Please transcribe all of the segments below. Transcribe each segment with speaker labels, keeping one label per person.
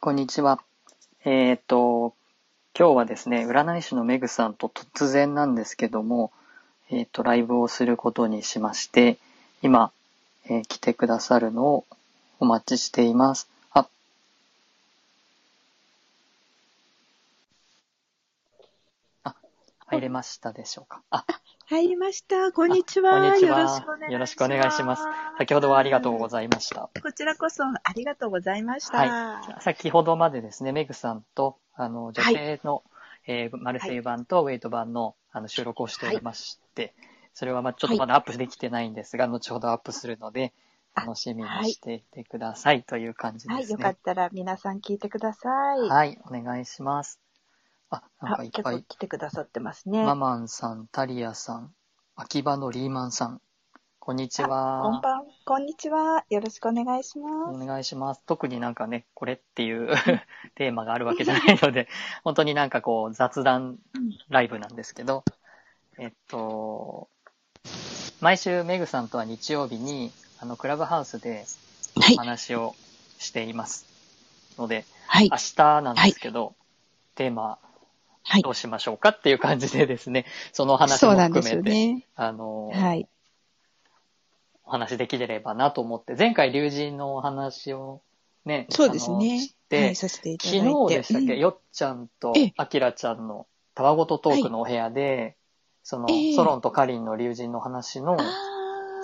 Speaker 1: こんにちは。えっ、と、今日はですね、占い師のメグさんと突然なんですけども、えっ、と、ライブをすることにしまして、今、えー来てくださるのをお待ちしています。あ、あ、入れましたでしょうか。あ、
Speaker 2: 入りました。こんにち
Speaker 1: あ
Speaker 2: は。
Speaker 1: こんにちは
Speaker 2: よろしくお願いします。
Speaker 1: よ先ほどはありがとうございました。
Speaker 2: こちらこそありがとうございました。
Speaker 1: はい。先ほどまでですね、メグさんと、あの、女性の、えーマルセイ版とウェイト版のあの収録をしておりまして、それはまあちょっとまだアップできてないんですが、後ほどアップするので、
Speaker 2: あ
Speaker 1: 楽しみにしていてくださいという感じ
Speaker 2: は
Speaker 1: で
Speaker 2: い。
Speaker 1: す
Speaker 2: よか
Speaker 1: ね
Speaker 2: っ。たら皆さん聞いてください。い。
Speaker 1: はい、お願いします。あ、なん
Speaker 2: あ
Speaker 1: かいっ
Speaker 2: 結
Speaker 1: ぱ
Speaker 2: 構
Speaker 1: い、
Speaker 2: 来てくださってますね。
Speaker 1: ママンさん、タリアさん、秋葉のリーマンさん、こんにちは。
Speaker 2: こんばん、こんにちは。よろしくお願いしま
Speaker 1: お
Speaker 2: す。
Speaker 1: 願いします。特になんかね、これっていう テーマがあるわけじゃないので、本当になんかこう雑談
Speaker 2: うん
Speaker 1: ライブなんですけど、えっと、毎週メグさんとは日曜日に、あの、クラブハウスで
Speaker 2: は
Speaker 1: お。話をしていますので、
Speaker 2: はい
Speaker 1: 明。日なんですけど、テーマ
Speaker 2: はい
Speaker 1: ど。うしましょうかっていう感じでですね、その話も
Speaker 2: そうなん
Speaker 1: 含
Speaker 2: です
Speaker 1: め
Speaker 2: よ
Speaker 1: て、
Speaker 2: ね。
Speaker 1: あの、
Speaker 2: はい。
Speaker 1: お話できればなと思って、前回龍神のお話をね、
Speaker 2: そうです
Speaker 1: あの
Speaker 2: ね
Speaker 1: し。て、
Speaker 2: はい。させていただいて。
Speaker 1: 昨日でしたっけ、
Speaker 2: うん
Speaker 1: よっちゃんと
Speaker 2: ええ
Speaker 1: あきらちゃんのたわごとトークのお部屋で、その、
Speaker 2: ええ
Speaker 1: ソロンとカリンの龍神の話の
Speaker 2: ああ、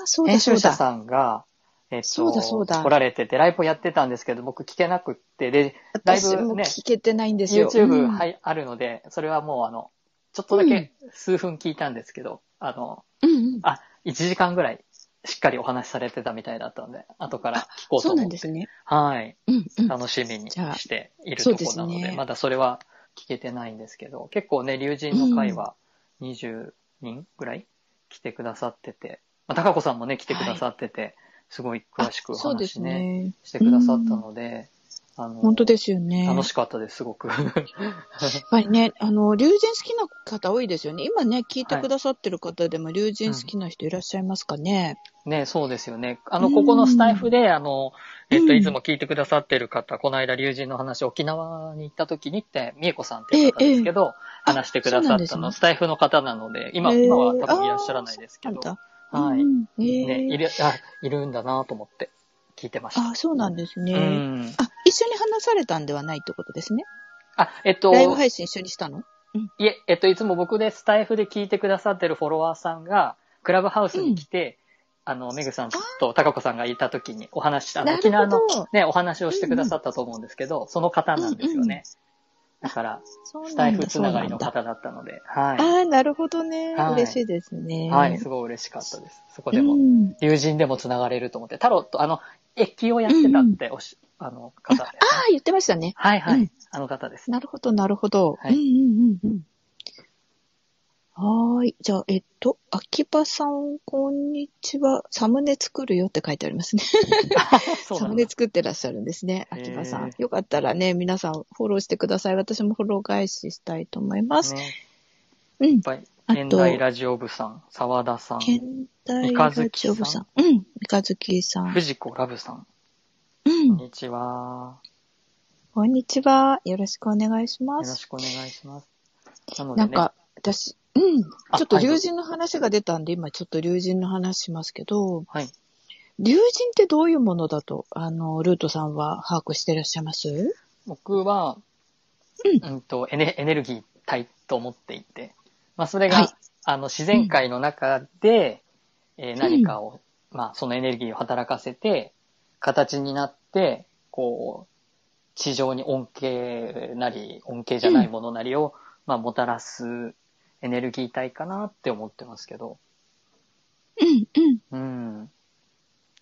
Speaker 2: そうだ
Speaker 1: 編
Speaker 2: そう
Speaker 1: 集者
Speaker 2: だ。
Speaker 1: さんが、えっと、
Speaker 2: そうだそうだ
Speaker 1: 来られてて、ライブをやってたんですけど、僕聞けなくって、で、だいぶ
Speaker 2: 私も
Speaker 1: ね
Speaker 2: 聞けてないんですよ。
Speaker 1: YouTube、
Speaker 2: うん
Speaker 1: はい、あるので、それはもうあの、ちょっとだけ数分聞いたんですけど、あの、
Speaker 2: うんうん。
Speaker 1: あ、1時間ぐらいしっかりお話しされてたみたいだったんで、後から聞こうと
Speaker 2: そう
Speaker 1: 思
Speaker 2: な
Speaker 1: っ
Speaker 2: ん
Speaker 1: て。
Speaker 2: ですね。
Speaker 1: はい。
Speaker 2: うんうん。
Speaker 1: 楽しみに
Speaker 2: じゃあ
Speaker 1: している
Speaker 2: そ
Speaker 1: と
Speaker 2: うで
Speaker 1: こ
Speaker 2: す
Speaker 1: な
Speaker 2: ね
Speaker 1: ので、まだそれは聞けてないんですけど、結構ね、龍神の会は20人ぐらい来てくださってて、まあ、高子さんもね、来てくださってて、すごい詳しくお
Speaker 2: あそうで
Speaker 1: 話
Speaker 2: す
Speaker 1: ね
Speaker 2: ね。
Speaker 1: してくださったので、あの
Speaker 2: 本当ですよね。
Speaker 1: 楽しかったです、すごく。
Speaker 2: やっぱりね、あの、竜神好きな方多いですよね。今ね、聞いてくださってる方でも、竜神好きな人いらっしゃいますかね。
Speaker 1: ね、そうですよね。あの、ここのスタイフで、あの、えっと、
Speaker 2: うん
Speaker 1: いつも聞いてくださってる方、この間、龍神の話、沖縄に行った時にって、美恵子さんっていう方ですけど、話してくださっ
Speaker 2: あ
Speaker 1: た
Speaker 2: そう
Speaker 1: の、
Speaker 2: なんですね
Speaker 1: スタイフの方なので、今、
Speaker 2: へー
Speaker 1: 今は多分いらっしゃらないですけ
Speaker 2: なん
Speaker 1: ど、
Speaker 2: だ。
Speaker 1: は
Speaker 2: う
Speaker 1: い。
Speaker 2: んえー
Speaker 1: ね、いる、あ、いるんだなと思って、聞いてました。
Speaker 2: あ、そうなんです
Speaker 1: う
Speaker 2: ね、
Speaker 1: ん。
Speaker 2: あ、一緒に話されたんではないってことですね。
Speaker 1: あ、えっと、
Speaker 2: ライブ配信一緒にしたの
Speaker 1: いえ、えっと、いつも僕でスタイフで聞いてくださってるフォロワーさんが、クラブハウスに来て、あの、メグさんとタカ子さんがいた時にお話した、あの
Speaker 2: なるほ
Speaker 1: 沖
Speaker 2: ど
Speaker 1: 縄のね、お話をしてくださったと思うんですけど、その方なんですよね。だから、
Speaker 2: そう
Speaker 1: スタ
Speaker 2: な
Speaker 1: イ
Speaker 2: ん
Speaker 1: フ
Speaker 2: だ。
Speaker 1: つ
Speaker 2: そう
Speaker 1: なが
Speaker 2: な
Speaker 1: り
Speaker 2: ん
Speaker 1: の
Speaker 2: だ。
Speaker 1: 方だったので、は
Speaker 2: ああ、なるほどね、
Speaker 1: はい
Speaker 2: 嬉しいですね。
Speaker 1: い。はい、すごい嬉しかったです。そこで
Speaker 2: う
Speaker 1: も、
Speaker 2: ん、
Speaker 1: 友人でもつながれると思って、タロット、あの、駅をやってたっておし、あの、方ですね、
Speaker 2: ああ、言ってましたね。
Speaker 1: はいはい、
Speaker 2: うん
Speaker 1: あの方です。
Speaker 2: なるほど、なるほど。
Speaker 1: はい
Speaker 2: うんうんうんうん。はーい。じゃあ、えっと、秋葉さん、こんにちは。サムネ作るよって書いてありますね。
Speaker 1: そう
Speaker 2: サ
Speaker 1: なん
Speaker 2: ム
Speaker 1: で
Speaker 2: ネ作ってらっしゃるんですね。
Speaker 1: へー
Speaker 2: 秋葉さん。よかったらね、皆さんフォローしてください。私もフォロー返ししたいと思いますす。
Speaker 1: ね。
Speaker 2: うん
Speaker 1: いっ。ぱい。
Speaker 2: あ
Speaker 1: 現
Speaker 2: と
Speaker 1: 代、ラジオ部さん、沢田さん、
Speaker 2: 現代
Speaker 1: 三
Speaker 2: ラ
Speaker 1: 日
Speaker 2: ジ
Speaker 1: 月
Speaker 2: オ
Speaker 1: さん
Speaker 2: 部さん。うん。三日月さん。
Speaker 1: 藤子ラブさん、
Speaker 2: う
Speaker 1: こん
Speaker 2: ん。
Speaker 1: にちは。
Speaker 2: こんにちは。よろしくお願いし
Speaker 1: よ
Speaker 2: ま
Speaker 1: ろ
Speaker 2: す。
Speaker 1: しくお願いします。なので
Speaker 2: な
Speaker 1: ね、
Speaker 2: んか、私、うん。ち
Speaker 1: あ
Speaker 2: ょっと
Speaker 1: はい
Speaker 2: 竜神の話が出たんで、今ちょっと竜神の話しますけど、
Speaker 1: はい。
Speaker 2: 竜神ってどういうものだと、あの、ルートさんは把握してらっしゃいます
Speaker 1: 僕は、
Speaker 2: う
Speaker 1: うんとエネ、エネルギー体と思っていて、まあ、それが、
Speaker 2: はい
Speaker 1: あの、自然界の中で、えー何かを、まあ、そのエネルギーを働かせて、形になって、こう、地上に恩恵なり、恩恵じゃないものなりを、まあ、もたらすエネルギー体かなって思ってますけど、
Speaker 2: うん、うん。
Speaker 1: うん。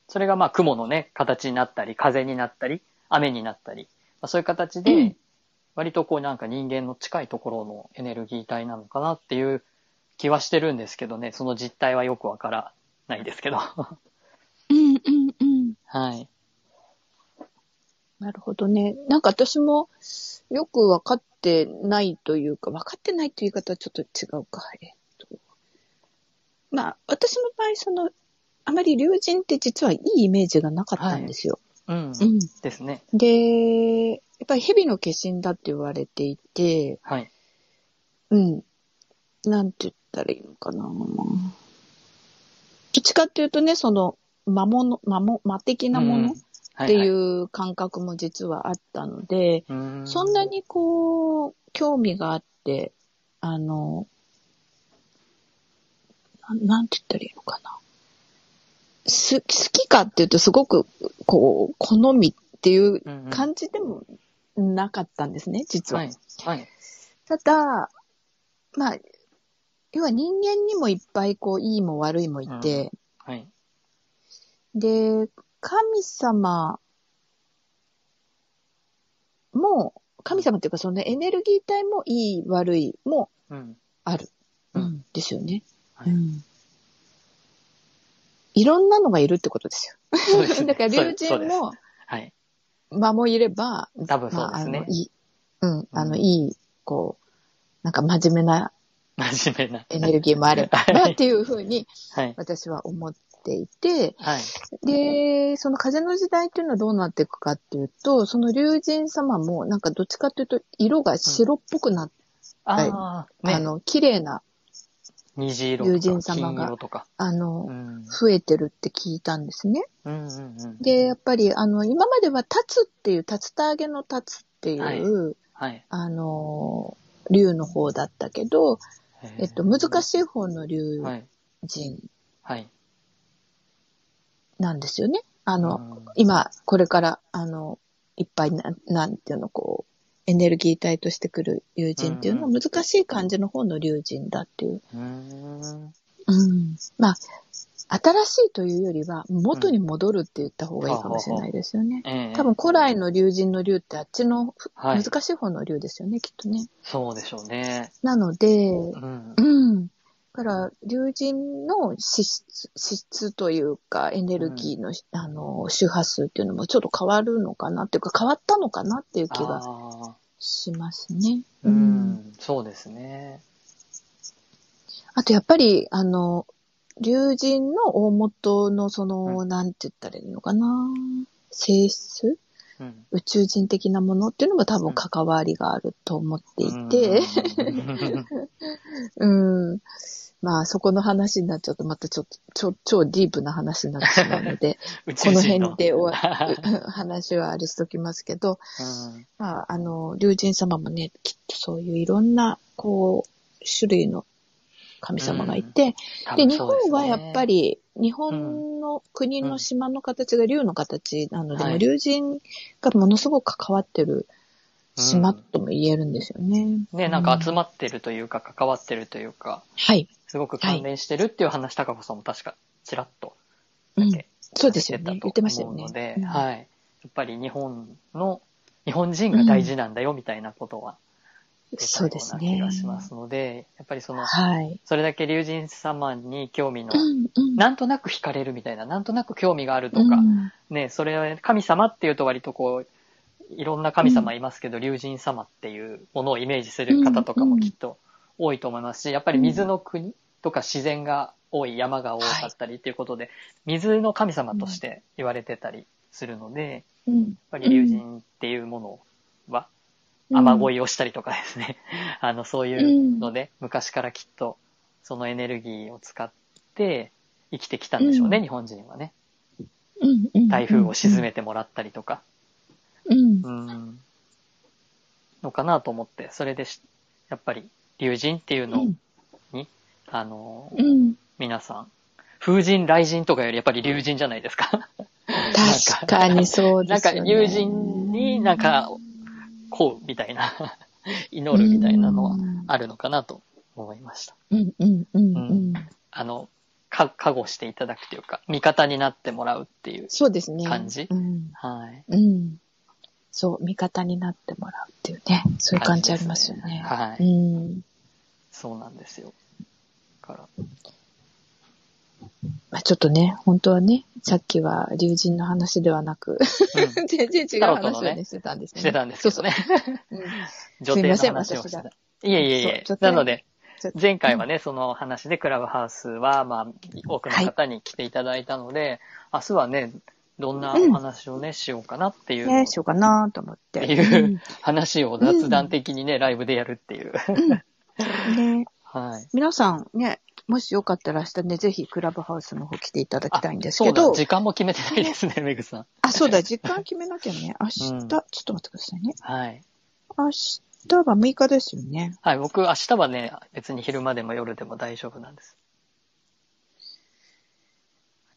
Speaker 1: それがまあ雲のね、形になったり、風になったり、雨になったり、まあ、そういう形で、
Speaker 2: うん
Speaker 1: 割とこうなんか人間の近いところのエネルギー体なのかなっていう気はしてるんですけどね、その実態はよくわからないですけど。は
Speaker 2: うん、うん、うん。
Speaker 1: い。
Speaker 2: なるほどね。なんか私もよく分かってないというか、分かってないという言い方はちょっと違うか。えっと。まあ、私の場合、その、あまり竜神って実はいいイメージがなかったんですよ。
Speaker 1: うん。
Speaker 2: うん。
Speaker 1: ですね。
Speaker 2: で、やっぱり蛇の化身だって言われていて、
Speaker 1: はい。
Speaker 2: うん。なんて言ったらいいのかな。どっちかっていうとね、その、魔物、魔物、魔的なも
Speaker 1: うん
Speaker 2: のっ
Speaker 1: は
Speaker 2: て
Speaker 1: い、はい。
Speaker 2: いう感覚も実はあったので、
Speaker 1: うーん
Speaker 2: そんな。にこう、興味があって、あの、なんなんて言ったらいいのかな。す、好きかっていうとすごく、こう、好みっていう
Speaker 1: うんうん
Speaker 2: 感じでもなかったんですね、実は。
Speaker 1: はい。はい。
Speaker 2: ただ、まあ、要は人間にもいっぱいこう、いいも悪いもいて、
Speaker 1: はい。
Speaker 2: で、神様も、神様っていうかそのエネルギー体もいい悪いも
Speaker 1: うん。
Speaker 2: ある。
Speaker 1: うん
Speaker 2: ですよね。
Speaker 1: はい
Speaker 2: うんいろんなのがいるってことです
Speaker 1: そうです
Speaker 2: よ。
Speaker 1: ね。
Speaker 2: だから竜
Speaker 1: そう
Speaker 2: 神
Speaker 1: ですそう
Speaker 2: も
Speaker 1: ですはい。
Speaker 2: 間もいれば、
Speaker 1: 多分
Speaker 2: ま
Speaker 1: そう
Speaker 2: あ、
Speaker 1: で
Speaker 2: あ
Speaker 1: す
Speaker 2: の
Speaker 1: ね、。
Speaker 2: いい、うん、あ
Speaker 1: う
Speaker 2: の、
Speaker 1: ん
Speaker 2: いい、こう、なんか真面目な
Speaker 1: 真面目な。
Speaker 2: エネルギーもあれ ば、
Speaker 1: はい
Speaker 2: っていうふうに
Speaker 1: はい。
Speaker 2: 私は思っていて、
Speaker 1: はい。
Speaker 2: で、その風の時代っていうのはどうなっていくかっていうと、その竜神様も、なんかどっちかっていうと、色が白っぽくなって、
Speaker 1: ああ、
Speaker 2: あ
Speaker 1: ね。
Speaker 2: の、綺麗な、
Speaker 1: 虹色と
Speaker 2: 竜神
Speaker 1: か金
Speaker 2: 様が
Speaker 1: 色とか。
Speaker 2: あ
Speaker 1: う
Speaker 2: の、
Speaker 1: ん。
Speaker 2: 増えてるって聞いたんですね。
Speaker 1: うんうんうん。
Speaker 2: で、やっぱり、あの、今までは立つっていう、立つたあげの立つっていう、
Speaker 1: はいはい。
Speaker 2: あの、竜の方だったけど、えっと、難
Speaker 1: し
Speaker 2: しい方の竜
Speaker 1: はい。
Speaker 2: 神
Speaker 1: はい。
Speaker 2: なんですよね。あ
Speaker 1: あ
Speaker 2: の、今、これから、あの、いっぱいな、なんていうの、こう、エネルギー体としてくる竜神っていうのは
Speaker 1: うん
Speaker 2: 難しい感じの方の竜神だっていう。
Speaker 1: うーん。
Speaker 2: うん。まあ、新しいというよりは、元に戻るって言った方がいいかもしれないですよね。
Speaker 1: ええ
Speaker 2: 多分古来の竜神の竜ってあっちのふ
Speaker 1: はい。
Speaker 2: 難しい方の竜ですよね、きっとね。
Speaker 1: そうでしょうね。
Speaker 2: なので、
Speaker 1: うん
Speaker 2: う。ん。だから、竜神の資質、資質というか、エネルギーの、あの、周波数っていうのもちょっと変わるのかなっていうか、変わったのかなっていう気が
Speaker 1: ああ。
Speaker 2: しますね。
Speaker 1: う。ん。そうですね。
Speaker 2: あと、やっぱり、あの、竜神の大元の、その、なんて言ったらいいのかな、性質
Speaker 1: うん。
Speaker 2: 宇宙人的なものっていうのも多分関わりがあると思っていて、
Speaker 1: うん、
Speaker 2: うん。まあ、そこの話になっちゃうと、またちょっと、ちょ、超ディープな話になってしまうので、
Speaker 1: 宇
Speaker 2: こ
Speaker 1: 宙
Speaker 2: の
Speaker 1: 人
Speaker 2: 辺で終わ 話はあれしときますけど、
Speaker 1: うん
Speaker 2: まあ、あの、竜神様もね、きっとそういういろんな、こう、種類の神様がいて、
Speaker 1: 多
Speaker 2: で、
Speaker 1: 分
Speaker 2: 日
Speaker 1: そうすね
Speaker 2: 本はやっぱり、日本の国の島の形が竜の形なので、
Speaker 1: はい
Speaker 2: もう竜神がものすごく関わってる島とも言えるんですよね。
Speaker 1: ね、なんか集
Speaker 2: ま
Speaker 1: まってるというか、関わってるというか、
Speaker 2: はい。
Speaker 1: すごく関連してるっていう話、高子さんも確か、ちらっと
Speaker 2: うん
Speaker 1: だけ
Speaker 2: そうですよね。
Speaker 1: 言
Speaker 2: 言
Speaker 1: っ
Speaker 2: ってて
Speaker 1: ま
Speaker 2: ま
Speaker 1: し
Speaker 2: したた
Speaker 1: よ
Speaker 2: よ
Speaker 1: ね
Speaker 2: ね。。
Speaker 1: で、
Speaker 2: うん
Speaker 1: はい。やっぱり日本の、日本人が大事なんだよみたいなことは出た
Speaker 2: そ
Speaker 1: よ
Speaker 2: うです
Speaker 1: うな
Speaker 2: ね。
Speaker 1: 気がしますので、やっぱりその、
Speaker 2: はい。
Speaker 1: それだけ龍神様に興味の、
Speaker 2: うんうん
Speaker 1: なんとなく惹かれるみたいな、なんとなく興味があるとか、
Speaker 2: うん
Speaker 1: ね、それ、神様っていうと割とこう、いろんな神様いますけど、龍神様っていうものをイメージする方とかもきっと多いと思いますし、やっぱり水の国とか自然が多い、山が多かったりっていうことで、水の神様として言われてたりするので、
Speaker 2: うん
Speaker 1: やっぱり龍神っていうものは、雨乞いをしたりとかですね、 あの、そういうので、昔からきっとそのエネルギーを使って生きてきたんでしょうね、
Speaker 2: うん
Speaker 1: 日本人はね。
Speaker 2: うんうん
Speaker 1: 台風を沈めてもらったりとか。
Speaker 2: うん
Speaker 1: うんのかなと思って、それでし、やっぱり、竜神っていう
Speaker 2: う
Speaker 1: の
Speaker 2: ん
Speaker 1: に、あの、
Speaker 2: うん
Speaker 1: 皆さん、風神、雷神とかよりやっぱり竜神じゃないですか。
Speaker 2: 確かにそう
Speaker 1: な
Speaker 2: で
Speaker 1: ん
Speaker 2: す
Speaker 1: か、
Speaker 2: よね。
Speaker 1: 竜神になんか、こう、みたいな、 祈るみたいなのはあるのかなと思いました。
Speaker 2: うんうんうんうん
Speaker 1: あの、か、加護していただくというか、味方になってもらうっていう。
Speaker 2: そうですね。
Speaker 1: 感じ
Speaker 2: うん
Speaker 1: はい。
Speaker 2: うんそう、味方になってもらうっていうね。そういう感じありますよ
Speaker 1: 感じで
Speaker 2: ね。
Speaker 1: はい。
Speaker 2: うん。
Speaker 1: そうなんですよ。だから、
Speaker 2: まあちょっとね、本当はね、さっきは竜神の話ではなく、
Speaker 1: うん
Speaker 2: 全然違う
Speaker 1: タロッ
Speaker 2: 話
Speaker 1: トの
Speaker 2: をね
Speaker 1: ね
Speaker 2: してたんですね。
Speaker 1: してたんですけどね。
Speaker 2: そうそう。うん
Speaker 1: 女帝の
Speaker 2: すいま
Speaker 1: 話
Speaker 2: せん
Speaker 1: をして
Speaker 2: 私
Speaker 1: た。いえいえいえ
Speaker 2: そう。女帝
Speaker 1: なので
Speaker 2: ちょ、
Speaker 1: 前回はね、その話でクラブハウスは、まあ、多くの方に来ていただいたので、明日はね、どんなお話をね、しようかなっていうのを、
Speaker 2: ね、しようかなと思って。
Speaker 1: っていう話を雑談的にね、ライブでやるっていう。
Speaker 2: うんね、
Speaker 1: はい。
Speaker 2: 皆さんね、もしよかったら明日ね、ぜひクラブハウスの方来ていただきたいんです
Speaker 1: そ
Speaker 2: け
Speaker 1: うだ、
Speaker 2: ど、
Speaker 1: 時間も決めてないですね、メグさん。
Speaker 2: あ、そうだ、時間決めなき ゃね。明日、
Speaker 1: うん
Speaker 2: ちょっと待ってくださいね。
Speaker 1: はい。
Speaker 2: 明日は6日ですよね。
Speaker 1: はい、僕、明日はね、別に昼間でも夜でも大丈夫なんです。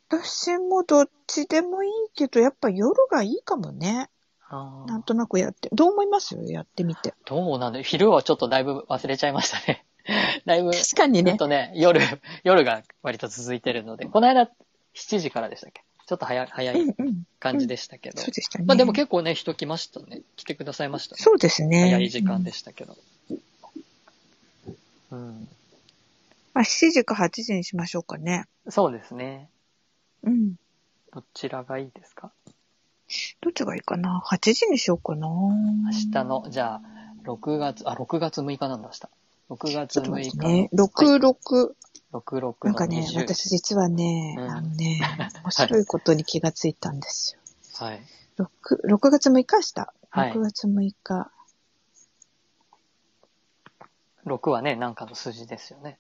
Speaker 2: 私もどっちでもいいけど、やっぱ夜がいいかもね。
Speaker 1: あー
Speaker 2: なんとなくやって。どう思いますやってみて。
Speaker 1: どうなんだ昼はちょっとだいぶ忘れちゃいましたね。 だいぶ、
Speaker 2: 確かに
Speaker 1: ちょ
Speaker 2: ね
Speaker 1: っ。とね、夜、 夜が割と続いてるので、この間7時からでしたっけちょっと早い、早
Speaker 2: うん
Speaker 1: い
Speaker 2: うん。
Speaker 1: 感じでしたけど。
Speaker 2: そうでしたね。
Speaker 1: まあでも結構ね、人来ましたね。来てくださいましたね。
Speaker 2: そうですね。
Speaker 1: 早い時間で
Speaker 2: し
Speaker 1: したけど。うん。
Speaker 2: まあ7時か8時にしましょうかね。
Speaker 1: そうですね。
Speaker 2: うん。
Speaker 1: どちらがいいですか
Speaker 2: どっちがいいかな ?8 時にしようかな。明
Speaker 1: 明日の、じゃあ、6月、あ、6月6日なんだ、明日。6
Speaker 2: ち
Speaker 1: 月
Speaker 2: ょっと待
Speaker 1: 6
Speaker 2: って
Speaker 1: 日
Speaker 2: ね
Speaker 1: の、。
Speaker 2: 6、6。
Speaker 1: 6、6の20。
Speaker 2: なんかね、私実はね、
Speaker 1: うん
Speaker 2: あの ね、面白いことに気がついたんですよ。
Speaker 1: はい。
Speaker 2: 6, 6月6日した。
Speaker 1: はい
Speaker 2: 6月6日。
Speaker 1: 6はね、なんかの数字ですよね。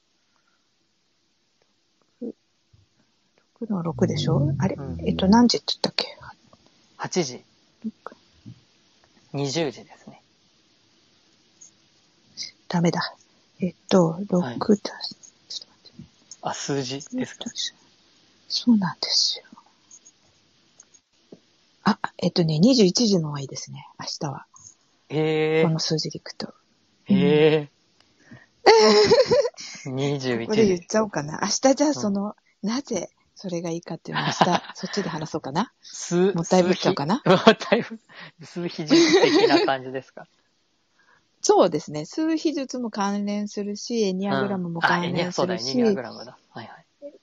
Speaker 2: 6の6でしょ、あれ、
Speaker 1: うん
Speaker 2: えっと、何時って言ったっけ
Speaker 1: 8時、20時ですね。
Speaker 2: ダメだ。えっと、6だ、
Speaker 1: はい
Speaker 2: ちょっと待って
Speaker 1: あ、数字
Speaker 2: ね
Speaker 1: ですか。
Speaker 2: そうなんですよ。あ、えっとね、21時の方がいいですね。明日は。
Speaker 1: え
Speaker 2: この数字でいくと。
Speaker 1: ええ え21
Speaker 2: これ言っ
Speaker 1: 時。
Speaker 2: ちゃおうかな。明日じゃあその、なぜそれがいいかっていうのを明 日、そっちで話そうかな。
Speaker 1: 数、
Speaker 2: もったいぶっちゃうかな
Speaker 1: 数 比もったいぶ、数比術的な感じですか。
Speaker 2: そうですね。数秘術も関連するし、エ ニアグラムも
Speaker 1: あ
Speaker 2: 関
Speaker 1: エニア
Speaker 2: 連
Speaker 1: そ
Speaker 2: す
Speaker 1: うだ、
Speaker 2: る
Speaker 1: エ
Speaker 2: し、
Speaker 1: ニアグラムだ。はいはい。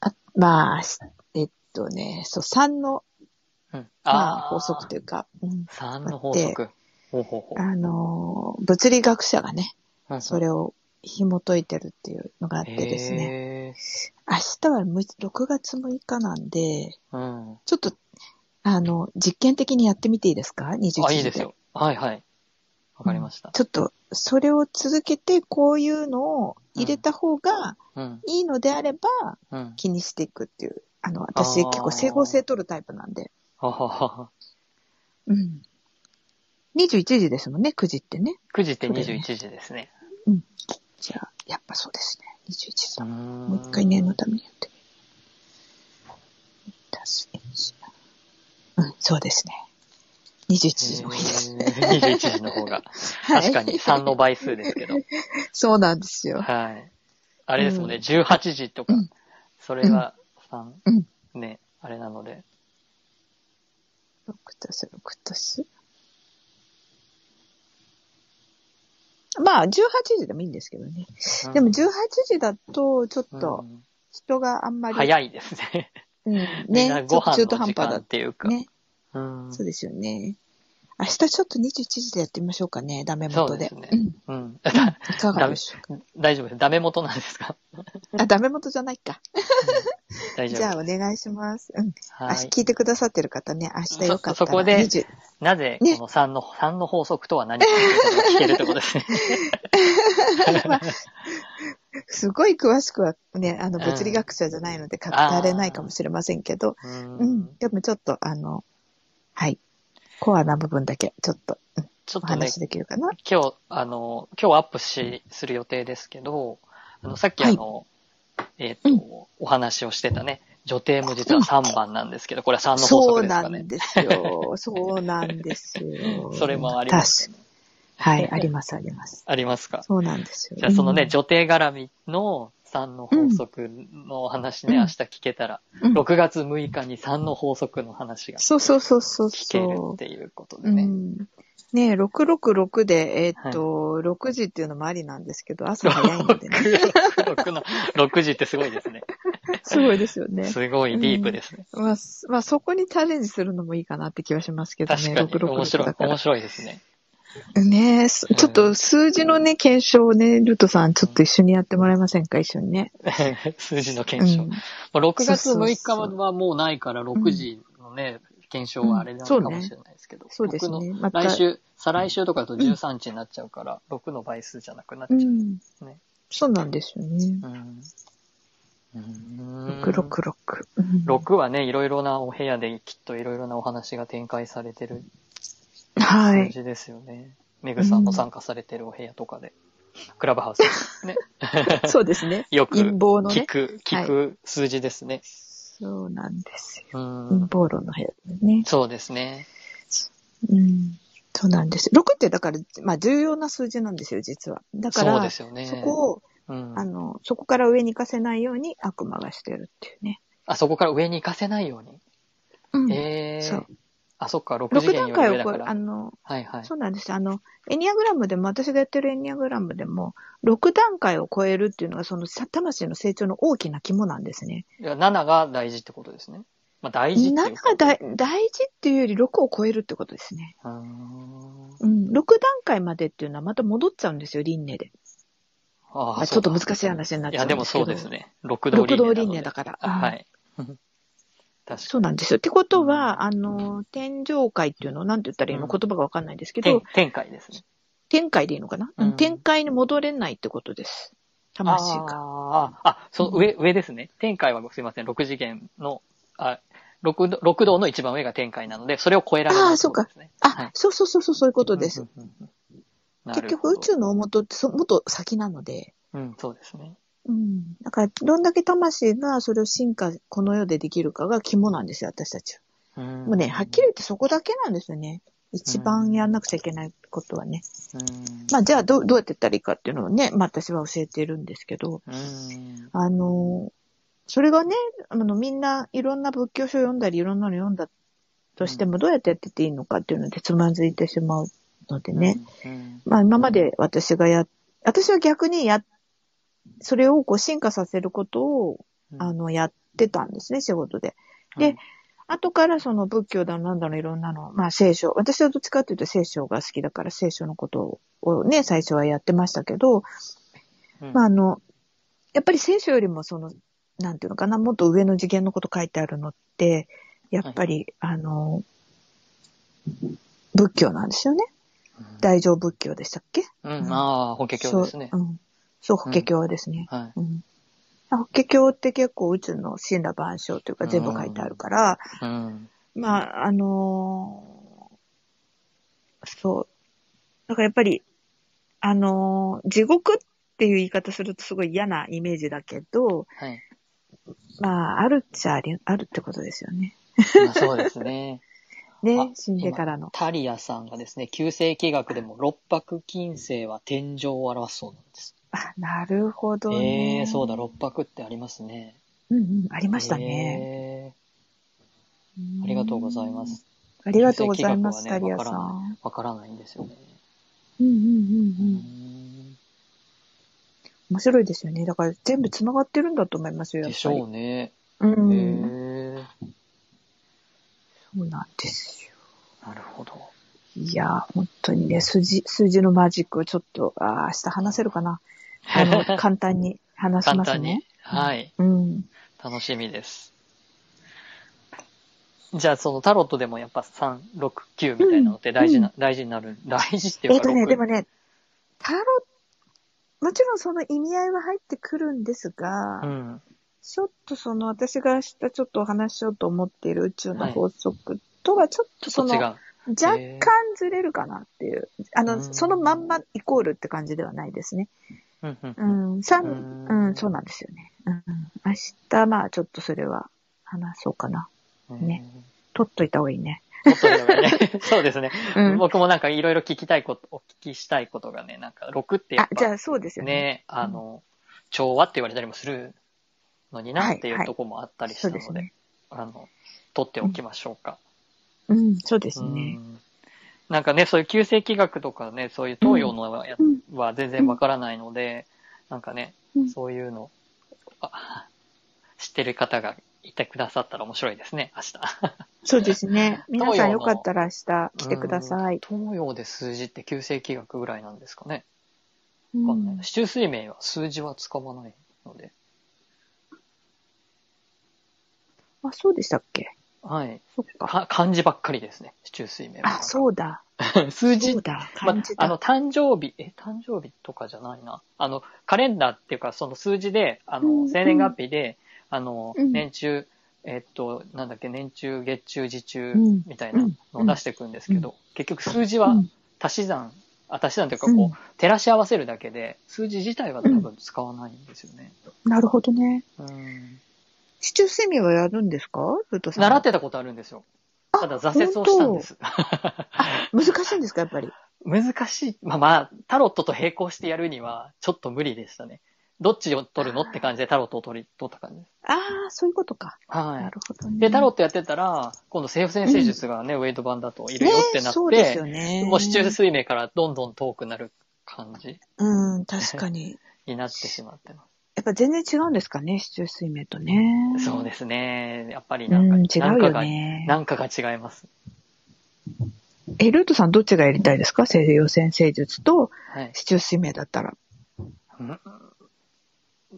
Speaker 2: あまあ、しえっとね、そう、3の、
Speaker 1: うん。
Speaker 2: まあ、法則と
Speaker 1: で。
Speaker 2: いうか、うん、
Speaker 1: 3の法則。ほうほうほう
Speaker 2: あのー、物理学者がね、
Speaker 1: うん。
Speaker 2: それを紐解いてるっていうのがあってですね、
Speaker 1: ね。
Speaker 2: 明日はむ6月6日なんで、
Speaker 1: うん。
Speaker 2: ちょっと、あの、実験的にやってみていいですか ?21 時で。
Speaker 1: あ、いいですよ。はいはい。わかりました。
Speaker 2: ちょっと、それを続けて、こういうのを入れた方が
Speaker 1: うん。
Speaker 2: いいのであれば、
Speaker 1: うん。
Speaker 2: 気にしていくっていう。あの、私
Speaker 1: あー
Speaker 2: 結構整合性取るタイプなんで。
Speaker 1: ははは。
Speaker 2: うん。21時ですもんね、9時ってね。
Speaker 1: 9時って21時ですね。
Speaker 2: じゃあ、やっぱそうですね。21時だ。も
Speaker 1: も
Speaker 2: う一回念のためにやってみる。足す1うん、そうですね。21時の方がいいですね。
Speaker 1: えー21時の方が。
Speaker 2: は
Speaker 1: 確
Speaker 2: い
Speaker 1: かに3の倍数ですけど。
Speaker 2: そうなんですよ。
Speaker 1: はい。あれですもんね、
Speaker 2: うん
Speaker 1: 18時とか
Speaker 2: うん、
Speaker 1: それが
Speaker 2: う
Speaker 1: 3
Speaker 2: ん、
Speaker 1: ね、あれなので。
Speaker 2: 6足す6足す。まあ、18時でもいいんですけどね。
Speaker 1: うん
Speaker 2: でも18時だと、ちょっ
Speaker 1: う
Speaker 2: と
Speaker 1: ん
Speaker 2: 人があんまり、
Speaker 1: 早いですね。
Speaker 2: うん、
Speaker 1: みん
Speaker 2: ね
Speaker 1: な、
Speaker 2: ち
Speaker 1: ご
Speaker 2: ょっと
Speaker 1: 飯
Speaker 2: 中
Speaker 1: の
Speaker 2: 途半
Speaker 1: 時
Speaker 2: 端
Speaker 1: 間
Speaker 2: だ
Speaker 1: っていうか。
Speaker 2: ね。
Speaker 1: うん
Speaker 2: そうですよね。明日ちょっと21時でやってみましょうかね、ダメ元で。
Speaker 1: そうですね
Speaker 2: ん。い
Speaker 1: うん。
Speaker 2: かがでしょう
Speaker 1: 大丈夫です。ダメ元なんですか
Speaker 2: か。あ、ダメ元じゃないか。
Speaker 1: 大
Speaker 2: じ
Speaker 1: 丈
Speaker 2: ゃあ
Speaker 1: 夫
Speaker 2: お
Speaker 1: です。
Speaker 2: 願いします。うん。
Speaker 1: は
Speaker 2: 明日
Speaker 1: い。
Speaker 2: 聞いてくださってる方ね、明日よかったら。
Speaker 1: そそこで
Speaker 2: 20
Speaker 1: なぜ、こ
Speaker 2: ね
Speaker 1: の3の、三の法則とは何かっていうことを聞けるってことですね。
Speaker 2: すごい詳しくはね、あの、
Speaker 1: うん
Speaker 2: 物理学者じゃないので語れないかもしれませんけど、
Speaker 1: う
Speaker 2: うん。。でもちょっと、あの、はい。コアな部分だけ、ちょっと、うん
Speaker 1: ちょ
Speaker 2: お
Speaker 1: っとね
Speaker 2: 話、できるかな。
Speaker 1: 今日、あの、今日アップし、する予定ですけど、あの、さっきあの、えっ、と、
Speaker 2: うん
Speaker 1: お話をしてたね、女帝も実は3番なんですけど、これは3の法
Speaker 2: そ
Speaker 1: 則
Speaker 2: う
Speaker 1: です
Speaker 2: な
Speaker 1: かね。
Speaker 2: ん。ですよ。そうなんですよ
Speaker 1: それもあります
Speaker 2: 確かはい、あります、あります。
Speaker 1: ありますか
Speaker 2: そうなんですよ。
Speaker 1: じゃあそのね、
Speaker 2: うん
Speaker 1: 女帝絡みの3の法則のお話ね、
Speaker 2: うん
Speaker 1: 明日聞けたら、
Speaker 2: うん
Speaker 1: 6月6日に3の法則の話が
Speaker 2: そうそうそうそう
Speaker 1: 聞ける
Speaker 2: そ
Speaker 1: っていうこと
Speaker 2: う。
Speaker 1: でね。
Speaker 2: うんね666で、えーっと、6時っていうのもありなんですけど、朝 早いのでね。
Speaker 1: 666の6時ってすごいですね。
Speaker 2: すごいですよね。
Speaker 1: すごいディープですね。
Speaker 2: まあ、すまあ、そこにチャレンジするのもいいかなって気はしますけど
Speaker 1: 確
Speaker 2: ね、
Speaker 1: かに、面
Speaker 2: 666
Speaker 1: 白い
Speaker 2: だ、か
Speaker 1: 面
Speaker 2: ら。
Speaker 1: 白いですね。
Speaker 2: ねえ、すちょっと数字のね、検証をね、ルトさん、ちょっと一緒にやってもらえませんか、一緒にね。
Speaker 1: 数字の
Speaker 2: う
Speaker 1: 検証。
Speaker 2: ん。
Speaker 1: まあ6月
Speaker 2: そうそう
Speaker 1: 6日
Speaker 2: そう
Speaker 1: はもうないから、6時ののね、検証はあれなのかもしれないですけど。
Speaker 2: そうです
Speaker 1: 僕の
Speaker 2: ね。また、
Speaker 1: 来週、再来週とかだと13日になっちゃうから、6の倍数じゃなくなっちゃ
Speaker 2: う
Speaker 1: う。
Speaker 2: ん
Speaker 1: ね。
Speaker 2: そうなんですよね。
Speaker 1: うん。うん
Speaker 2: 六六六。うん
Speaker 1: 6はね、いろいろなお部屋できっといろいろなお話が展開されてる
Speaker 2: は
Speaker 1: 感
Speaker 2: い。
Speaker 1: じですよね。メグさんも参加されてるお部屋とかで。クラブハウス。ね。
Speaker 2: そうです ね。
Speaker 1: よく
Speaker 2: 陰謀の
Speaker 1: 聞
Speaker 2: ね。
Speaker 1: く、聞く数字ですね。
Speaker 2: そうなんですよ。
Speaker 1: う
Speaker 2: 陰
Speaker 1: ん。
Speaker 2: 謀論の部屋ですね。
Speaker 1: そうですね。
Speaker 2: うん。そうなんです。6ってだから、まあ重要な数字なんですよ、実は。だか
Speaker 1: そう
Speaker 2: ら
Speaker 1: で、すよね。
Speaker 2: そこを、
Speaker 1: うん
Speaker 2: あの、そこから上に行かせないように悪魔がしてるっていうね。
Speaker 1: あそこから上に行かせないように。
Speaker 2: うん
Speaker 1: ええ
Speaker 2: そう
Speaker 1: あ、そっか、6
Speaker 2: 6
Speaker 1: 次元
Speaker 2: 段
Speaker 1: より
Speaker 2: 階
Speaker 1: 上
Speaker 2: を
Speaker 1: だ
Speaker 2: 超え
Speaker 1: か
Speaker 2: る、あ
Speaker 1: ら。
Speaker 2: の、
Speaker 1: はいはい。
Speaker 2: そうなんですよ。あの、エニアグラムでも、私がやってるエニアグラムでも、6段階を超えるっていうのが、その、さ魂の成長の大きな肝なんですね。
Speaker 1: いや7が大事ってことですね。まあ大事っていう
Speaker 2: 7
Speaker 1: か
Speaker 2: が大大事っていうより6を超えるってことですね。
Speaker 1: うーん
Speaker 2: うん。6段階までっていうのはまた戻っちゃうんですよ、輪廻で。
Speaker 1: あ
Speaker 2: あちょっと難しい話にな
Speaker 1: い
Speaker 2: っちゃ
Speaker 1: や、
Speaker 2: うん
Speaker 1: で
Speaker 2: で
Speaker 1: も
Speaker 2: すけ
Speaker 1: そ
Speaker 2: ど。
Speaker 1: うです。ね。六道
Speaker 2: 六
Speaker 1: 輪廻なの
Speaker 2: 道
Speaker 1: で。
Speaker 2: 輪廻だから。
Speaker 1: あ
Speaker 2: うん
Speaker 1: はい。 確か
Speaker 2: そうなんですよ。ってことは、あの、天上界っていうの、なんて言ったらいい
Speaker 1: う
Speaker 2: の、
Speaker 1: ん
Speaker 2: 言葉がわかんないんですけ
Speaker 1: に。
Speaker 2: ど
Speaker 1: 天、天界ですね。
Speaker 2: 天界でいいのかな、うん
Speaker 1: うん
Speaker 2: 天界に戻れないってことです。魂が。
Speaker 1: あーあ、そう、上、上ですね。天界はすいません、六次元の、あ、六道六道の一番上が天界なので、それを超えられない、
Speaker 2: あーそうか
Speaker 1: ですね。
Speaker 2: あ、
Speaker 1: はい
Speaker 2: そうそうそうそう、そういうことです。
Speaker 1: うんうんうんうん。なる
Speaker 2: 結
Speaker 1: ほど
Speaker 2: 局、宇宙の大元ってそ、もっと先なので。
Speaker 1: うん、そうですね。
Speaker 2: うん。だから、どんだけ魂がそれを進化、この世でできるかが肝なんですよ、私たちは。
Speaker 1: も
Speaker 2: もうね、はっきり言ってそこだけなんですよね。一番やんなくちゃいけないことはね。
Speaker 1: うん
Speaker 2: まあ、じゃあどう、どうやってやったらいいかっていうのをね、まあ私は教えてるんですけど、
Speaker 1: うん
Speaker 2: あの、それがね、あの、みんないろんな仏教書読んだり、いろんなの読んだとしても、どうやってやってていいのかっていうのでつまずいてしまうのでね。。
Speaker 1: うん
Speaker 2: まあ今まで私がや、私は逆にや、それをこう進化させることを、
Speaker 1: うん
Speaker 2: あの、やってたんですね、仕事で。で、後からその仏教だなんだのいろんなの、まあ聖書、私はどっちかっていうと聖書が好きだから聖書のことをね、最初はやってましたけど、
Speaker 1: うん
Speaker 2: まああの、やっぱり聖書よりもその、なんていうのかな、もっと上の次元のこと書いてあるのって、やっぱり、あの、仏教なんですよね。大乗仏教でしたっけ
Speaker 1: うん、うんああ、法華経ですね
Speaker 2: そ。う、うん。そう、法華経ですね。
Speaker 1: はい。
Speaker 2: うん。法華経って結構宇宙の神羅万象というか全部書いてあるから、
Speaker 1: うん。
Speaker 2: まあ、あのーそう。だからやっぱり、あのー地獄っていう言い方するとすごい嫌なイメージだけど、
Speaker 1: はい。
Speaker 2: まあ、あるっちゃあり、あるってことですよね。
Speaker 1: まあそうですね。あ
Speaker 2: ね、死んでからの。
Speaker 1: タリアさんがですね、旧世紀学でも六白金星は天井を表すそうなんです。
Speaker 2: あ、なるほど
Speaker 1: え
Speaker 2: ね。
Speaker 1: えそうだ、六白ってありますね。
Speaker 2: うんうん、あり
Speaker 1: あ
Speaker 2: ましたね。
Speaker 1: ありがとうございます。
Speaker 2: うん。ありがとうございます、
Speaker 1: 旧
Speaker 2: タ
Speaker 1: 世紀
Speaker 2: リ
Speaker 1: 学はね
Speaker 2: アさん。
Speaker 1: わからないんですよね。
Speaker 2: うんうん
Speaker 1: う
Speaker 2: うんうん。
Speaker 1: ん
Speaker 2: 面白いですよね。だから全部繋がってるんだと思いますよ、やっ
Speaker 1: で
Speaker 2: ぱり。
Speaker 1: しょうね。
Speaker 2: う
Speaker 1: へ
Speaker 2: ん。
Speaker 1: え。
Speaker 2: そうなんですよ。
Speaker 1: なるほど。
Speaker 2: いやー、本当にね、数字、数字のマジックをちょっと、あー明日話せるかな。あの、簡単に話し
Speaker 1: 簡
Speaker 2: ます
Speaker 1: 単に
Speaker 2: ね。。
Speaker 1: はい。
Speaker 2: うん。
Speaker 1: 楽しみです。じゃあ、そのタロットでもやっぱ3、6、9みたいなのって大事な、大事になる。大事ってい
Speaker 2: え
Speaker 1: う
Speaker 2: っ
Speaker 1: か、
Speaker 2: とね、
Speaker 1: 六
Speaker 2: でもね、タロもちろんその意味合いは入ってくるんですが、
Speaker 1: うん。
Speaker 2: ちょっとその私が明日ちょっとお話ししようと思っている宇宙の法則とはちょっと
Speaker 1: ち
Speaker 2: そ
Speaker 1: ょっ
Speaker 2: の、
Speaker 1: と違う。
Speaker 2: 若干ずれるかなっていう。あ
Speaker 1: う
Speaker 2: の、
Speaker 1: ん
Speaker 2: そのまんまイコールって感じではないですね。
Speaker 1: うんうん
Speaker 2: うん、
Speaker 1: うん
Speaker 2: 三、うん、そうなんですよね。うん、明日、まあ、ちょっとそれは話そうかな。ね取っといた方がいいね。
Speaker 1: もっといろい ろね。そうですね。
Speaker 2: うん。
Speaker 1: 僕もなんかいろいろ聞きたいこと、お聞きしたいことがね、なんか6ってやっ
Speaker 2: あ、じ
Speaker 1: ぱ
Speaker 2: ゃあそうですよね。
Speaker 1: ね、あの、調和って言われたりもするのになっていうとこもあったりした
Speaker 2: そう
Speaker 1: の
Speaker 2: です
Speaker 1: で
Speaker 2: ね、。
Speaker 1: あの、取っておきましょうか。
Speaker 2: うん、そうで
Speaker 1: です
Speaker 2: ね。
Speaker 1: なんかね、そういう旧世紀学とかね、そういう東洋のはや
Speaker 2: うん
Speaker 1: は全然わからないので、なんかね
Speaker 2: うん、
Speaker 1: そういうの、あ知ってる方がいてくださったら面白いですね、明日。
Speaker 2: そうですね。皆さん
Speaker 1: 東洋
Speaker 2: よ
Speaker 1: の
Speaker 2: かったら明日 来てください。
Speaker 1: 東洋で数字って旧世紀学ぐらいなんですかね。
Speaker 2: うん
Speaker 1: わかんない。市中水明は数字は使わないので。
Speaker 2: あ、そうでしたっけ
Speaker 1: はい。
Speaker 2: そっか。
Speaker 1: か漢字ばっかりですね、中水面は。
Speaker 2: あ、そうだ。
Speaker 1: 数字
Speaker 2: そうだ。
Speaker 1: ま
Speaker 2: 感じ
Speaker 1: あ
Speaker 2: だ。
Speaker 1: の、誕生日、え、誕生日とかじゃないな。あの、カレンダーっていうか、その数字で、あ
Speaker 2: うん
Speaker 1: の、
Speaker 2: うん
Speaker 1: 生年月日で、あの、
Speaker 2: うん
Speaker 1: 年中、えっと、なんだっけ、年中、月中、時中
Speaker 2: うん、
Speaker 1: みたいなのを出していくんですけど、結局数字
Speaker 2: う
Speaker 1: は
Speaker 2: ん
Speaker 1: 足し算、あ、足し算というか、
Speaker 2: うん
Speaker 1: こう、照らし合わせるだけで、数字自体は多分使わないんですよね。
Speaker 2: なるほどね。
Speaker 1: うん。
Speaker 2: 市中セミはやるんですかルートさん。
Speaker 1: 習ってたことあるんですよ。
Speaker 2: あ
Speaker 1: ただ挫折をしたんです。
Speaker 2: 難しいんですか、やっぱり。
Speaker 1: 難しい。まあまあ、タロットと並行してやるには、ちょっと無理でしたね。どっちを取るのって感じでタロットを取り、取った感じです。
Speaker 2: ああ、そういうことか。な
Speaker 1: は
Speaker 2: るほど
Speaker 1: い。
Speaker 2: ね。
Speaker 1: で、タロッ
Speaker 2: っ
Speaker 1: トやってたら、今度西洋先生術がね、ウェイド版だとい
Speaker 2: て
Speaker 1: るよってなっ
Speaker 2: そうですよ
Speaker 1: て、
Speaker 2: ね。
Speaker 1: もう市中水明からどんどん遠くなる感じ
Speaker 2: うん、確かに。
Speaker 1: になってしまってま
Speaker 2: やっぱ全然違うんですかね、市中水明とね。
Speaker 1: す。そう
Speaker 2: で
Speaker 1: ですね。やっぱり
Speaker 2: う
Speaker 1: なんか、
Speaker 2: ん、違
Speaker 1: なん
Speaker 2: う
Speaker 1: か
Speaker 2: よ
Speaker 1: が、
Speaker 2: ね。
Speaker 1: なんかが違います。
Speaker 2: え、ルートさんどっちがやりたいですか西洋先生術と
Speaker 1: はい。
Speaker 2: 市中水明だったら。
Speaker 1: うん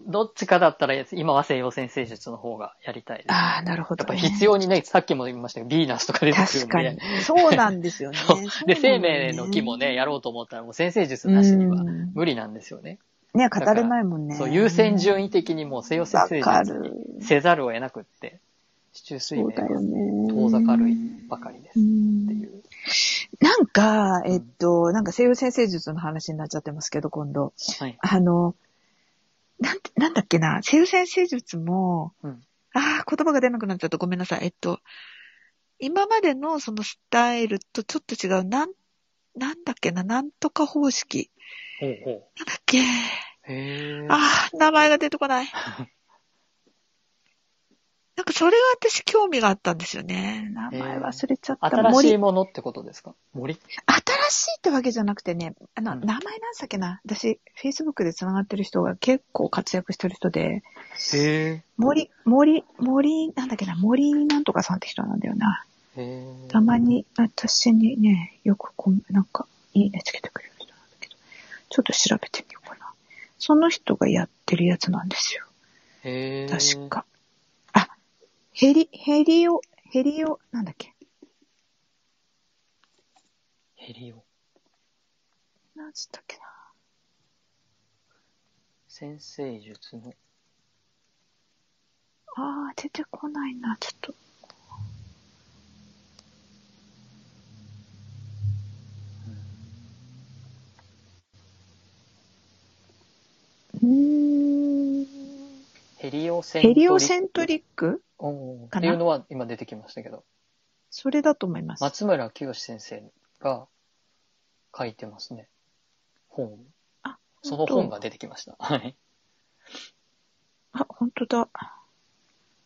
Speaker 1: どっちかだったら、今は西洋先生術の方がやりたいです。
Speaker 2: ああ、なるほ
Speaker 1: や
Speaker 2: ど、
Speaker 1: っぱ
Speaker 2: ね。
Speaker 1: 必要にね、さっきも言いましたけど、ヴィーナスとか出てくる
Speaker 2: 確
Speaker 1: ん
Speaker 2: か
Speaker 1: で
Speaker 2: に。。そうなんですよ ね。
Speaker 1: そう
Speaker 2: そう
Speaker 1: で、
Speaker 2: なんだ
Speaker 1: 生
Speaker 2: よね
Speaker 1: 命の木もね、やろうと思ったら、もう先生術なしには
Speaker 2: うん
Speaker 1: 無理なんですよね。
Speaker 2: ね、語れないもんね。
Speaker 1: そう、優先順位的にもう西洋先
Speaker 2: わ
Speaker 1: 生
Speaker 2: か
Speaker 1: 術
Speaker 2: る
Speaker 1: に。せざるを得なくって、市中水
Speaker 2: そう
Speaker 1: 面
Speaker 2: だよね。
Speaker 1: 遠ざかるばかりです
Speaker 2: う
Speaker 1: っ
Speaker 2: ん
Speaker 1: ていう。
Speaker 2: なんか、
Speaker 1: うん
Speaker 2: えっと、なんか西洋先生術の話になっちゃってますけど、今度。
Speaker 1: はい。
Speaker 2: あの、なんて、なんだっけな、西洋先生術も、
Speaker 1: うん
Speaker 2: ああ、言葉が出なくなっちゃった。ごめんなさい。えっと、今までのそのスタイルとちょっと違う、なん、なんだっけな、なんとか方式。
Speaker 1: ほうほう。
Speaker 2: なんだっけ。
Speaker 1: へえ。
Speaker 2: ああ、名前が出てこない。なんかそれが私興味があったんですよね。名前忘れちゃっ た。
Speaker 1: 新し
Speaker 2: 森
Speaker 1: いものってことですか森
Speaker 2: 新しいってわけじゃなくてね、あ
Speaker 1: う
Speaker 2: の、
Speaker 1: ん
Speaker 2: 名前なんだっけな。私、Facebook で繋がってる人が結構活躍してる人で、
Speaker 1: へ
Speaker 2: 森、森、森、なんだっけな、森なんとかさんって人なんだよな。
Speaker 1: え。へえ。
Speaker 2: たまに、私にね、よくこう、なんか、いいねつけてくれる人なんだけど、ちょっと調べてみようかな。その人がやってるやつなんですよ。
Speaker 1: へえ。
Speaker 2: 確。か。あ、ヘリ、ヘリオ、ヘリオ、なんだっけ。
Speaker 1: ヘリオ。
Speaker 2: なんつったっけな。
Speaker 1: 先生術の。
Speaker 2: あー、出てこないな、ちょっと。うーん
Speaker 1: ヘリオセントリ
Speaker 2: ヘリオセントリック
Speaker 1: おー
Speaker 2: か
Speaker 1: っ
Speaker 2: な
Speaker 1: ていうのは今出てきましたけど。
Speaker 2: それだと思います。
Speaker 1: 松村清先生が書いてますね。本を。
Speaker 2: あ
Speaker 1: その本が出てきました。はい。
Speaker 2: あ、本当だ。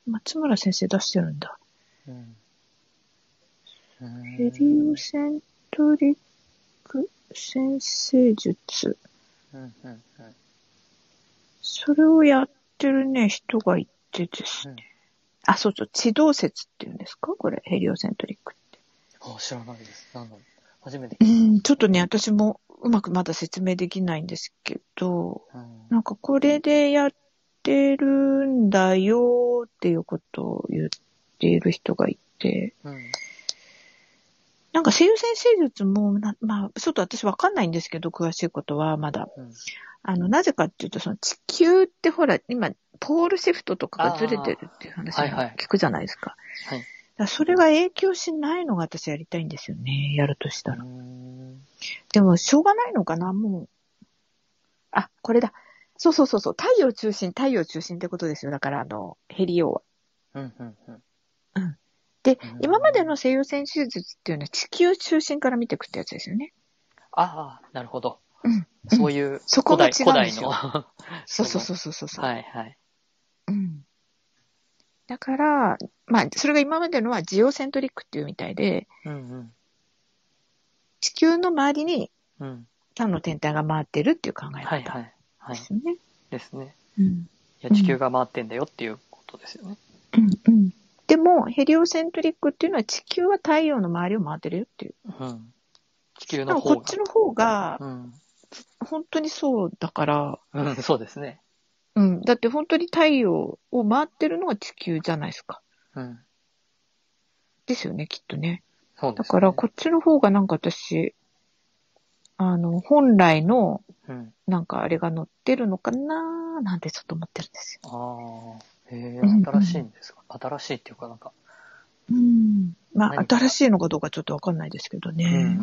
Speaker 2: 松村先生出してるんだ。
Speaker 1: うん
Speaker 2: ヘリオセントリック先生術。
Speaker 1: うんうんうん
Speaker 2: それをやってるね、人がいてですね。あ、そうそう、地動説っていうんですかこれ、ヘリオセントリックって。
Speaker 1: あ、知らないです。なんだろう初めて
Speaker 2: う
Speaker 1: 聞い
Speaker 2: ん、ちょっとね、私もうまくまだ説明できないんですけど、
Speaker 1: た。うん
Speaker 2: なんかこれでやってるんだよっていうことを言っている人がいて、
Speaker 1: うん
Speaker 2: なんか西洋先生術もな、まあ、ちょっと私わかんないんですけど、詳しいことはまだ。
Speaker 1: うん
Speaker 2: あの、なぜかっていうと、その地球ってほら、今、ポールシフトとかがずれてるっていう話
Speaker 1: あーはいはい
Speaker 2: 聞くじゃないですか。
Speaker 1: はい
Speaker 2: だからそれが影響しないのが私やりたいんですよね、やるとしたら。
Speaker 1: うん
Speaker 2: でも、しょうがないのかな、もう。あ、これだ。そうそうそうそう。太陽中心、太陽中心ってことですよ。だから、あの、ヘリオは。
Speaker 1: うんうんうん
Speaker 2: で
Speaker 1: うん、
Speaker 2: 今までの西洋戦手術っていうのは地球中心から見ていくってやつですよね。
Speaker 1: ああ、なるほど
Speaker 2: うん。
Speaker 1: そういう
Speaker 2: そこ
Speaker 1: 古
Speaker 2: が違
Speaker 1: 代古
Speaker 2: うんで
Speaker 1: 代
Speaker 2: す
Speaker 1: の。
Speaker 2: よ。
Speaker 1: は
Speaker 2: そうそうそうそうそうそう。
Speaker 1: い はい。
Speaker 2: うん。だから、まあ、それが今までのはジオセントリックっていうみたいで、
Speaker 1: うんうん
Speaker 2: 地球の周りに
Speaker 1: うん。
Speaker 2: 3の天体が回ってるっていう考え
Speaker 1: はいは
Speaker 2: 方
Speaker 1: い。は
Speaker 2: で
Speaker 1: い。
Speaker 2: すよね。
Speaker 1: ですね。
Speaker 2: うん。
Speaker 1: いや、地球が回ってんだよっていうことですよね。
Speaker 2: うんうん。でも、ヘリオセントリックっていうのは地球は太陽の周りを回ってるよっていう。
Speaker 1: うん。地球
Speaker 2: で
Speaker 1: の
Speaker 2: も
Speaker 1: 方
Speaker 2: こ
Speaker 1: が
Speaker 2: っ。ちの方が、
Speaker 1: うん。
Speaker 2: 本当にそうだから、
Speaker 1: うん、そうですね。
Speaker 2: うん。だって本当に太陽を回ってるのが地球じゃないですか。
Speaker 1: うん。
Speaker 2: ですよね、きっとね。
Speaker 1: そうです、
Speaker 2: だ
Speaker 1: ね。
Speaker 2: から、こっちの方がなんか私、あの、本来の、
Speaker 1: うん。
Speaker 2: なんかあれが載ってるのかなーなんてちょっと思ってるんですよ。
Speaker 1: ああ、へえ
Speaker 2: うんうん、
Speaker 1: 新しいんですか、新しいっていうかなんか、
Speaker 2: うん。まあ
Speaker 1: 何、か
Speaker 2: 新しいのかどうかちょっとわかんないですけど
Speaker 1: うん
Speaker 2: ね。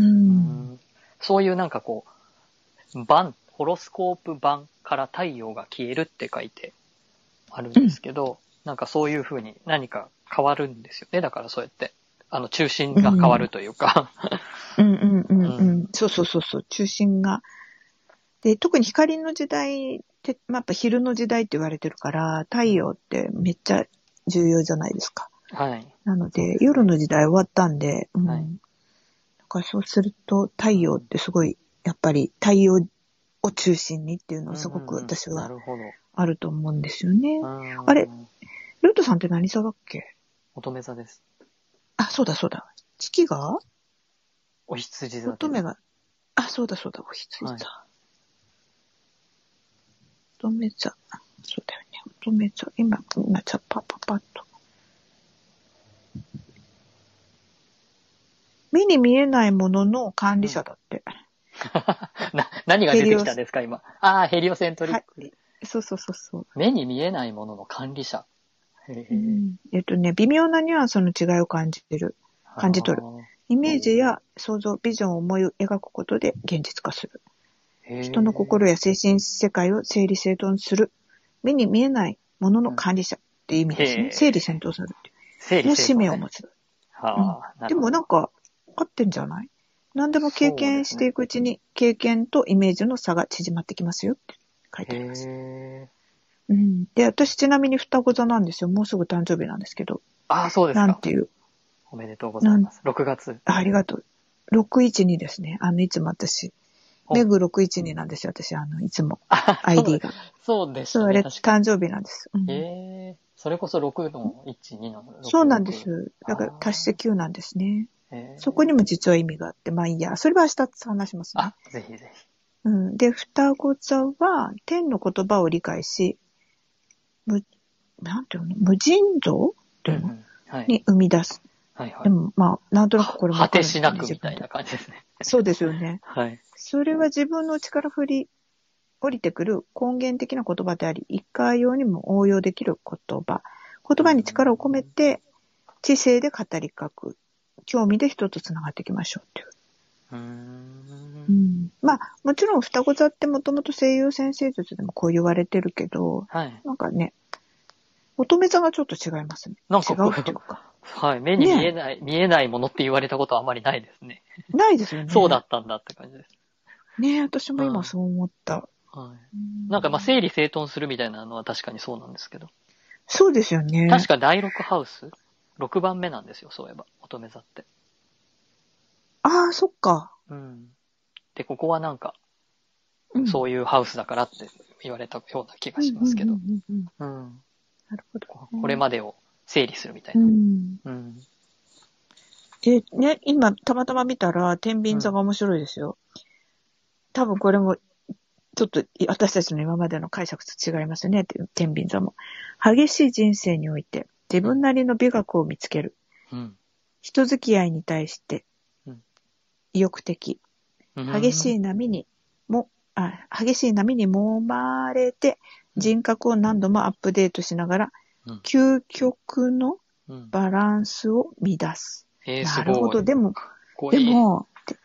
Speaker 1: うん
Speaker 2: ん。
Speaker 1: そういうなんかこう、版、ホロスコープ版から太陽が消えるって書いてあるんですけど、なんかそういう風に何か変わるんですよね。だからそうやって、あの、中心が変わるというか、
Speaker 2: うんうんうんう。
Speaker 1: うん
Speaker 2: そうそうそうそう。中心が。で、特に光の時代って、まあ、やっぱ昼の時代って言われてるから、太陽ってめっちゃ重要じゃないですか。
Speaker 1: はい。
Speaker 2: なので、夜の時代終わったんで、うん。
Speaker 1: はい
Speaker 2: だからそうすると、太陽ってすごい、やっぱり太陽を中心にっていうのはすご
Speaker 1: う
Speaker 2: く
Speaker 1: んうんうん
Speaker 2: 私
Speaker 1: な
Speaker 2: は
Speaker 1: るほど。
Speaker 2: あると思うんですよね。
Speaker 1: うん
Speaker 2: あれルートさんって何座だっけ
Speaker 1: 乙女座です。
Speaker 2: あ、そうだそうだ。月が
Speaker 1: お羊座です。
Speaker 2: 乙女が、あ、そうだそうだ、おひつい
Speaker 1: はい
Speaker 2: た。乙女座、そうだよね、乙女座、今、今、ちゃパパパッと。目に見えないものの管理者だって。
Speaker 1: な、何が出てきたんですか、今。ああ、ヘリオセントリッ
Speaker 2: は
Speaker 1: ク。
Speaker 2: い。そうそうそうそう。
Speaker 1: 目に見えないものの管理者。へえ
Speaker 2: えっとね、微妙なニュアンスの違いを感じてる。感じ取る。
Speaker 1: あー
Speaker 2: イメージや想像、ビジョンを思い描くことで現実化する。
Speaker 1: へえ
Speaker 2: 人の心や精神世界を整理整頓する。目に見えないものの管理者っていう意味です
Speaker 1: うんへ
Speaker 2: ね。
Speaker 1: え
Speaker 2: 整理整頓するってい
Speaker 1: 整
Speaker 2: う。の
Speaker 1: 理
Speaker 2: 使
Speaker 1: 整
Speaker 2: 命
Speaker 1: 頓
Speaker 2: を
Speaker 1: ね
Speaker 2: 持つ。
Speaker 1: はあ、
Speaker 2: でもなん
Speaker 1: か、
Speaker 2: か、合ってんじゃない何でも経験していくうちに、経験とイメージの差が縮まってきますよって書いてあり
Speaker 1: へ
Speaker 2: ます。
Speaker 1: え。
Speaker 2: うん。で、私ちなみに双子座なんですよ。もうすぐ誕生日なんですけど。
Speaker 1: ああ、そうです
Speaker 2: なん
Speaker 1: か。
Speaker 2: ていう。
Speaker 1: おめでとうございます。6月。
Speaker 2: あありがとう。612ですね。あの、いつも私。
Speaker 1: お
Speaker 2: メグ612なんですよ。私、あの、いつも。
Speaker 1: あ
Speaker 2: ID が。
Speaker 1: そうでし
Speaker 2: そ
Speaker 1: た
Speaker 2: れ、
Speaker 1: ね。確か
Speaker 2: 誕生日なんです。うん
Speaker 1: に。へえ。それこそ6の1、2の6。
Speaker 2: そうなんで
Speaker 1: 6。
Speaker 2: す。だから
Speaker 1: あー
Speaker 2: 足して9なんですね。
Speaker 1: へえ
Speaker 2: そこにも実は意味があって、まあいいや。それは明日話しますね
Speaker 1: あ。、ぜひぜ
Speaker 2: うん、で、双子座は天の言葉を理解し、無、なんていうの無尽蔵って
Speaker 1: ひ。
Speaker 2: いうの
Speaker 1: ん。はい。
Speaker 2: に生み出す。
Speaker 1: はいは
Speaker 2: で
Speaker 1: い。
Speaker 2: もまあ、なんとなくこれもわ
Speaker 1: 果
Speaker 2: かる
Speaker 1: てしなくみたいな。感じですね。
Speaker 2: そうですよね。
Speaker 1: はい。
Speaker 2: それは自分の力振り、降りてくる根源的な言葉であり、一家用にも応用できる言葉。言葉に力を込めて、知性で語りかく。興味で人と繋がっていきましょうっていう。
Speaker 1: うー。
Speaker 2: うんん、まあ、もちろん双子座ってもともと声優先生術でもこう言われてるけど、
Speaker 1: はい。
Speaker 2: なんかね、乙女座がちょっと違いますね。
Speaker 1: なん
Speaker 2: 違
Speaker 1: かこ
Speaker 2: う
Speaker 1: う
Speaker 2: っていうか。
Speaker 1: はい。目に見えない、見えないものって言われたことはあまりないですね。
Speaker 2: ないですよね。
Speaker 1: そうだ。ったんだって感じです。
Speaker 2: ね私も今そう思った。
Speaker 1: はい。
Speaker 2: う
Speaker 1: なんかまあ整理整頓するみたいなのは確かにそうなんですけど。
Speaker 2: そうですよね。
Speaker 1: 確か第6ハウス ?6 番目なんですよ、そういえば。乙女座って。
Speaker 2: ああ、そっか。
Speaker 1: うん。で、ここはなんか、
Speaker 2: うん
Speaker 1: そういうハウスだからって言われたような気がしますけ
Speaker 2: う
Speaker 1: ど
Speaker 2: ん。うんうんうん
Speaker 1: うん。
Speaker 2: なるほど。
Speaker 1: ここれまでを整理するみたいうな。
Speaker 2: ん。
Speaker 1: うん。
Speaker 2: で、ね、今、たまたま見たら、天秤座が面白いですよ。多分これも、ちょっとい私たちの今までの解釈と違いますよね、て天秤座も。激しい人生において、自分なりの美学を見つける。
Speaker 1: うん。
Speaker 2: 人付き合いに対して
Speaker 1: うん、
Speaker 2: 意欲的。
Speaker 1: うん
Speaker 2: 激しい。波にも、あ激しい波に揉まれて、人格を何度もアップデートしながら
Speaker 1: うん、
Speaker 2: 究極の
Speaker 1: うん、
Speaker 2: バランスを乱す。
Speaker 1: えー、す
Speaker 2: な
Speaker 1: ごい。
Speaker 2: るほど。でも、
Speaker 1: かっこ
Speaker 2: で
Speaker 1: いい、
Speaker 2: も、て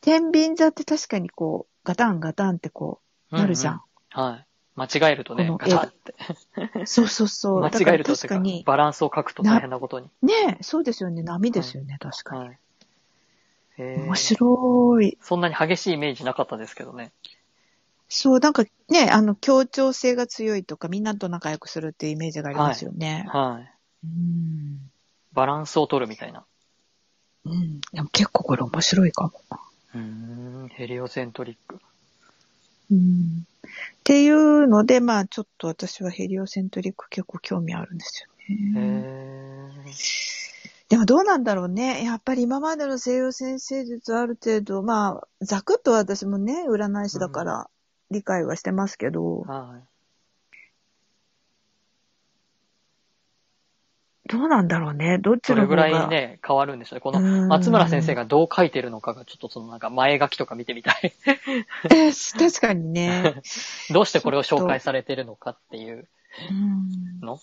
Speaker 2: 天秤座って確かにこう、ガタンガタンってこう、なるじゃん。
Speaker 1: うんうん。はい。間違えるとね、
Speaker 2: この
Speaker 1: ガチャって。
Speaker 2: そうそうそう。
Speaker 1: 間
Speaker 2: だか
Speaker 1: 違え
Speaker 2: ら
Speaker 1: るとって
Speaker 2: 確
Speaker 1: か
Speaker 2: かに、
Speaker 1: バランスを書くと大変なことに。
Speaker 2: ねえ、そうですよね。波ですよね、確かに。
Speaker 1: はい。へー
Speaker 2: 面白い。
Speaker 1: そんなに激しいイメージなかったですけどね。
Speaker 2: そう、なんかね、あの、協調性が強いとか、みんなと仲良くするっていうイメージがありますよね。
Speaker 1: はい。
Speaker 2: うん。
Speaker 1: バランスを取るみたいな。
Speaker 2: うん。でも結構これ面白いかも。
Speaker 1: うーん、ヘリオセントリック。
Speaker 2: うん。っていうので、まあ、ちょっと私はヘリオセントリック結構興味あるんですよ
Speaker 1: へ
Speaker 2: ね。
Speaker 1: ー
Speaker 2: でもどうなんだろうね。やっぱり今までの西洋先生術ある程度、まあ、ざくっと私もね、占い師だから理解はしてますけど、
Speaker 1: は
Speaker 2: どうなんだろうね。どっち
Speaker 1: そ
Speaker 2: の
Speaker 1: れ
Speaker 2: 方
Speaker 1: ぐらい
Speaker 2: が。
Speaker 1: ね、変わるんでしょうね。この
Speaker 2: うん
Speaker 1: 松村先生がどう書いてるのかが、ちょっとそのなんか前書きとか見てみたい。
Speaker 2: えー確かにね。
Speaker 1: どうしてこれを紹介されてるのかっていう
Speaker 2: うん
Speaker 1: の。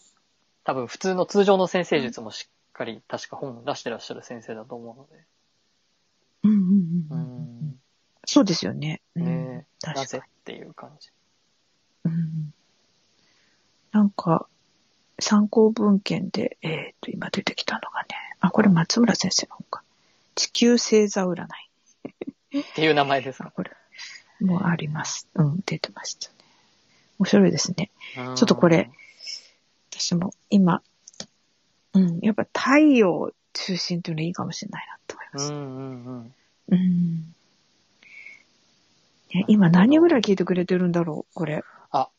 Speaker 1: 多分普通の通常の先生術もしっかり確か本を出してらっしゃる先生だと思うので。
Speaker 2: うんうん
Speaker 1: う
Speaker 2: うんうん
Speaker 1: ん。
Speaker 2: そうですよね。うん
Speaker 1: ねえ、な
Speaker 2: 確か
Speaker 1: ぜ
Speaker 2: に
Speaker 1: っていう感じ。
Speaker 2: うんなんか、参考文献で、えっ、と、今出てきたのがね、あ、これ松村先生の方か。地球星座占い。
Speaker 1: っていう名前です
Speaker 2: あ、
Speaker 1: か。
Speaker 2: これ、もうあります。うん、出てましたね。面白いですね。
Speaker 1: ちょ
Speaker 2: ちょっとこれ。私も今、うん、やっぱ太陽中心というのいいかもしれないなと思いうます。
Speaker 1: んうんうん。
Speaker 2: うん。ね今何ぐらい聞いてくれてるんだろう、これ。
Speaker 1: あ、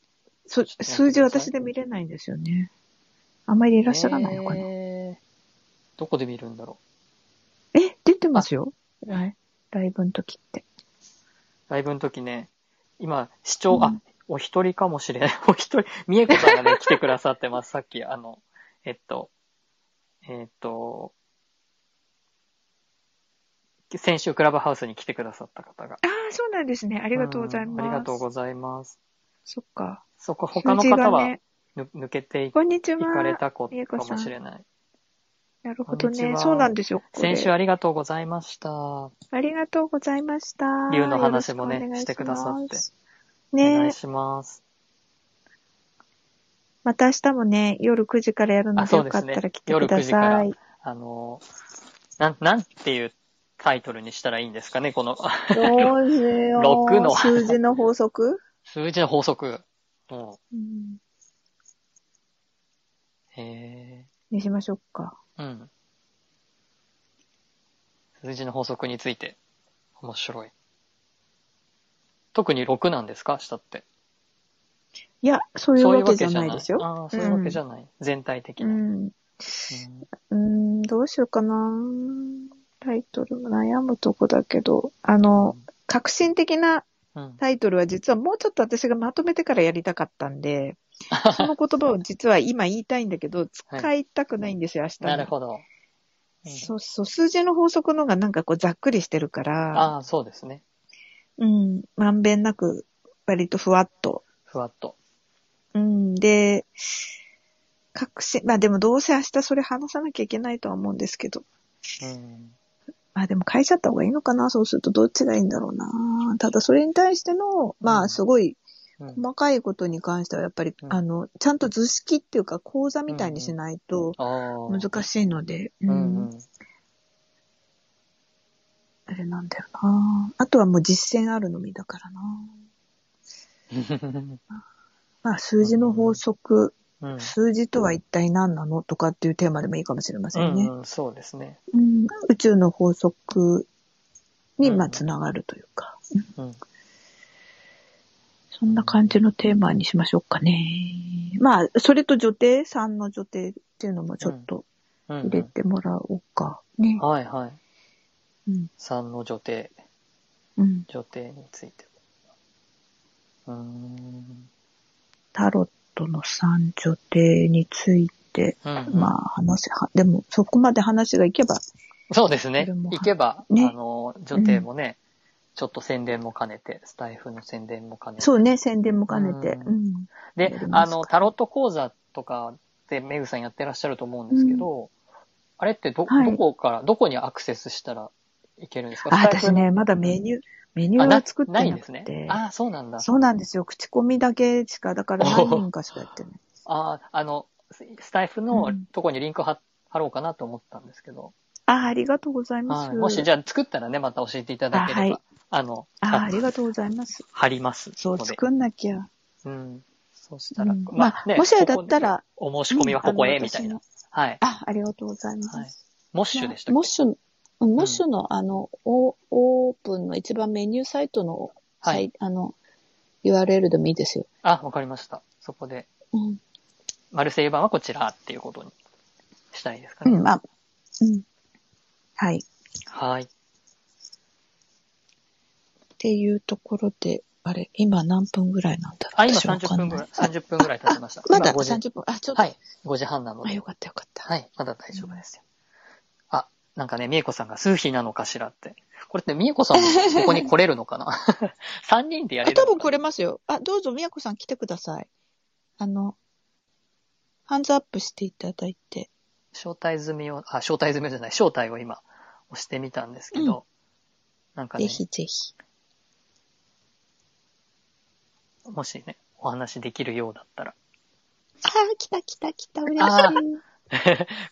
Speaker 2: そ
Speaker 1: ちょっと待ってください
Speaker 2: 数字私で見れないんですよね。あんまりい
Speaker 1: い
Speaker 2: らっしゃらないのかな。
Speaker 1: どこで見るんだろ
Speaker 2: え、出てますよ。ライライブの時って。
Speaker 1: う。ライブの時ね、今、視聴、
Speaker 2: う
Speaker 1: あ
Speaker 2: ん、
Speaker 1: お一人かもしれない。 お一人、三重子さんが ね、来てくださってます。さっき、あの、えっと、えっと、先週クラブハウスに来てくださった方が。あ
Speaker 2: ああ、そうなんですね。ありがとうございます。
Speaker 1: ありがとうございます。
Speaker 2: そっか。
Speaker 1: そこ、他の
Speaker 2: 数字が
Speaker 1: 方は
Speaker 2: ね、
Speaker 1: ぬ抜けてい
Speaker 2: こんにち
Speaker 1: 行かれ
Speaker 2: は。
Speaker 1: た子
Speaker 2: 三重子
Speaker 1: か
Speaker 2: さん
Speaker 1: もしれない。
Speaker 2: なるほど
Speaker 1: こんにち
Speaker 2: ね。
Speaker 1: は
Speaker 2: そうなんですよ。これ
Speaker 1: 先週ありがとうございました。
Speaker 2: ありがとうございました。
Speaker 1: 竜の話もね
Speaker 2: よろくお願い
Speaker 1: してくださって
Speaker 2: ます。
Speaker 1: お願
Speaker 2: ね
Speaker 1: いします。
Speaker 2: また明日もね、夜9時からやるの
Speaker 1: あ
Speaker 2: で
Speaker 1: そう
Speaker 2: よ
Speaker 1: で
Speaker 2: か
Speaker 1: す
Speaker 2: っ
Speaker 1: ね
Speaker 2: たら来てくだ
Speaker 1: 夜
Speaker 2: さ
Speaker 1: 9
Speaker 2: い。
Speaker 1: あの、なん、なんていうタイトルにしたらいいんですかね、この
Speaker 2: どうしよう。
Speaker 1: 6の
Speaker 2: 数字の法則、
Speaker 1: 数字の法則。も
Speaker 2: うん、
Speaker 1: う、へ
Speaker 2: にしましょうか。
Speaker 1: え、うん。数字の法則について、面白い。特に6なんですか下って。
Speaker 2: いや、そういうわけじゃないですよ。
Speaker 1: ああー、そういうわけじゃない。全体的
Speaker 2: う
Speaker 1: に。
Speaker 2: ん。う
Speaker 1: うん
Speaker 2: ーん、どうしようかな。タイトルも悩むとこだけど、あの、革新的な
Speaker 1: うん
Speaker 2: タイトルは実はもうちょっと私がまとめてからやりたかったんで、その言葉を実は今言いたいんだけど、使いたくないんですよ、明日に。
Speaker 1: なるほど。うん
Speaker 2: そうそう、数字の法則の方がなんかこうざっくりしてるから、
Speaker 1: ああ、そうですね。
Speaker 2: うん、まんべんなく、割とふわっと。
Speaker 1: ふわっと。
Speaker 2: うん、で、確信、まあでもどうせ明日それ話さなきゃいけないとは思うんですけど、
Speaker 1: うん。
Speaker 2: まあでも変えちゃった方がいいのかな、そうするとどっちがいいんだろうな。ただそれに対しての、まあすごい
Speaker 1: うん
Speaker 2: 細かいことに関してはやっぱり、
Speaker 1: うん
Speaker 2: あの、ちゃんと図式っていうか講座みたいにしないと
Speaker 1: ああ。
Speaker 2: 難しいので、
Speaker 1: う
Speaker 2: うん
Speaker 1: んうん。
Speaker 2: あれなんだよな。あとはもう実践あるのみだからな。まあ、数字の法則、
Speaker 1: うん
Speaker 2: 数字とは一体何なのとかっていうテーマでもいいかもしれませんね。
Speaker 1: うんうん、そうですね。
Speaker 2: うん宇宙の法則に、
Speaker 1: うん
Speaker 2: まあ、つながるというか、
Speaker 1: うん。
Speaker 2: そんな感じのテーマにしましょうかね。まあ、それと女帝、3の女帝っていうのもちょっと
Speaker 1: うん
Speaker 2: 入れてもらおうか。ね。
Speaker 1: はいはい。
Speaker 2: うん。
Speaker 1: 三の女帝、
Speaker 2: うん。
Speaker 1: 女帝について。うーん。
Speaker 2: タロットの3女帝について、
Speaker 1: うん
Speaker 2: まあ、話、はでも、そこまで話がいけば、
Speaker 1: そうですね
Speaker 2: これ。も
Speaker 1: 行けば、
Speaker 2: ね
Speaker 1: あの、女帝もね、ちょっと宣伝も兼ねて、スタイフの宣伝も兼ねて。
Speaker 2: そうね、宣伝も兼ねて。
Speaker 1: う
Speaker 2: うんや
Speaker 1: で
Speaker 2: り、ま
Speaker 1: あ
Speaker 2: すか
Speaker 1: の、タロット講座とかでメグさんやってらっしゃると思うんですけど、あれってど、
Speaker 2: はい
Speaker 1: どこから、どこにアクセスしたらいけるんですか
Speaker 2: あ、
Speaker 1: スタイフ
Speaker 2: 私
Speaker 1: の
Speaker 2: ね、まだメニュー、メニュ
Speaker 1: あ
Speaker 2: ー
Speaker 1: な
Speaker 2: は作って
Speaker 1: ないん
Speaker 2: な
Speaker 1: です
Speaker 2: く
Speaker 1: ね
Speaker 2: て。。
Speaker 1: ああ、そうなんだ。
Speaker 2: そうなんですよ。口コミだけしか、だから何人かしかやってない。
Speaker 1: ああ、あの、ススタイフ
Speaker 2: う
Speaker 1: の
Speaker 2: ん
Speaker 1: とこにリンク貼貼ろうかなと思ったんですけど、
Speaker 2: あ、ありがとうございま
Speaker 1: は
Speaker 2: す。
Speaker 1: い、もしじゃあ作ったらね、また教えていただければ、あ,、
Speaker 2: あはい
Speaker 1: の、
Speaker 2: あ、ありがとうございます。
Speaker 1: 貼ります。
Speaker 2: そう、
Speaker 1: ここで
Speaker 2: 作んなきゃ。
Speaker 1: うん。そうしたら、
Speaker 2: うんまあ、もしあれだったら、
Speaker 1: ここでお申し込みはここへ、みたいな。はい。
Speaker 2: あ、ありがとうございます。
Speaker 1: はいモッシュでしたっ
Speaker 3: モッ
Speaker 1: け
Speaker 3: シュ、うんモッシュの、あの、オオープンの一番メニューサイトの、
Speaker 1: は
Speaker 3: はいい、あの、URL でもいいですよ。
Speaker 1: あ、わかりました。そこで、
Speaker 3: うん。
Speaker 1: マルセイ版はこちらっていうことにしたいですか
Speaker 2: う
Speaker 1: ね。
Speaker 2: ん、まあ、うん。はい。っ
Speaker 1: はい。
Speaker 3: っていうところで、
Speaker 2: あれ、今何分ぐらいなんだろう
Speaker 1: あ、今
Speaker 2: 私わか
Speaker 1: 30
Speaker 2: ん
Speaker 1: 分
Speaker 2: な
Speaker 1: ぐ
Speaker 2: い
Speaker 1: らい、30分ぐらい経ちました。
Speaker 2: まだ
Speaker 1: 今5時
Speaker 2: 30分。あ、ちょっと。
Speaker 1: はい、5時半なの
Speaker 2: あ、
Speaker 1: で
Speaker 2: よ。かったよかった。
Speaker 1: はい、まだ大丈夫ですよ。あ、なんかね、みえこさんがスーヒーなのかしらって。これってみえこさんもここに来れるのかな ?3 人でやれ
Speaker 2: あ、
Speaker 1: るの
Speaker 2: 多
Speaker 1: かな
Speaker 2: 分来れますよ。あ、どうぞ、みやこさん来てください。あの、ハンズアップしていただいて。
Speaker 1: 招待済みを、あ、招待済みじゃない、招待を今押してみたんですけど、なんか
Speaker 2: ぜ
Speaker 1: ね、
Speaker 2: ひぜひ。
Speaker 1: もしね、お話できるようだったら。
Speaker 2: あー、来た来た来た、嬉しい。
Speaker 1: あ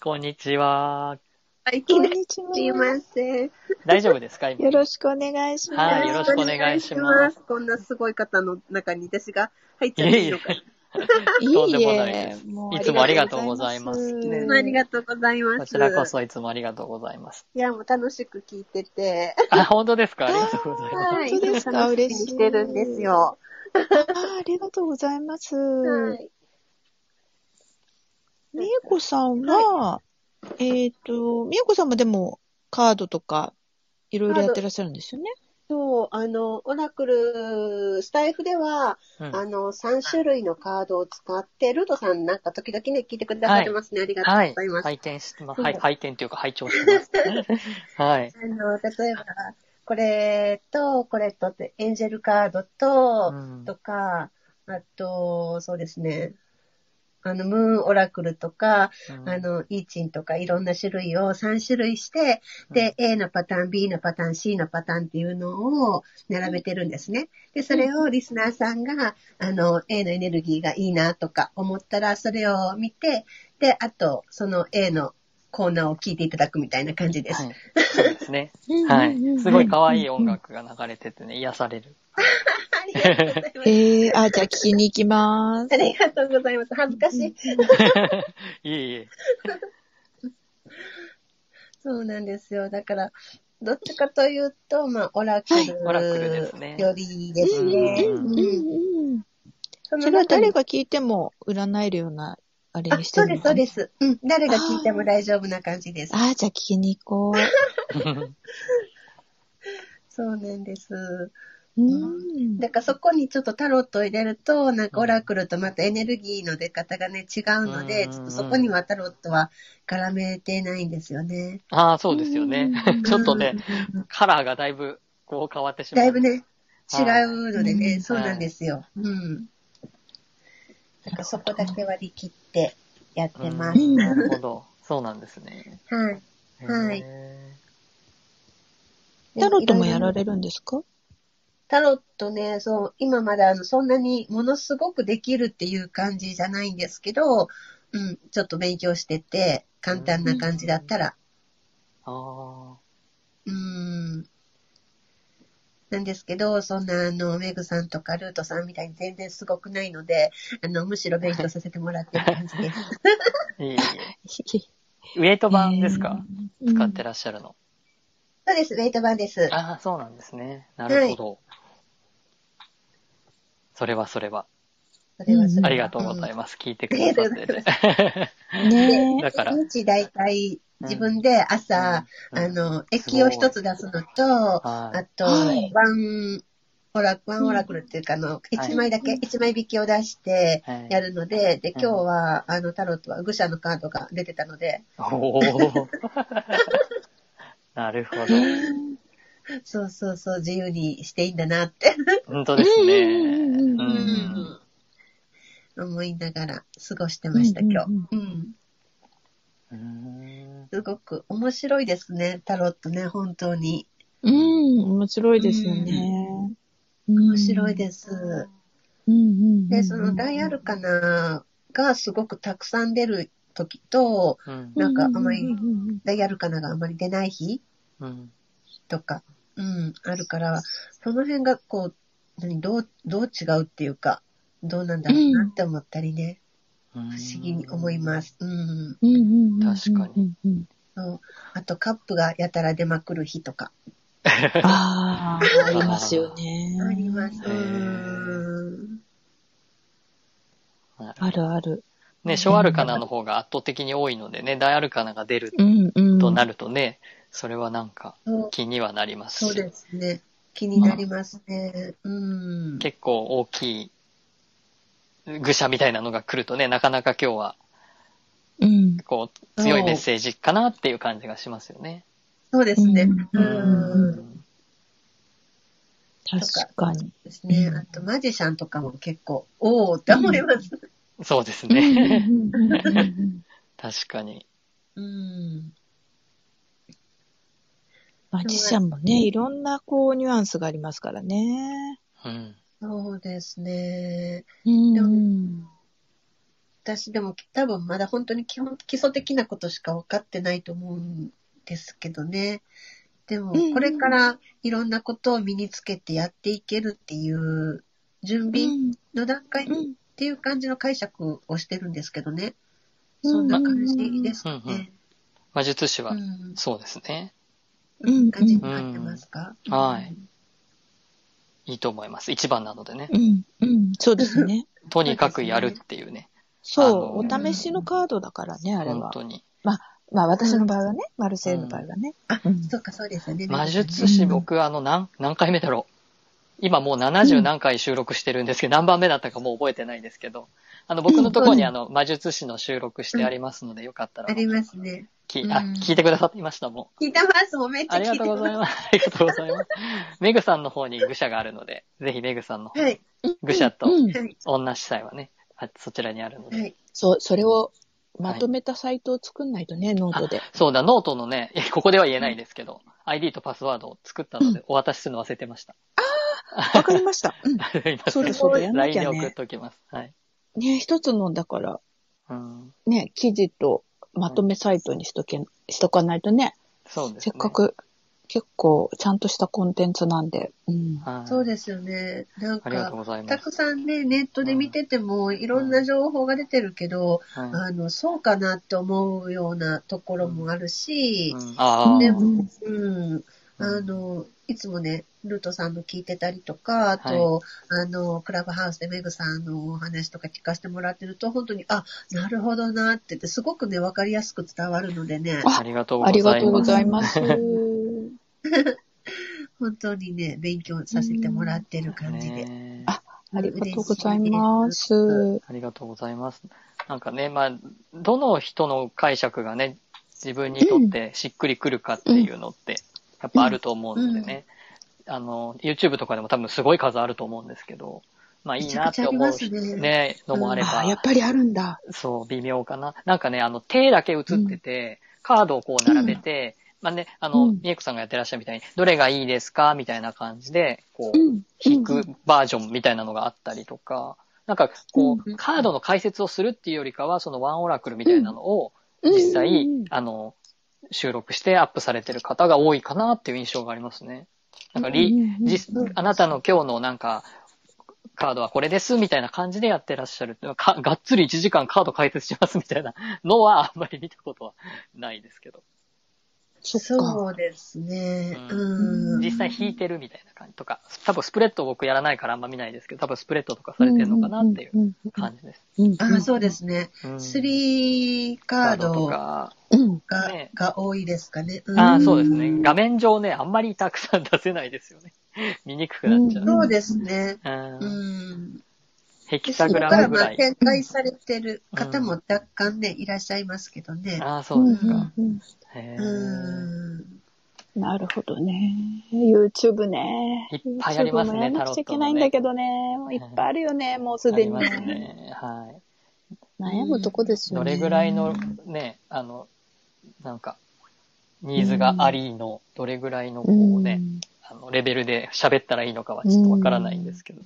Speaker 1: こんにちは。
Speaker 4: 最
Speaker 2: こ
Speaker 4: 近
Speaker 2: ん
Speaker 4: で
Speaker 2: にち
Speaker 4: すい
Speaker 2: は。
Speaker 4: ません。
Speaker 1: 大丈夫ですか今
Speaker 2: よ。ろしくお願いします。
Speaker 1: はいよろしくお願いします
Speaker 4: こんなすごい方の中に私が入っちゃっていいのか。い
Speaker 1: とんで
Speaker 2: い
Speaker 1: も
Speaker 2: え
Speaker 1: ない
Speaker 2: い
Speaker 1: で
Speaker 2: え、も
Speaker 1: いつもありがとうございます
Speaker 4: つもありがとうございます。
Speaker 1: こちらこそいつもありがとうございます。
Speaker 4: いや、もう楽しく聞いてて。
Speaker 1: あ、本当ですかありがとうございます。
Speaker 4: はい
Speaker 2: 本当ですか
Speaker 4: 楽しみにしてるんですよ。
Speaker 2: あーありがとうございます。
Speaker 4: はい。
Speaker 2: みえこさんは、えっ、と、みえこさんもでも、カードとか、いろいろやってらっしゃるんですよね。
Speaker 4: そう、あの、オラクル、スタイフでは、
Speaker 1: うん
Speaker 4: あの、3種類のカードを使って、ルドさんなんか時々ね、聞いてくださってますね。ありがとう
Speaker 1: は
Speaker 4: ご
Speaker 1: い
Speaker 4: ざいま。す。
Speaker 1: 拝見してます。はい、拝見というか拝聴してます。はい。
Speaker 4: あの、例えば、これと、これとって、エンジェルカードと、
Speaker 1: うん
Speaker 4: とか、あと、そうですね、あの、ムーンオラクルとか、あ の、イーチンとかいろんな種類を3種類して、で、A のパターン、B のパターン、C のパターンっていうのを並べてるんですね。で、それをリスナーさんが、あの、A のエネルギーがいいなとか思ったら、それを見て、で、あと、その A のコーナーを聞いていただくみたいな感じです。
Speaker 1: はい。そうですね。はい。すごい可愛い音楽が流れててね、癒される。
Speaker 4: ありがとうございます。
Speaker 2: ええあ、じゃあ聞きに行きま
Speaker 4: あ
Speaker 2: す。
Speaker 4: りがとうございます。恥ずかしい。
Speaker 1: いえいえ。
Speaker 4: そうなんですよ。だから、どっちかというと、まあ、オラク
Speaker 2: は
Speaker 4: ル
Speaker 2: い
Speaker 1: オラクルですね
Speaker 4: よりですね。
Speaker 1: うん
Speaker 2: うんうん。
Speaker 4: その
Speaker 2: それは
Speaker 4: 中
Speaker 2: 誰
Speaker 4: に
Speaker 2: が聞いても占えるような、あれ
Speaker 4: あ、
Speaker 2: にして
Speaker 4: そう
Speaker 2: る
Speaker 4: で
Speaker 2: の。
Speaker 4: す、そうですす。うん。誰が聞いても大丈夫な感じです。
Speaker 2: ああ、じゃあ聞きに行こ
Speaker 4: そうなんです。
Speaker 2: う。うん。
Speaker 4: だからそこにちょっとタロットを入れると、なんかオラクルとまたエネルギーの出方がね、違うので、
Speaker 1: うん
Speaker 4: ちょっとそこにはタロットは絡めてないんですよね。
Speaker 1: ああ、そうですよね。 ちょっとね、
Speaker 4: うん。
Speaker 1: カラーがだいぶこう変わってしまう。
Speaker 4: だいぶね、違
Speaker 1: はいう
Speaker 4: のでね、
Speaker 2: うん
Speaker 4: そうなんですよ。うん。だからそこだけ割り切ってやって
Speaker 1: うん。
Speaker 4: ます。
Speaker 1: なるほど。そうなんですね。
Speaker 4: はい。はい
Speaker 1: へ
Speaker 4: で
Speaker 2: タロットもや
Speaker 4: いろい
Speaker 2: ら
Speaker 4: ろ
Speaker 2: れるんですか
Speaker 4: タロットね、そう、今まだあのそんなにものすごくできるっていう感じじゃないんですけど、うん、ちょっと勉強してて、簡単な感じだったら、
Speaker 1: ー。あ
Speaker 4: うん。なんですけど、そんなあの、メグさんとかルートさんみたいに全然すごくないので、あの、むしろ勉強させてもらってる感じです。
Speaker 1: あ。いえいえ。ウェイト版ですか、使ってらっしゃるの。
Speaker 4: そうです、ウェイト版です。
Speaker 1: ああ、そうなんですね。なるほど。それはそれは。
Speaker 4: それはそれは
Speaker 1: ありがとうございます。聞いてくださってね。
Speaker 2: らね
Speaker 1: だから。
Speaker 4: 一日大体自分で朝、
Speaker 1: うん
Speaker 4: あ、の、液を一つ出すのと、
Speaker 1: は
Speaker 4: あ
Speaker 1: い。
Speaker 4: と、
Speaker 2: はい
Speaker 4: ワンオラ、ワンオラクルっていうか、あの、一枚だけ、一枚引きを出して
Speaker 1: はい
Speaker 4: やるので、で、
Speaker 1: うん
Speaker 4: 今日は、あの、タロットは愚者のカードが出てたので、
Speaker 1: お お。なるほど。
Speaker 4: そうそうそう、自由にしていいんだなって、
Speaker 1: 本当ですね。
Speaker 2: うんうんうん
Speaker 1: う
Speaker 2: うん
Speaker 4: 思いながら過ごしてました、今日。うん。
Speaker 1: うん
Speaker 4: すごく面白いですね、タロットね、本当に。
Speaker 2: うん、面白いですよね。面
Speaker 4: 面白いです。
Speaker 2: す
Speaker 4: で、その、大アルカナがすごくたくさん出る時と、
Speaker 1: うん
Speaker 4: なんかあまり
Speaker 2: ううん
Speaker 4: ダイアルカナがあまり出ない日
Speaker 1: うん
Speaker 4: とか、うん、あるから、その辺がこう、何、どう、どう違うっていうか、どうなんだろうなって思ったりね、不思議に思いま。す。うん。
Speaker 2: うんうんうん
Speaker 1: 確かに。
Speaker 2: うんうん
Speaker 4: そうあと、カップがやたら出まくる日とか。
Speaker 2: ああ、ありますよね。
Speaker 4: あります。
Speaker 1: へ
Speaker 4: う
Speaker 1: ー
Speaker 4: ん。
Speaker 2: あるある。
Speaker 1: ね、小アルカナの方が圧倒的に多いのでね、大アルカナが出る
Speaker 2: うんうん。
Speaker 1: とな
Speaker 2: る。
Speaker 1: るとね、それはなんか
Speaker 4: そう
Speaker 1: 気にはなります
Speaker 4: そう
Speaker 1: し。
Speaker 4: ですね。気になりますね。うん。
Speaker 1: 結構大きい愚者みたいなのが来るとね、なかなか今日は
Speaker 2: うん。
Speaker 1: こう強いメッセージかなっていう感じがしますよね。
Speaker 4: そうですね。
Speaker 2: う
Speaker 4: うんん。
Speaker 2: 確かに。
Speaker 4: ですね。あと、マジシャンとかも結構、おおって思います。
Speaker 1: そうです
Speaker 2: うんうん
Speaker 1: ね。
Speaker 2: うんうんうん
Speaker 1: 確かに。
Speaker 4: うん。
Speaker 2: マジシャンもね、いろんなこうニュアンスがありますからね。
Speaker 1: うん。
Speaker 4: そうですね。
Speaker 2: うん
Speaker 4: 私でも多分まだ本当に基本、基礎的なことしか分かってないと思うんですけどね。でも
Speaker 2: うん、
Speaker 4: これからいろんなことを身につけてやっていけるっていう準備の段階っていう感じの解釈をしてるんですけどね。そんな感じです
Speaker 1: うんうん
Speaker 4: ね。
Speaker 1: 魔術師は、
Speaker 4: うん。
Speaker 1: そうですね。
Speaker 2: うん
Speaker 4: 感じになってますか、
Speaker 1: うんはいいいと思います。一番なのでね。
Speaker 2: うん、うん、そうですね。
Speaker 1: とにかくやるっていうね。
Speaker 2: そう、
Speaker 1: あ
Speaker 2: お
Speaker 1: の
Speaker 2: 試しのカードだからね、あれ
Speaker 1: 本
Speaker 2: は。
Speaker 1: 当に。
Speaker 2: まあ私の場合はね、マルセイユの場合はね。
Speaker 4: あ、
Speaker 2: うん
Speaker 4: そうか、そうですよね。
Speaker 1: 魔術
Speaker 4: ね
Speaker 1: 師、
Speaker 2: うん
Speaker 1: 僕、あの、何、何回目だろう。今もう70何回収録してるんですけど、何番目だったかもう覚えてないですけど、あの、僕のところにあの、魔術師の収録してありますので、よかったら、
Speaker 4: ありますね。
Speaker 1: き
Speaker 4: うん
Speaker 1: あ、聞いてくださっていました、もう。
Speaker 4: 聞いてます。もうめっちゃ
Speaker 1: あり
Speaker 4: 聞
Speaker 1: が
Speaker 4: い
Speaker 1: と
Speaker 4: て
Speaker 1: うござい
Speaker 4: ま
Speaker 1: ます。ありがとうございます。メグさんの方に愚者があるので、ぜひメグさんの方
Speaker 4: す。はい。
Speaker 1: 愚者と
Speaker 2: うん
Speaker 4: はい。
Speaker 1: 女司祭はね、あそちらにあるので。
Speaker 4: はい。
Speaker 2: そう、それをまとめたサイトを作んないとね、ノー トで。
Speaker 1: そうだ、ノートのね、 いやここでは言えないですけど、ID とパスワードを作ったので、お渡しするの忘れてました。
Speaker 2: わかりました。うん
Speaker 1: あります
Speaker 2: そうだそうだやんな
Speaker 1: LINE
Speaker 2: き
Speaker 1: で
Speaker 2: ゃね
Speaker 1: 送っときます。はい。
Speaker 2: ね、一つの、だから、
Speaker 1: うん。
Speaker 2: ね、記事とまとめサイトにしとけ、しとかないとね、
Speaker 1: そうです
Speaker 2: せ
Speaker 1: ね。
Speaker 2: っか。く、結構、ちゃんとしたコンテンツなんで。うん。
Speaker 1: はい、
Speaker 4: そうですよね。なん
Speaker 1: ありがとう
Speaker 4: か、
Speaker 1: ございま
Speaker 4: た
Speaker 1: す。
Speaker 4: くさんね、ネットで見てても、いろんな情報が出てるけど、
Speaker 1: はい
Speaker 4: あの、そうかなって思うようなところもあるし
Speaker 1: う、んあー
Speaker 4: でもうん。あの、いつもね、ルートさんの聞いてたりとか、あと、あの、クラブハウスでメグさんのお話とか聞かせてもらってると、本当に、あ、なるほどなってって、すごくね、わかりやすく伝わるのでね、
Speaker 2: あ
Speaker 1: ありがとうご
Speaker 2: あ
Speaker 1: ざい
Speaker 2: り
Speaker 1: ます。
Speaker 2: がとうございます。
Speaker 4: 本当にね、勉強させてもらってる感じで。
Speaker 1: ね
Speaker 2: ありがとうございます。
Speaker 1: ありがとうございます。なんかね、まあ、どの人の解釈がね、自分にとってしっくりくるかっていうのって、やっぱあると思うのでね、あの、YouTube とかでも多分すごい数あると思うんですけど、まあいいなって思
Speaker 4: めちゃくちゃあります
Speaker 1: う、
Speaker 4: ね
Speaker 1: ね、のもあれば、
Speaker 2: ああ、やっぱりあるんだ。
Speaker 1: そう、微妙かな。なんかね、あの、手だけ映ってて、カードをこう並べて、まあね、あ
Speaker 2: う
Speaker 1: の、
Speaker 2: ん
Speaker 1: みえこさんがやってらっしゃるみたいに、どれがいいですかみたいな感じで、こう、
Speaker 2: うん。
Speaker 1: 引くバージョンみたいなのがあったりとか、なんかこ
Speaker 4: う
Speaker 1: う、
Speaker 4: ん
Speaker 1: カードの解説をするっていうよりかは、そのワンオラクルみたいなのを、
Speaker 2: うん
Speaker 1: 実際
Speaker 2: うん、
Speaker 1: あの、収録してアップされてる方が多いかなっていう印象がありますね。なんかリ、実あなたの今日のなんか、カードはこれですみたいな感じでやってらっしゃる。かがっつり1時間カード解説しますみたいな のはあんまり見たことはないですけど。
Speaker 2: そっか。
Speaker 4: そうですね。
Speaker 1: う
Speaker 4: うん。
Speaker 1: 実際引いてるみたいな感じとか、多分スプレッド僕やらないからあんま見ないですけど、多分スプレッドとかされてるのかなっていう感じです。
Speaker 2: うん。
Speaker 4: あそうですね。
Speaker 1: うん
Speaker 4: スリーカー
Speaker 1: と
Speaker 4: ドが、
Speaker 1: か、
Speaker 2: うん。
Speaker 1: ね
Speaker 4: が多いですかね。うん
Speaker 1: ああ、そうですね。画面上ね、あんまりたくさん出せないですよね。 見にくくなっちゃう。
Speaker 4: そうですね。
Speaker 1: う、
Speaker 4: うんん。
Speaker 1: ヘキ
Speaker 4: そ
Speaker 1: サ
Speaker 4: こ
Speaker 1: グ
Speaker 4: か
Speaker 1: ラ
Speaker 4: ら
Speaker 1: ムぐ
Speaker 4: まあ
Speaker 1: らい。
Speaker 4: 展開されてる方も若干ね、いらっしゃいますけどね。
Speaker 1: ああ、そうですか。へえ
Speaker 4: うん。
Speaker 2: なるほどね。YouTube ね。
Speaker 1: いっぱいありますね
Speaker 2: YouTube もやんなくちゃいけないんだけどね。もういっぱいあるよね、もう す
Speaker 1: あ
Speaker 2: で
Speaker 1: り
Speaker 2: に
Speaker 1: ます
Speaker 2: ね。
Speaker 1: ね。はい。
Speaker 2: 悩むとこですよ
Speaker 1: ど
Speaker 2: ね。
Speaker 1: れぐらいのね、あの、なんか、ニーズがありの、どれぐらいのこうね、あの、レベルで喋ったらいいのかはちょっとわからないんですけど。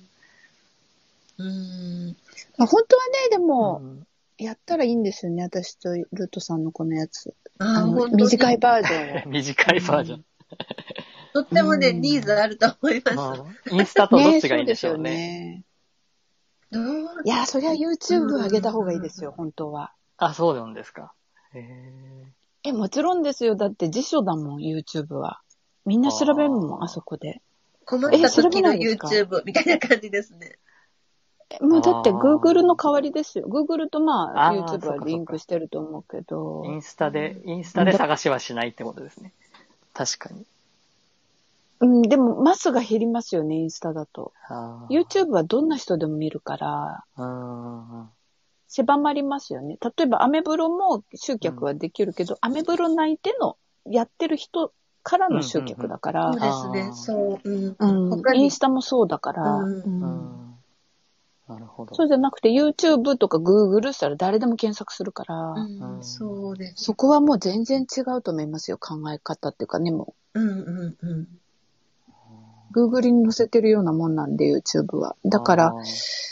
Speaker 4: うん。
Speaker 2: まあ本当はね、でも
Speaker 1: う、ん
Speaker 2: やったらいいんですよね。私とルートさんのこのやつ。
Speaker 4: あ
Speaker 2: あ
Speaker 4: あ、
Speaker 2: の
Speaker 4: 本当に
Speaker 2: 短いバージョンを。
Speaker 1: 短いバージョン。
Speaker 4: とってもね、
Speaker 2: うん
Speaker 4: ニーズあると思いま。
Speaker 1: ます あ、インスタとどっちがいいんでしょう
Speaker 2: ね
Speaker 1: ね。
Speaker 2: そうです
Speaker 4: どう
Speaker 2: よねいや、そりゃ YouTube 上げた方がいいですよ、本当は。
Speaker 1: あ、そうなんですか。へえ。
Speaker 2: え、もちろんですよ。だって辞書だもん、YouTube は。みんな調べるもん、
Speaker 1: あー
Speaker 2: あそこで。
Speaker 4: 困った時の
Speaker 2: え調べないですか
Speaker 4: YouTube みたいな感じですね。
Speaker 2: えもうだって
Speaker 1: あー
Speaker 2: Google の代わりですよ。Google とまあ
Speaker 1: あー
Speaker 2: YouTube
Speaker 1: そうかそ
Speaker 2: は
Speaker 1: うか
Speaker 2: リンクしてると思うけど
Speaker 1: イ。ンスタで、インスタで探しはしないってことですね。確かに。
Speaker 2: うん、でもマスが減りますよね、インスタだと。
Speaker 1: あー
Speaker 2: YouTube はどんな人でも見るから、
Speaker 1: うんうん
Speaker 2: 狭まりますよね。例えばアメブロも集客はできるけど、アメブロ内でのやってる人からの集客だから、
Speaker 4: そううんです
Speaker 1: あー
Speaker 4: ね。そう。うん。他
Speaker 2: イン
Speaker 4: に
Speaker 2: ス、タもそうだから、
Speaker 4: うん
Speaker 1: う
Speaker 2: うん
Speaker 1: んなるほど。
Speaker 2: そうじゃなくて YouTube とか Google したら誰でも検索するから、
Speaker 4: うん、そうです。
Speaker 2: そこはもう全然違うと思いますよ、考え方っていうかね、も
Speaker 4: うんうんうん。
Speaker 2: う Google に載せてるようなもんなんで YouTube は。だか
Speaker 1: あ
Speaker 2: ら、
Speaker 1: ー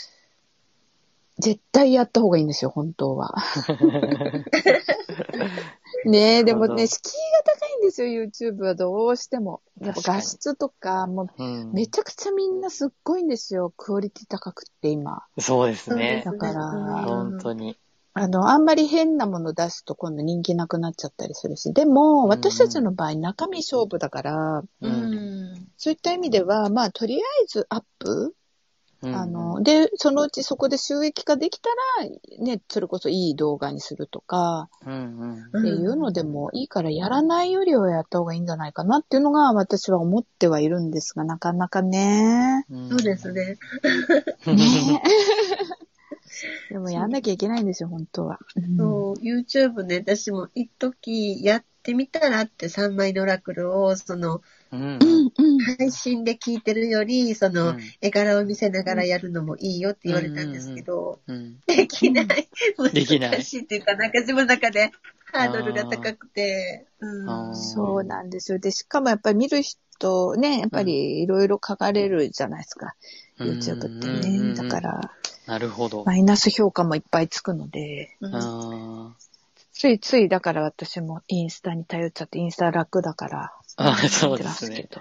Speaker 2: 絶対やった方がいいんですよ、本 当は。ねえ、でも
Speaker 1: なるほど
Speaker 2: ね、敷居が高いんですよ、YouTube はどうしても。やっぱ
Speaker 1: 確かに
Speaker 2: 画質とか、もう
Speaker 1: うん
Speaker 2: めちゃくちゃみんなすっごいんですよ、クオリティ高くって今。
Speaker 1: そうですね
Speaker 4: そ。うで
Speaker 2: だ
Speaker 4: す
Speaker 2: から
Speaker 1: 本当に。
Speaker 2: あの、あんまり変なもの出すと今度人気なくなっちゃったりするし、でも、
Speaker 1: ん
Speaker 2: 私たちの場合中身勝負だから、
Speaker 4: う
Speaker 1: うん
Speaker 4: ん。
Speaker 2: そういった意味では、まあ、とりあえずアップ、
Speaker 1: うん
Speaker 2: あの、で、そのうちそこで収益化できたら、ね、それこそいい動画にするとか、
Speaker 1: うんうん
Speaker 4: う
Speaker 2: っ
Speaker 4: ん
Speaker 2: ていうのでもいいから、やらないよりはやった方がいいんじゃないかなっていうのが私は思ってはいるんですが、なかなかね。
Speaker 1: うん
Speaker 4: そうです。ね。
Speaker 2: ねでもやんなきゃいけないんですよ、本当は。うん
Speaker 4: そう、YouTube ね、私も一時やってみたらって3枚のオラクルを、その、
Speaker 1: うん
Speaker 2: うん
Speaker 4: 配信で聞いてるより、その、絵柄を見せながらやるのもいいよって言われたんですけど、
Speaker 1: うん
Speaker 4: できない。
Speaker 1: できない
Speaker 4: 難しいっていうか、なんか自分の中でハードルが高くて、うん
Speaker 1: あ。ー
Speaker 2: そうなんですよ。で、しかもやっぱり見る人ね、やっぱりいろいろ書かれるじゃないですか。YouTube って
Speaker 1: うんうんうんう
Speaker 2: ね。
Speaker 1: ん
Speaker 2: だから、
Speaker 1: なるほど。
Speaker 2: マイナス評価もいっぱいつくので、
Speaker 4: うん
Speaker 1: あ
Speaker 2: ついついだから私もインスタに頼っちゃって、インスタ楽だから。
Speaker 1: あ
Speaker 2: やってます
Speaker 1: そうですね
Speaker 2: けど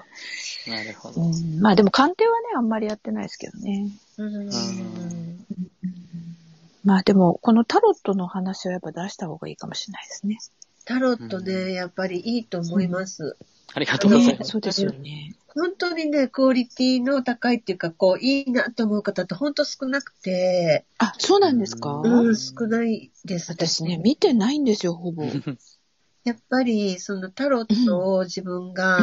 Speaker 1: ーなるほど。
Speaker 2: うんまあでも鑑定はね、あんまりやってないですけどね。
Speaker 4: うん
Speaker 1: ん
Speaker 2: まあでも、このタロットの話はやっぱ出した方がいいかもしれないですね。
Speaker 4: タロットね、やっぱりいいと思います。
Speaker 1: ありがとうござい
Speaker 2: ね
Speaker 1: ます。
Speaker 2: そうですよね。
Speaker 4: 本当にね、クオリティの高いっていうか、こう、いいなと思う方って本当少なくて、
Speaker 2: あ、そうなんですか、
Speaker 1: うん
Speaker 4: うん、少ないです。
Speaker 2: 私ね、見てないんですよ、ほぼ。うん
Speaker 4: やっぱり、そのタロットを自分が、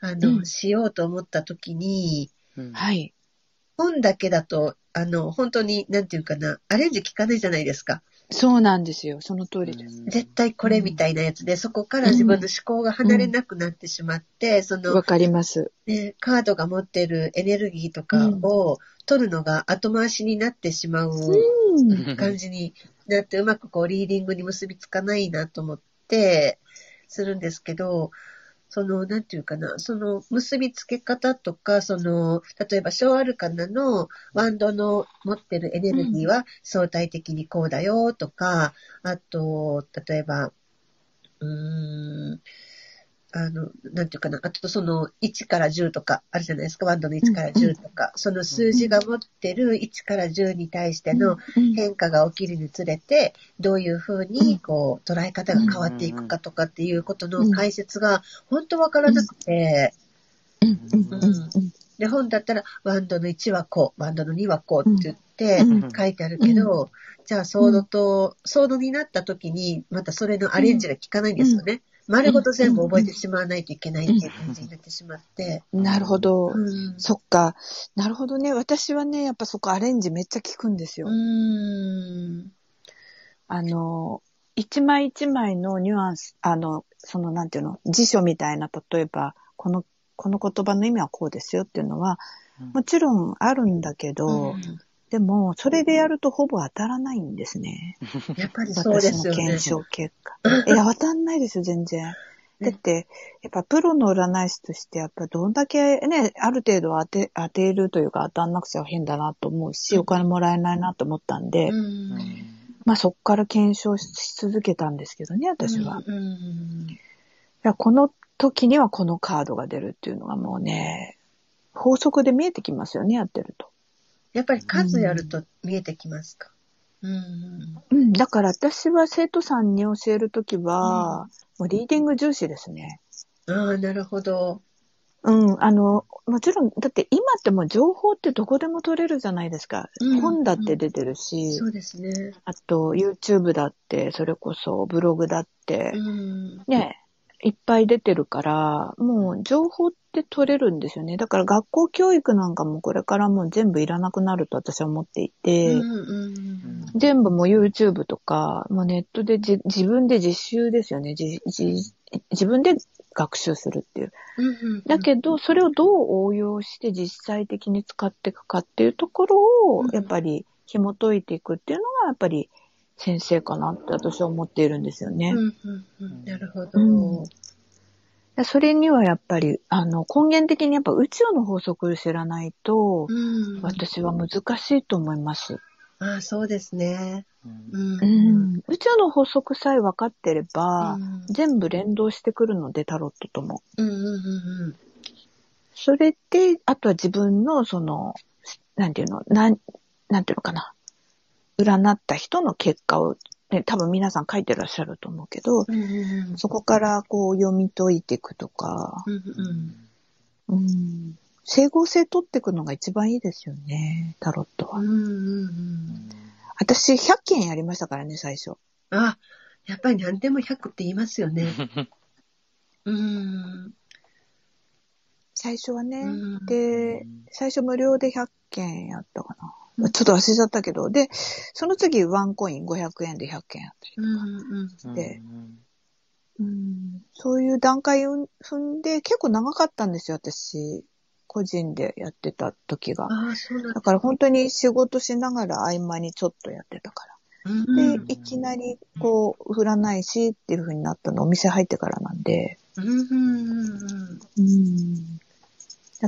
Speaker 4: あの、
Speaker 2: うん
Speaker 4: しようと思った時に、
Speaker 1: うん
Speaker 2: はい。
Speaker 4: 本だけだと、あの、本当に、なんていうかな、アレンジ効かないじゃないですか。
Speaker 2: そうなんですよ。その通りです。
Speaker 4: 絶対これみたいなやつで、そこから自分の思考が離れなくなってしまって、そ
Speaker 2: わ、
Speaker 4: の、
Speaker 2: かります。
Speaker 4: ね、カードが持ってるエネルギーとかを取るのが後回しになってしまう
Speaker 2: うん。
Speaker 4: 感じになって、うまくこう、リーディングに結びつかないなと思って、するんですけど、その、なんていうかな、その、結びつけ方とか、その、例えば、小アルカナのワンドの持ってるエネルギーは相対的にこうだよとか、あと、例えば、うーん、あの、なんていうかな、あとその1から10とかあるじゃないですか、ワンドの1から10とか、その数字が持ってる1から10に対しての
Speaker 2: うん
Speaker 4: 変化が起きるにつれて、どういうふうに、こう、捉え方が変わっていくかとかっていうことの解説が、本当わからなくて、
Speaker 1: うん
Speaker 4: で、本だったら、ワンドの1はこう、ワンドの2はこうって言
Speaker 2: うん
Speaker 4: って書いてあるけど、じゃあ、ソードと、ソードになった時に、またそれのアレンジが効かないんですよね。丸ごと全部覚えてしまわないといけないっていう感じになってしまって。
Speaker 2: なるほど、
Speaker 4: うん。
Speaker 2: そっか。なるほどね。私はね、やっぱそこアレンジめっちゃ効くんですよ。
Speaker 4: うん。
Speaker 2: あの、一枚一枚のニュアンス、あの、そのなんていうの、辞書みたいな、例えば、この、この言葉の意味はこうですよっていうのは、もちろんあるんだけど、でも、それでやるとほぼ当たらないんですね。
Speaker 4: やっぱりそうで
Speaker 2: 私
Speaker 4: す
Speaker 2: の
Speaker 4: よね
Speaker 2: 検。証結 果。いや、当たんないですよ、全然。だって、やっぱプロの占い師として、やっぱどんだけね、ある程度当て、当てるというか当たんなくちゃ変だなと思うし、お金もらえないなと思ったんで、
Speaker 4: うん。
Speaker 2: まあそっから検証しし続けたんですけどね、私は。い
Speaker 4: うん。
Speaker 2: やこの時にはこのカードが出るっていうのがもうね、法則で見えてきますよね、やってると。
Speaker 4: やっぱり数やると見えてきますか。うん。
Speaker 2: うん、だから私は生徒さんに教えるときは、もうリーディング重視ですね。
Speaker 4: ああ、なるほど。
Speaker 2: うん、あの、もちろん、だって今ってもう情報ってどこでも取れるじゃないですか。
Speaker 4: うん
Speaker 2: 本だって出てるし、
Speaker 4: そうですね。
Speaker 2: あと YouTube だって、それこそブログだって
Speaker 4: う、ん。
Speaker 2: ね、いっぱい出てるから、もう情報って取れるんですよね。だから学校教育なんかもこれからもう全部いらなくなると私は思っていて、
Speaker 4: うんうん
Speaker 2: 全部もう YouTube とか、もうネットでじ自分で実習ですよね。じじ自分で学習するっていう。
Speaker 4: うん
Speaker 2: だけど、それをどう応用して実際的に使っていくかっていうところを
Speaker 4: うん、
Speaker 2: やっぱり紐解いていくっていうのが、やっぱり先生かなって私は思っているんですよね
Speaker 4: う。んうんうんなるほど。
Speaker 2: うんでそれにはやっぱり、あの、根源的にやっぱ宇宙の法則を知らないと、
Speaker 4: うん
Speaker 2: 私は難しいと思います。
Speaker 4: ああ、そうですね。
Speaker 1: うん
Speaker 4: うん
Speaker 2: 宇宙の法則さえ分かってれば、
Speaker 4: うん
Speaker 2: 全部連動してくるので、タロットとも。
Speaker 4: うんうん
Speaker 2: それで、あとは自分の、その、なんていうの、なん、なんていうのかな。占った人の結果を、ね、多分皆さん書いてらっしゃると思うけど、
Speaker 4: うんうんうん
Speaker 2: そこからこう読み解いていくとか、
Speaker 4: うんうん
Speaker 2: うん、整合性取っていくのが一番いいですよね、タロット
Speaker 4: う
Speaker 2: は。
Speaker 4: んうん
Speaker 2: 私、100件やりましたからね、最初。
Speaker 4: うんあ、やっぱり何でも100って言いますよね。うん。
Speaker 2: 最初はね。
Speaker 4: うん
Speaker 2: で、最初無料で100件やったかな。ちょっと忘れちゃったけど、で、その次ワンコイン500円で100件やったりとか、
Speaker 4: うん
Speaker 2: でうんそういう段階を踏んで、結構長かったんですよ、私。個人でやってた時が
Speaker 4: うん。。ああ、そうなん
Speaker 2: だ
Speaker 4: だ。
Speaker 2: から本当に仕事しながら合間にちょっとやってたか
Speaker 4: うん
Speaker 2: ら。で、
Speaker 4: うん
Speaker 2: いきなりこう、振らないしっていう風になったの、お店入ってからなんで、
Speaker 4: うんうん
Speaker 2: うん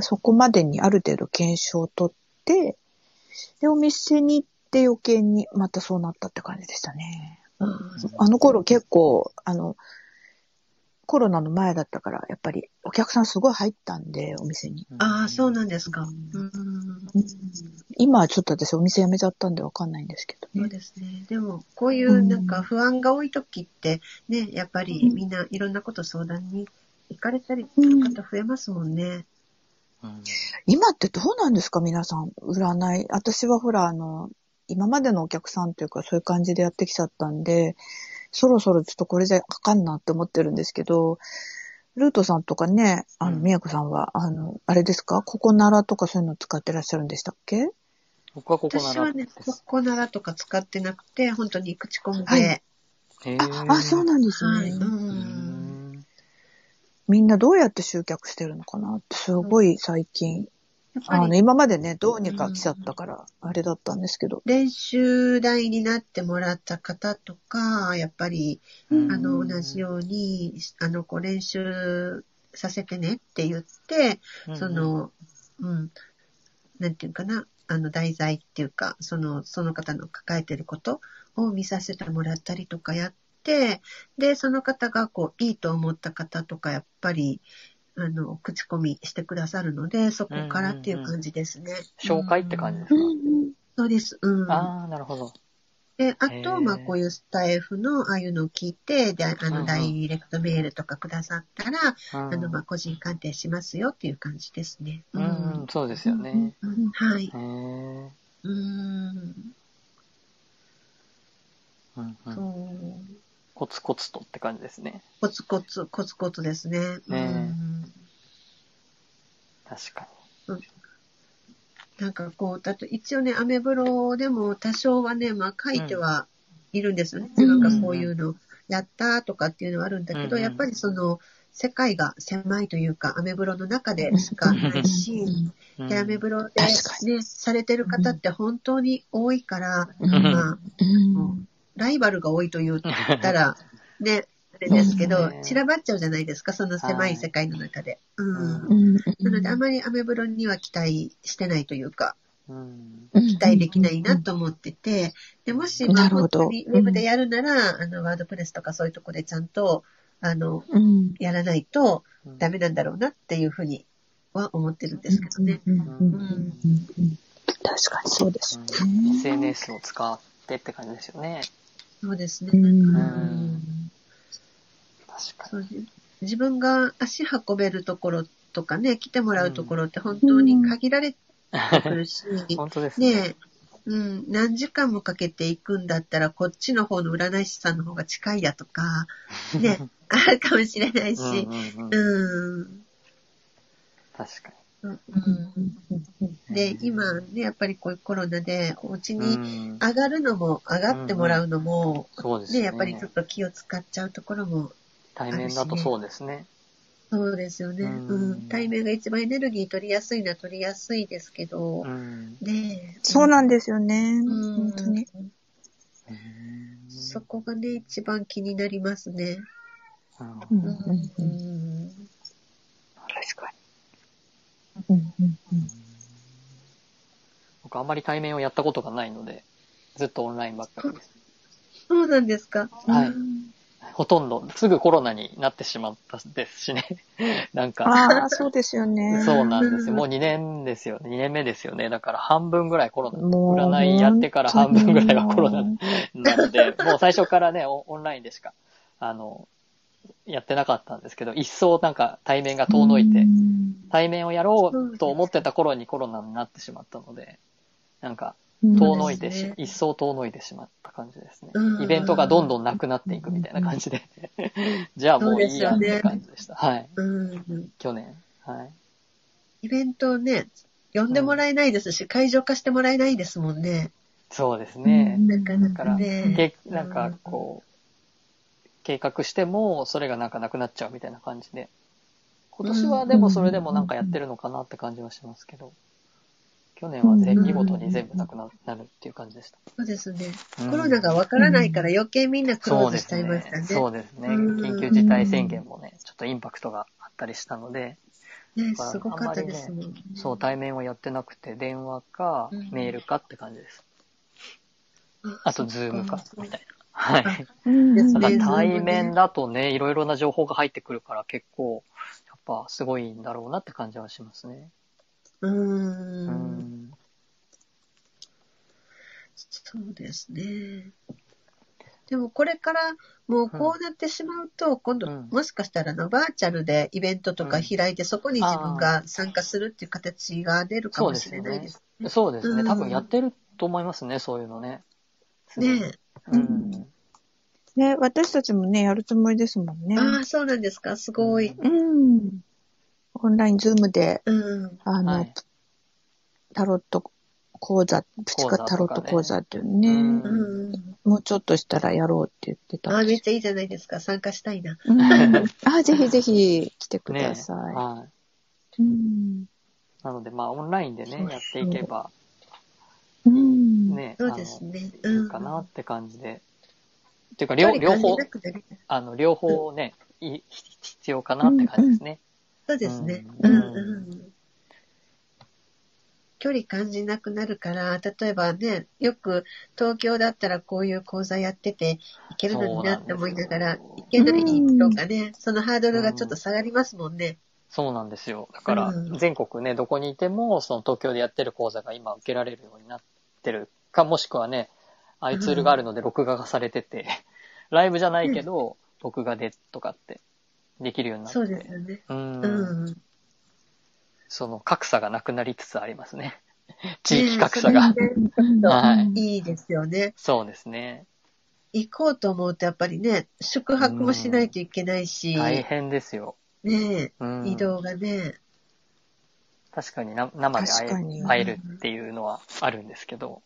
Speaker 2: そこまでにある程度検証を取って、で、お店に行って余計にまたそうなったって感じでしたね。
Speaker 4: ああそ
Speaker 2: あの頃結構、あの、コロナの前だったから、やっぱりお客さんすごい入ったんで、お店に。
Speaker 4: ああ、そうなんですか。
Speaker 2: う
Speaker 4: うん
Speaker 2: 今はちょっと私お店辞めちゃったんでわかんないんですけど
Speaker 4: そう
Speaker 2: ね。
Speaker 4: ですね。でも、こういうなんか不安が多い時って、ね、やっぱりみんないろんなこと相談に行かれたりする方増えますもんね。
Speaker 2: 今ってどうなんですか皆さん。占い。私はほら、あの、今までのお客さんというかそういう感じでやってきちゃったんで、そろそろちょっとこれじゃあかんなって思ってるんですけど、ルートさんとかね、あの、
Speaker 1: うん
Speaker 2: みやこさんは、あの、あれですかココナラとかそういうの使ってらっしゃるんでしたっけ
Speaker 1: 僕はここな
Speaker 4: 私
Speaker 1: ら
Speaker 4: は
Speaker 1: で
Speaker 4: ね、
Speaker 1: す。
Speaker 4: ココナラとか使ってなくて、本当に口コミで。
Speaker 2: はい
Speaker 1: へ
Speaker 2: あ
Speaker 1: ー、
Speaker 2: あ、そうなんです
Speaker 4: は
Speaker 2: ね
Speaker 4: い。う。。
Speaker 1: うんん
Speaker 2: みんなどうやって集客してるのかなってすごい最近。
Speaker 4: やっぱ
Speaker 2: あの、
Speaker 4: り
Speaker 2: 今までね、どうにか来ちゃったから、あれだったんですけど。
Speaker 4: 練習台になってもらった方とか、やっぱり、あの、同じように、あの、こう練習させてねって言って、そ、の、うん、なんていうかな、あの、題材っていうか、その、その方の抱えてることを見させてもらったりとかやって、で、その方が、こう、いいと思った方とか、やっぱり、あの、口コミしてくださるので、そこからっていう感じですね。
Speaker 1: 紹介って感じで
Speaker 4: う
Speaker 1: す
Speaker 4: ん
Speaker 1: か、
Speaker 4: そうです。うん。
Speaker 1: ああ、なるほど。
Speaker 4: で、あ
Speaker 1: へ
Speaker 4: と、
Speaker 1: ー
Speaker 4: まあ、こういうスタイフの、ああいうのを聞いて、で、あ
Speaker 1: うんう
Speaker 4: の、
Speaker 1: ん
Speaker 4: ダイレクトメールとかくださったら、
Speaker 1: う
Speaker 4: あの、
Speaker 1: ん
Speaker 4: まあ、個人鑑定しますよっていう感じですね。
Speaker 1: うんうん、そうですよね。
Speaker 4: うんはい。
Speaker 1: へー
Speaker 4: うん。
Speaker 1: うんう
Speaker 4: そ
Speaker 1: ん
Speaker 4: う。
Speaker 1: コツコツとって感じですね。
Speaker 4: コツコツ、コツコツですね。う
Speaker 1: ね
Speaker 4: ん。
Speaker 1: 確か
Speaker 4: なんかこう、だと一応ね、アメブロでも多少はね、まあ書いてはいるんですよね。
Speaker 2: うん
Speaker 4: なんかこういうのやったとかっていうのはあるんだけど、
Speaker 1: うん
Speaker 4: やっぱりその、世界が狭いというか、アメブロの中でしかないし、
Speaker 1: に。
Speaker 4: で、アメブロで
Speaker 2: 確か
Speaker 4: ね、されてる方って本当に多いから、
Speaker 1: ん
Speaker 4: まあ、
Speaker 2: うん
Speaker 4: ライバルが多いと言った ら、ね、あれですけ
Speaker 1: そう
Speaker 4: ど
Speaker 1: です、ね
Speaker 4: 散らばっちゃうじゃないですか、その狭い世界の中で。うん
Speaker 1: う。
Speaker 2: ん
Speaker 4: なので、あまりアメブロには期待してないというか、
Speaker 1: うん。
Speaker 4: 期待できないなと思ってて、でもし、ま
Speaker 2: なる
Speaker 4: あ、
Speaker 2: ほ
Speaker 4: 本
Speaker 2: ど
Speaker 4: 当にウェブでやるなら、あの、ワードプレスとかそういうとこでちゃんと、あの、
Speaker 2: うん
Speaker 4: やらないと
Speaker 1: うん
Speaker 4: ダメなんだろうなっていうふうには思ってるんですけどね。
Speaker 2: うん
Speaker 1: うん
Speaker 4: うん。
Speaker 2: 確かにそうですね。
Speaker 1: うん SNS を使ってって感じですよね。
Speaker 4: そうですね。
Speaker 2: うん
Speaker 4: うん
Speaker 1: 確か
Speaker 4: そうね自分が足運べるところとかね、来てもらうところって本当に限られてくるし、
Speaker 1: に。本当ですね。
Speaker 4: ねうん、何時間もかけていくんだったら、こっちの方の占い師さんの方が近いやとか、ね、 あるかもしれない
Speaker 1: うん
Speaker 4: し、
Speaker 1: うんうん
Speaker 4: う、ん。
Speaker 1: 確か
Speaker 4: うん
Speaker 1: に。
Speaker 4: で、今ね、やっぱりこういうコロナで、お家
Speaker 1: う
Speaker 4: に
Speaker 1: ん、
Speaker 4: 上がるのも、上がってもらうのも、
Speaker 1: そうですね。
Speaker 4: ね、やっぱりちょっと気を使っちゃうところも、
Speaker 1: 対面だとそうですね。
Speaker 4: そうですよね。
Speaker 1: うん
Speaker 4: うん。対面が一番エネルギー取りやすいのは取りやすいですけど
Speaker 1: う、ん。
Speaker 4: ねえ
Speaker 2: そうなんですよね。
Speaker 4: うん
Speaker 2: 本当に。
Speaker 1: うん
Speaker 4: そこがね、一番気になりますね。
Speaker 1: うん
Speaker 5: うん
Speaker 4: う
Speaker 5: うんうん
Speaker 4: ん。
Speaker 1: 確かに。
Speaker 5: うんうん
Speaker 1: 僕あんまり対面をやったことがないので、ずっとオンラインばっかりです。
Speaker 4: そうなんですか。
Speaker 1: はい
Speaker 4: うん
Speaker 1: ほとんど、すぐコロナになってしまったですしね。 なんか、
Speaker 2: ああ、そうですよね。
Speaker 1: そうなんですよ。もう2年ですよ。2年目ですよね。だから半分ぐらいコロナ。
Speaker 2: もう
Speaker 1: 占いやってから半分ぐらいはコロナ
Speaker 2: 本
Speaker 1: なので、もう最初からね、オオンラインでしか、あの、やってなかったんですけど、一層なんか対面が遠のいて、対面をやろうと思ってた頃にコロナになってしまったので、なんか、遠のいて
Speaker 4: そう
Speaker 1: し
Speaker 4: です、ね
Speaker 1: 一層遠のいてしまった感じですね
Speaker 4: う。ん
Speaker 1: イベントがどんどんなくなっていくみたいな感じで、じゃあもういいや
Speaker 4: そ
Speaker 1: っ
Speaker 4: うですよね
Speaker 1: て感じでした。はい。
Speaker 4: うん。
Speaker 1: 去年。はい。
Speaker 4: イベントをね、呼んでもらえないですし、会場化してもらえないですもんね。
Speaker 1: そうですね。
Speaker 4: なかなか
Speaker 1: け
Speaker 4: ね。
Speaker 1: なんかこう、計画しても、それがなんかなくなっちゃうみたいな感じで。今年はでもそれでもなんかやってるのかなって感じはしますけど、去年はぜ
Speaker 4: うん
Speaker 1: 見事に全部なくななるっていう感じでした。
Speaker 4: そうですね。
Speaker 1: うん
Speaker 4: コロナがわからないから余計みんなクローズしちゃいましたね。
Speaker 1: そうですね。
Speaker 4: うん
Speaker 1: 緊急事態宣言もね、ちょっとインパクトがあったりしたので、
Speaker 4: ね、
Speaker 1: だから
Speaker 4: すごかったですもん。
Speaker 1: そう、対面をやってなくて、電話か
Speaker 4: うん、
Speaker 1: メールかって感じです。
Speaker 4: あ
Speaker 1: あと、ズームか、みたいな。 はい。
Speaker 2: 当
Speaker 4: です
Speaker 1: た
Speaker 4: ね
Speaker 1: だ対面だとね、いろいろな情報が入ってくるから結構、やっぱすごいんだろうなって感じはしますね。
Speaker 4: う
Speaker 1: う
Speaker 4: ーん。
Speaker 1: ん。
Speaker 4: そうですね。でもこれからもうこうなってしまうと、今度
Speaker 1: うん
Speaker 4: もしかしたらあのバーチャルでイベントとか開いて、そこに自分が参加するっていう形が出るかもしれないです。
Speaker 1: そうです
Speaker 4: う
Speaker 1: ね。
Speaker 4: ん
Speaker 1: 多分やってると思いますね、そういうのね。
Speaker 4: ね
Speaker 1: うん。
Speaker 2: ね、私たちもね、やるつもりですもんね。
Speaker 4: ああ、そうなんですか。すごい。
Speaker 2: うん。オンラインズームで、
Speaker 4: うん。
Speaker 2: あの、
Speaker 1: はい
Speaker 2: タロット講座、プチ
Speaker 1: 講座
Speaker 2: カ
Speaker 1: とかね
Speaker 2: タロット講座っていうね、
Speaker 1: うん
Speaker 4: うん。
Speaker 2: もうちょっとしたらやろうって言ってた
Speaker 4: ああ、
Speaker 2: んで
Speaker 4: めっ
Speaker 2: す。
Speaker 4: ちゃいいじゃないですか。参加したいな。
Speaker 2: うん、あ、ぜひぜひ来てく
Speaker 1: ね
Speaker 2: ださい。
Speaker 1: はい。
Speaker 2: うん。
Speaker 1: なので、まあ、オンラインでね、やっていけば、
Speaker 2: うん。
Speaker 1: ね、
Speaker 4: そうですね。
Speaker 1: あの、いいかなって感じで。っていうか、両両方
Speaker 4: 距離感じ、なくなり
Speaker 1: あの、両方ね、い必要かなって感じですね。
Speaker 4: そうですね。
Speaker 1: う
Speaker 4: うんんうん。距離感じなくなるから、例えばね、よく東京だったらこういう講座やってて、行けるのになって思いながら、
Speaker 1: そうなんです
Speaker 4: 行
Speaker 1: よ
Speaker 4: けないとかね、そのハードルがちょっと下がりますもんね。
Speaker 1: そうなんですよ。だから
Speaker 4: う、ん
Speaker 1: 全国ね、どこにいても、その東京でやってる講座が今受けられるようになってるか、もしくはね、ああいうツールがあるので録画がされてて、 ライブじゃないけど、録画でとかってできるようになって。
Speaker 4: そうですよね。
Speaker 1: うん
Speaker 4: うん。
Speaker 1: その格差がなくなりつつあります ね。地域格差が
Speaker 4: ね。それね
Speaker 1: はい。
Speaker 4: いいですよね。
Speaker 1: そうですね。
Speaker 4: 行こうと思うとやっぱりね、宿泊もしないといけないし、
Speaker 1: 大変ですよ。
Speaker 4: ね
Speaker 1: うん
Speaker 4: 移動がね。
Speaker 1: 確かにな生で会
Speaker 2: 確か
Speaker 1: え
Speaker 2: に
Speaker 1: 会えるっていうのはあるんですけど。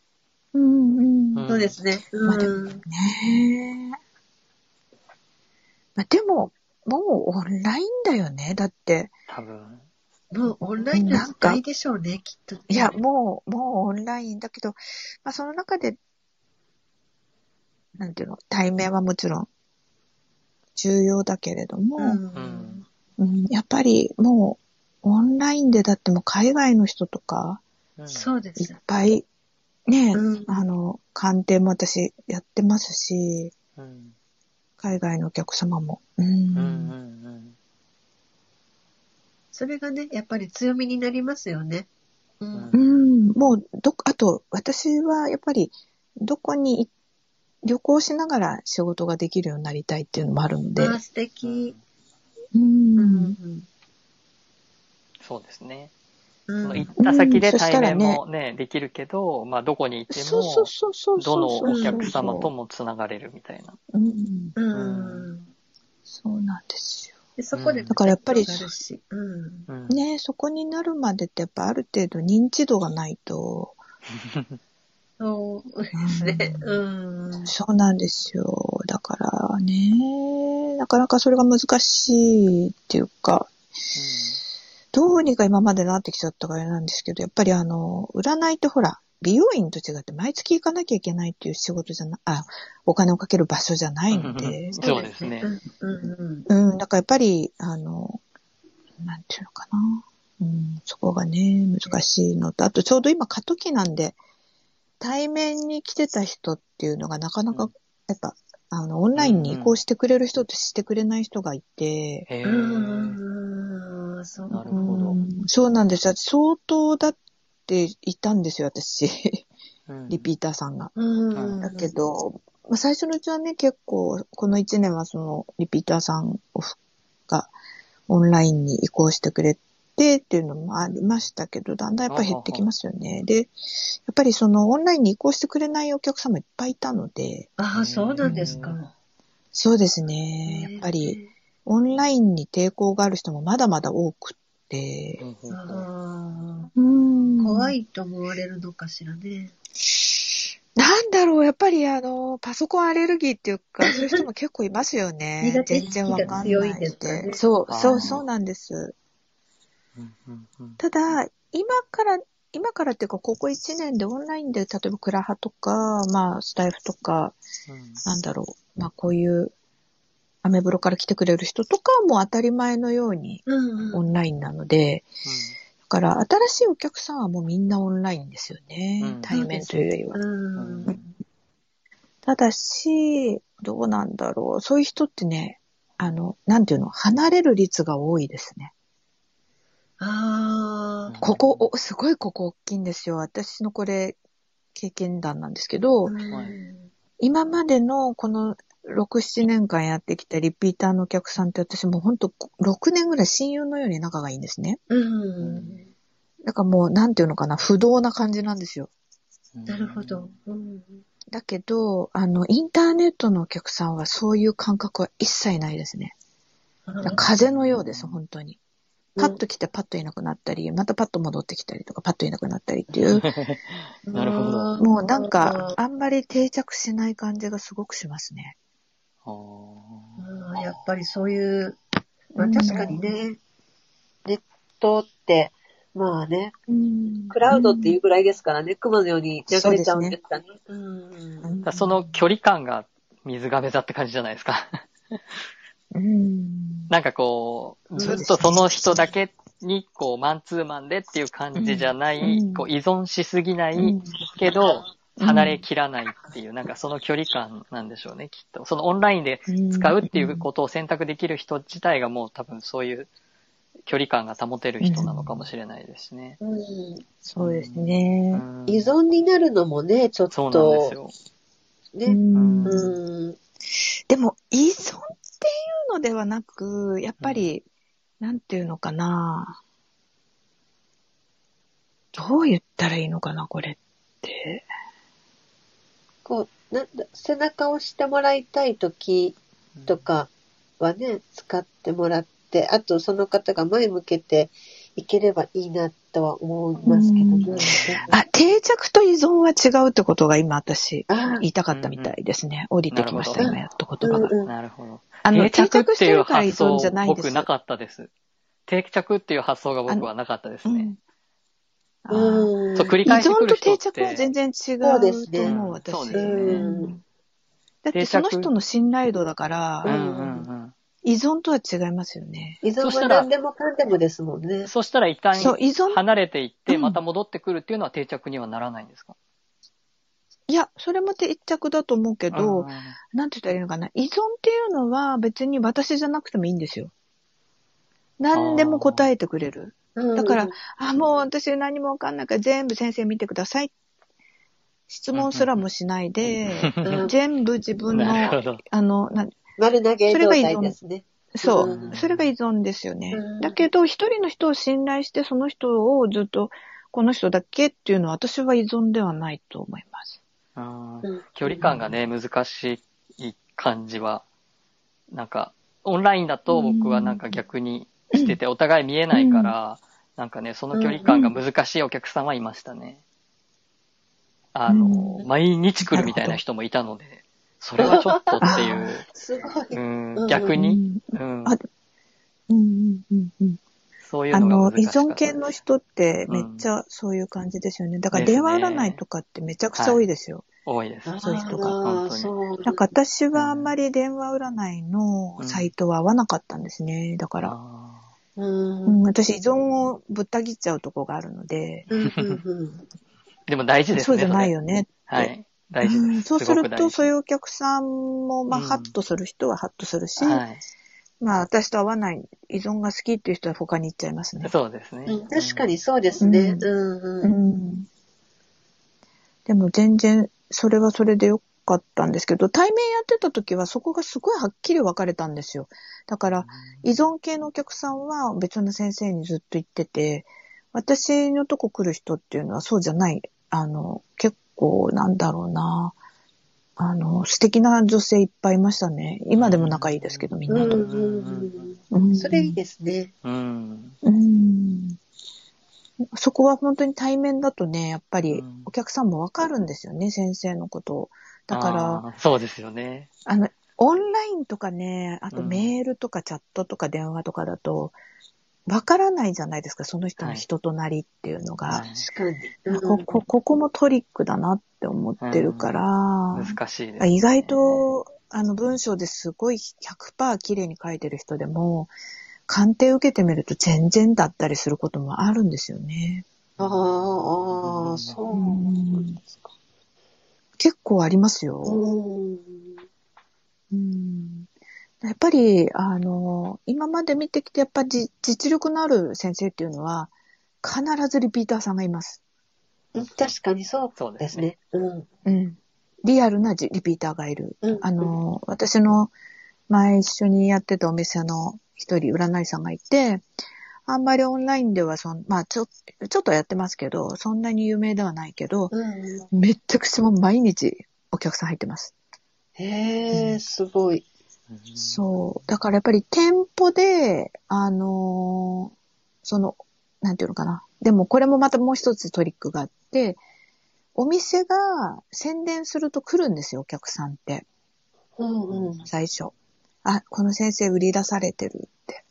Speaker 2: うんうん。
Speaker 1: うん
Speaker 4: そうですね。
Speaker 2: まあでも
Speaker 4: うん。
Speaker 2: ねえ。まあ、でも、もうオンラインだよね。だって、
Speaker 1: 多分。
Speaker 4: もうオンラインの時代でしょうね、きっと。
Speaker 2: いや、もう、もうオンラインだけど、まあその中で、なんていうの、対面はもちろん重要だけれども、
Speaker 4: うん。
Speaker 2: うんやっぱりもうオンラインでだってもう海外の人とか
Speaker 1: うん
Speaker 4: そうで
Speaker 2: いっ
Speaker 4: す。
Speaker 2: ぱいね、
Speaker 4: うん
Speaker 2: あの、鑑定も私やってますし、
Speaker 1: うん
Speaker 2: 海外のお客様も。う。
Speaker 1: うんうんん
Speaker 4: それがね、やっぱり強みになりますよね。う
Speaker 1: うん
Speaker 4: ん。
Speaker 2: うん、もうどっ、あと私はやっぱりどこにい旅行しながら仕事ができるようになりたいっていうのもあるので、
Speaker 4: ああ、素敵。
Speaker 2: う、
Speaker 4: うんん。
Speaker 1: そうですね。
Speaker 4: う
Speaker 1: その
Speaker 4: ん
Speaker 1: 行った先で
Speaker 2: うんそし
Speaker 1: 対
Speaker 2: たら
Speaker 1: 面
Speaker 2: ね
Speaker 1: もね、できるけど、まあどこにいて
Speaker 2: そうそう
Speaker 1: も、
Speaker 2: そうそうそ
Speaker 1: ど
Speaker 2: う。
Speaker 1: のお客様と
Speaker 2: も。
Speaker 1: もつながれるみたいな。
Speaker 2: うん。
Speaker 4: うん。
Speaker 2: そうなんですよ。
Speaker 4: でそこで、
Speaker 1: うん
Speaker 2: だからやっぱり
Speaker 4: あるし、うん。
Speaker 1: うん、
Speaker 2: ね、そこになるまでってやっぱある程度認知度がないと。
Speaker 4: そうですね。うん。
Speaker 2: そうなんですよ。だからね、なかなかそれが難しいっていうか、どうにか今までなってきちゃったからあれなんですけど、やっぱりあの、占いってほら、美容院と違って毎月行かなきゃいけないっていう仕事じゃな、あ、お金をかける場所じゃないので
Speaker 1: そうですね。
Speaker 4: うんうん
Speaker 2: うん、だからやっぱり、あの、なんていうのかな。うん、そこがね、難しいのと、あとちょうど今過渡期なんで、対面に来てた人っていうのがなかな
Speaker 1: う
Speaker 2: か
Speaker 1: ん、
Speaker 2: やっぱ、あの、オンラインに移行してくれる人としてくれない人がいて、
Speaker 1: へー
Speaker 4: うん。うん。そう。
Speaker 1: なる
Speaker 2: う
Speaker 1: ほど
Speaker 2: んそうなんですよ。相当だっていたんですよ、私。
Speaker 1: うん
Speaker 2: リピーターさんが。
Speaker 4: うん。
Speaker 2: だけど、まあ最初のうちはね、結構、この1年はその、リピーターさんをが、オンラインに移行してくれてっていうのもありましたけど、だんだんやっぱり減ってきますよね。で、やっぱりその、オンラインに移行してくれないお客様いっぱいいたので、
Speaker 4: ああ、そうなんですか。
Speaker 2: そうですね。やっぱり、オンラインに抵抗がある人もまだまだ多くって
Speaker 1: う、ん
Speaker 4: えー。あ
Speaker 2: うん
Speaker 4: あ。怖いと思われるのかしらね。
Speaker 2: なんだろう、やっぱりあの、パソコンアレルギーっていうか、 そういう人も結構いますよね
Speaker 4: 苦。手
Speaker 2: 全
Speaker 4: 意識
Speaker 2: 然わ
Speaker 4: が
Speaker 2: かん
Speaker 4: 強
Speaker 2: ないい
Speaker 4: ですかね
Speaker 2: で。そ
Speaker 1: あ
Speaker 2: う、
Speaker 1: ー
Speaker 2: そう、そうなんです。
Speaker 1: うんうんうん
Speaker 2: ただ、今から、今からっていうか、ここ1年でオンラインで、例えばクラハとか、まあ、スタイフとか、
Speaker 1: うん
Speaker 2: なんだろう、まあ、こういう、アメブロから来てくれる人とかはもう当たり前のように
Speaker 4: うん
Speaker 2: オンラインなので、だから新しいお客さんはもうみんなオンラインですよね。
Speaker 1: うん
Speaker 2: 対面というよりは
Speaker 4: う。ん。うん。
Speaker 2: ただし、どうなんだろう。そういう人ってね、あの、なんていうの、離れる率が多いですね。
Speaker 4: ああ。
Speaker 2: ここ、おすごいここ大きいんですよ。私のこれ、経験談なんですけど、
Speaker 4: うん
Speaker 2: 今までのこの6、7年間やってきたリピーターのお客さんって私もうほんと6年ぐらい親友のように仲がいいんですね。
Speaker 4: うん。
Speaker 2: だからもう、なんていうのかな、不動な感じなんですよ。
Speaker 1: うん
Speaker 4: なるほど。うん。
Speaker 2: だけど、あの、インターネットのお客さんはそういう感覚は一切ないですね。だから風のようです、本当に。パッと来てパッといなくなったり、またパッと戻ってきたりとか、パッといなくなったりっていう、
Speaker 1: なるほど
Speaker 2: もうなんか、、あんまり定着しない感じがすごくしますね。
Speaker 1: あ
Speaker 4: う
Speaker 1: ー
Speaker 4: んやっぱりそういう、まあ
Speaker 2: うん
Speaker 4: 確かにね、ネットって、まあね、
Speaker 2: うん
Speaker 4: クラウドっていうぐらいですからね、雲のように流れちゃうんですかね。うん
Speaker 1: だからその距離感が水亀座って感じじゃないですか。
Speaker 2: うん
Speaker 1: なんかこう、ず
Speaker 4: そう
Speaker 1: っ
Speaker 2: です
Speaker 1: と
Speaker 2: ね
Speaker 1: その人だけに、こう、マンツーマンでっていう感じじゃない、
Speaker 2: うん
Speaker 1: こう、依存しすぎな
Speaker 2: う
Speaker 1: い
Speaker 2: ん
Speaker 1: けど、
Speaker 2: うん
Speaker 1: 離れきらないっていう、なんかその距離感なんでしょうね、きっと。そのオンラインで使うっていうことを選択できる人自体がもう多分そういう距離感が保てる人なのかもしれないですね。
Speaker 4: うん
Speaker 2: そうです
Speaker 1: う
Speaker 2: ね。
Speaker 1: ん
Speaker 4: 依存になるのもね、ちょっ
Speaker 1: そうなんで
Speaker 4: と
Speaker 1: す、よ。
Speaker 2: う
Speaker 4: ね。
Speaker 2: ん
Speaker 4: うん。
Speaker 2: でも、依存っていうのではなく、やっぱり、なんていうのかな。どう言ったらいいのかな、これって。
Speaker 4: こう、なんだ、背中を押してもらいたいときとかはね、使ってもらって、あとその方が前向けていければいいなとは思いますけど
Speaker 2: う
Speaker 4: ね。
Speaker 2: あ、定着と依存は違うってことが今私、
Speaker 4: あ
Speaker 2: 言いたかったみたいですね。降りてきまし
Speaker 1: な
Speaker 2: た、
Speaker 1: るほど
Speaker 2: 今やっと言葉が。
Speaker 4: うんうん
Speaker 1: なるほど。
Speaker 2: あの、
Speaker 1: 定着
Speaker 2: 定着
Speaker 1: っ
Speaker 2: してて
Speaker 1: いう
Speaker 2: るから依
Speaker 1: 発
Speaker 2: 存じゃ
Speaker 1: 想、
Speaker 2: ないんです。
Speaker 1: 僕なかったです。定着っていう発想が僕はなかったですね。
Speaker 2: あー
Speaker 4: うん。
Speaker 1: そう、繰り
Speaker 2: 依
Speaker 1: 返してく
Speaker 2: 存
Speaker 1: る
Speaker 2: と
Speaker 1: 人って
Speaker 2: 定着は全然違う
Speaker 4: そうですね
Speaker 2: と思う、私。
Speaker 1: そうですね
Speaker 2: うんだってその人の信頼度だから、
Speaker 1: う
Speaker 4: 定着
Speaker 1: んうん
Speaker 2: 依存とは違いますよね。
Speaker 4: 依存
Speaker 1: そした
Speaker 4: は
Speaker 1: ら
Speaker 4: 何でもかんでもですもん
Speaker 1: う
Speaker 4: ね
Speaker 1: ん。。そしたら一旦
Speaker 2: そう、依存、
Speaker 1: 離れていって、
Speaker 2: うん
Speaker 1: また戻ってくるっていうのは定着にはならないんですか
Speaker 2: いや、それも定着だと思うけど、
Speaker 1: うん
Speaker 2: なんて言ったらいいのかな。依存っていうのは別に私じゃなくてもいいんですよ。何でも答えてくれる。だから、あ、もう私何もわかんないから全部先生見てください。質問すらもしないで、
Speaker 4: うん
Speaker 2: 全部自 分
Speaker 1: なる
Speaker 2: の、
Speaker 1: ほど。
Speaker 2: あの、な
Speaker 4: 丸投げ
Speaker 2: それ
Speaker 4: 状
Speaker 2: が依存
Speaker 4: 態ですね。
Speaker 2: そうう。
Speaker 4: ん
Speaker 2: それが依存ですよね
Speaker 4: うん。
Speaker 2: だけど、一人の人を信頼して、その人をずっと、この人だけっていうのは私は依存ではないと思います。
Speaker 1: うん
Speaker 4: うん
Speaker 1: 距離感がね、難しい感じは、なんか、オンラインだと僕はなんか逆にしてて、お互い見えないから、なんかね、その距離感が難しいお客さんはいましたね。あの
Speaker 6: う、
Speaker 1: 毎日来るみたいな人もいたので、それはちょっとっていう、
Speaker 4: すごい。
Speaker 1: う、
Speaker 4: うんん
Speaker 1: 逆に、うん、
Speaker 6: あうんうんうんうん。
Speaker 1: そういう
Speaker 2: あ
Speaker 1: のが
Speaker 2: の、
Speaker 1: 難し
Speaker 2: 依
Speaker 1: かった
Speaker 2: 存系の人ってめっちゃそういう感じですよね。だから
Speaker 1: です
Speaker 2: 電
Speaker 1: ね
Speaker 2: 話占いとかってめちゃくちゃ多いですよ。
Speaker 1: 多いです。
Speaker 2: そういう人
Speaker 1: が本当に
Speaker 4: そう。
Speaker 2: なんか私はあんまり電話占いのサイトは合わなかったんですね。だから、
Speaker 1: あ
Speaker 4: うん、
Speaker 2: う、
Speaker 4: うんん、
Speaker 2: 私依存をぶった切っちゃうとこがあるので、
Speaker 4: うん、
Speaker 1: ーでも大事ですね。
Speaker 2: そうじゃないよ
Speaker 1: ね。
Speaker 2: ね。
Speaker 1: はい。大事
Speaker 2: う
Speaker 1: で
Speaker 2: ん
Speaker 1: す。
Speaker 2: そうすると、そういううお客さんも、まあ、
Speaker 1: うん
Speaker 2: ハッとする人はハッとするし、
Speaker 1: はい。
Speaker 2: まあ、私と合わない、依存が好きっていう人は他に行っちゃいますね。
Speaker 1: そうですね
Speaker 4: う。ん。確かにそうです
Speaker 2: うん
Speaker 4: ね。うん、
Speaker 2: う
Speaker 4: うん。
Speaker 2: ん。でも全然、それはそれでよかったんですけど、対面やってた時はそこがすごいはっきり分かれたんですよ。だから、依存系のお客さんは別の先生にずっと行ってて、私のとこ来る人っていうのはそうじゃない。あの、結構なんだろうな。あの、素敵な女性いっぱいいましたね。今でも仲いいですけど、みん
Speaker 4: う
Speaker 2: な
Speaker 4: ん
Speaker 2: と。
Speaker 4: うん
Speaker 2: う
Speaker 4: うんん、それいいですね。
Speaker 1: うん。
Speaker 2: うん。そこは本当に対面だとね、やっぱ
Speaker 1: う
Speaker 2: り
Speaker 1: ん
Speaker 2: お客さんもわかるんですよね、先生のことを。だから、あ
Speaker 1: あー。そうですよね。
Speaker 2: の、オンラインとかね、あと
Speaker 1: うん
Speaker 2: メールとかチャットとか電話とかだと、わからないじゃないですか、その人の人となりっていうのが。
Speaker 1: はい
Speaker 4: 確かに。
Speaker 2: ここここもトリックだなって思ってるから、
Speaker 1: 難しいです
Speaker 2: あ。意外と、あの文章ですごい100%綺麗に書いてる人でも、鑑定受けてみると全然だったりすることもあるんですよね。
Speaker 4: ああああ、そうなんですか。
Speaker 2: 結構あります
Speaker 4: う
Speaker 2: よ。
Speaker 4: ん。
Speaker 2: うんやっぱり、あの、今まで見てきて、やっぱり実力のある先生っていうのは、必ずリピーターさんがいます。
Speaker 4: 確かにそ
Speaker 1: そう
Speaker 4: う
Speaker 1: で
Speaker 4: ですす
Speaker 1: ね。
Speaker 4: ね。うん。
Speaker 2: うん。リアルなじリピーターがいる。
Speaker 4: うん
Speaker 2: あ、の、私の前一緒にやってたお店の一人占い師さんがいて、あんまりオンラインではそん、まあちょ、ちょっとやってますけど、そんなに有名ではないけど、
Speaker 4: うん。
Speaker 2: めっちゃくちゃもう毎日お客さん入ってます。
Speaker 4: へえ、すごい。
Speaker 2: そう。だからやっぱり店舗で、あのーその、なんていうのかな。でもこれもまたもう一つトリックがあって、お店が宣伝すると来るんですよ、お客さんって。
Speaker 4: うんうん。
Speaker 2: 最初。あ、この先生売り出されてるって。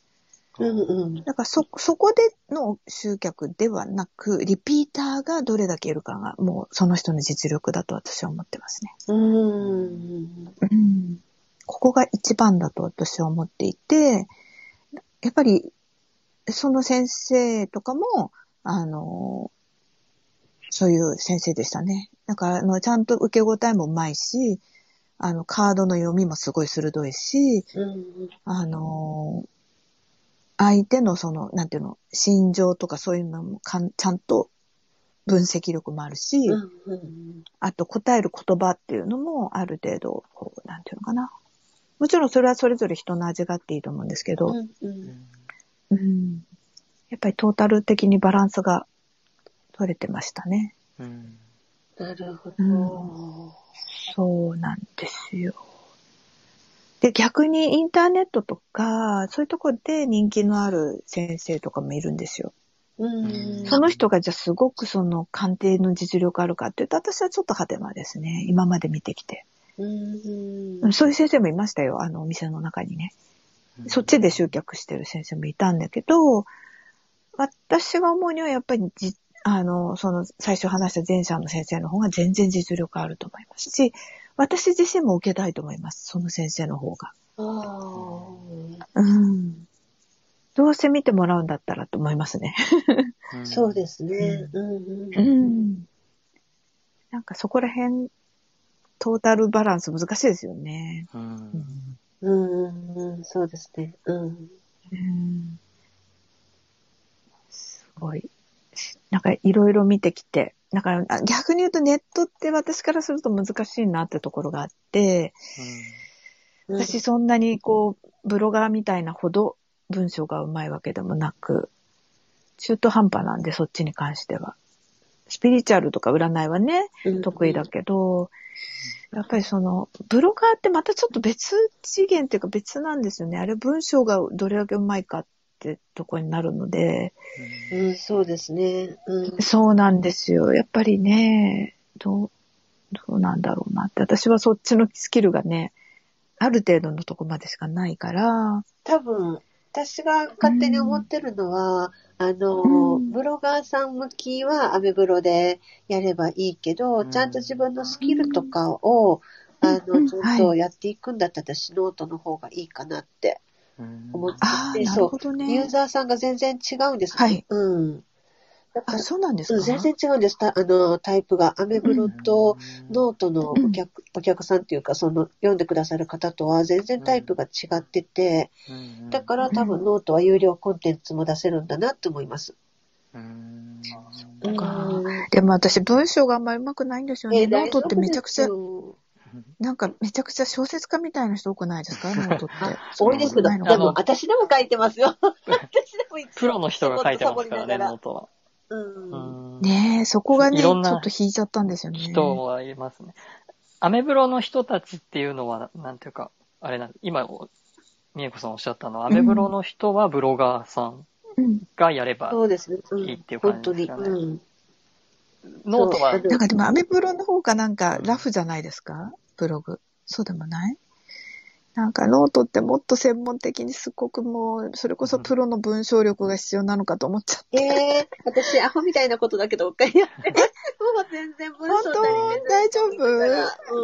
Speaker 4: うんうん。
Speaker 2: だからそ、そこでの集客ではなく、リピーターがどれだけいるかが、もうその人の実力だと私は思ってますね。
Speaker 4: うん。
Speaker 2: うんここが一番だと私は思っていて、やっぱり、その先生とかも、あの、そういう先生でしたね。だから、あの、ちゃんと受け答えもうまいし、あの、カードの読みもすごい鋭いし、
Speaker 4: うん。
Speaker 2: あのー相手のその、なんていうの、心情とかそういうのもかんちゃんと分析力もあるし、
Speaker 4: うんうん。
Speaker 2: あと答える言葉っていうのもある程度、こう、なんていうのかな。もちろんそれはそれぞれ人の味があっていいと思うんですけど、
Speaker 4: うんう
Speaker 1: うん
Speaker 4: ん。
Speaker 2: うんやっぱりトータル的にバランスが取れてましたね。
Speaker 1: うん
Speaker 4: なるほど。
Speaker 2: そうなんですよ。で、逆にインターネットとか、そういうところで人気のある先生とかもいるんですよ。
Speaker 4: うん。
Speaker 2: その人がじゃあすごくその鑑定の実力あるかって言うと、私はちょっとハテナですね。今まで見てきて。
Speaker 4: うん
Speaker 2: うんそういう先生もいましたよ。あの、お店の中にね。そっちで集客してる先生もいたんだけど、私が思うにはやっぱりじ、あの、その最初話した前者の先生の方が全然実力あると思いますし、私自身も受けたいと思います。その先生の方が。
Speaker 4: ああ。
Speaker 2: うん。どうせ見てもらうんだったらと思いますね。
Speaker 4: そうですね。うんうん。
Speaker 2: ん。 なんかそこら辺、トータルバランス難しいですよね。
Speaker 1: うん。
Speaker 4: うんうん。そうですね。うん。
Speaker 2: うんすごい。なんかいろいろ見てきて、だからあ逆に言うとネットって私からすると難しいなってところがあって、
Speaker 4: うん
Speaker 2: 私そんなにこう、ブロガーみたいなほど文章がうまいわけでもなく、中途半端なんで、そっちに関しては。スピリチュアルとか占いはね、得意だけど、やっぱりその、ブロガーってまたちょっと別次元っていうか別なんですよね。あれ文章がどれだけうまいかってとこになるので、
Speaker 4: うん、そうですね。うん。
Speaker 2: そうなんですよ。やっぱりね、どう、どうなんだろうなって。私はそっちのスキルがね、ある程度のとこまでしかないから、
Speaker 4: 多分、私が勝手に思ってるのは、あの、
Speaker 2: うん
Speaker 4: ブロガーさん向きはアメブロでやればいいけど、
Speaker 1: うん
Speaker 4: ちゃんと自分のスキルとかを、あ
Speaker 2: う
Speaker 4: の、
Speaker 2: ん
Speaker 4: ちゃんとやっていくんだったら、私ノートの方がいいかなって思って
Speaker 2: ああ、
Speaker 4: て、
Speaker 2: な
Speaker 4: そ
Speaker 2: る
Speaker 4: う
Speaker 2: ほど
Speaker 4: ユー
Speaker 2: ね。
Speaker 4: ザーさんが全然違うんですね。
Speaker 2: はい
Speaker 4: うん。だ
Speaker 2: あ、
Speaker 4: から、
Speaker 2: そうなんです
Speaker 4: うん
Speaker 2: か
Speaker 4: 全然違うんです。たあの、タイプが。アメブロとノートのお客、お客さんっていうか、その、読んでくださる方とは全然タイプが違ってて、だから多分ノートは有料コンテンツも出せるんだなって思います。
Speaker 1: ら、うん
Speaker 4: う
Speaker 2: か
Speaker 4: ん。
Speaker 2: でも私文章があんまり上手くないんですよね。ノートってめちゃくちゃ
Speaker 4: 大丈、夫ですよ
Speaker 2: なんかめちゃくちゃ小説家みたいな人多くない ですかノートって。
Speaker 4: あ、多いですけど、
Speaker 2: う
Speaker 4: で
Speaker 2: ん
Speaker 1: あの
Speaker 4: も私でも書いてますよ。私でも一応
Speaker 1: プロの人が書いてますからね、
Speaker 4: ちょ
Speaker 1: ノ
Speaker 4: っ
Speaker 1: ートは。
Speaker 4: とサボりながらうん。
Speaker 1: うん
Speaker 2: ねえ、そこがね、
Speaker 1: い
Speaker 2: ち
Speaker 1: ろ
Speaker 2: ょ
Speaker 1: ん
Speaker 2: っ
Speaker 1: な
Speaker 2: と引いちゃったんですよね。
Speaker 1: 人はいますね。アメブロの人たちっていうのは、なんていうか、あれなん今、みえこさんおっしゃったのは、アメブロの人はブロガーさん
Speaker 2: うん。
Speaker 1: がやれば、
Speaker 4: そうですね。うん
Speaker 1: いいっていう
Speaker 4: 本
Speaker 1: 感
Speaker 4: 当
Speaker 1: じです
Speaker 4: に。
Speaker 1: かね
Speaker 4: うん。
Speaker 1: ノートは
Speaker 4: そう
Speaker 2: なんかでもアメブロの方がなんかラフじゃないですかブログ。そうでもないなんかノートってもっと専門的にすごくもう、それこそプロの文章力が必要なのかと思っちゃっ
Speaker 4: え
Speaker 2: て。
Speaker 4: え私、アホみたいなことだけど、おっかいやってます。もう全然文
Speaker 2: 本
Speaker 4: 章
Speaker 2: 当
Speaker 4: 足りてない
Speaker 2: 大丈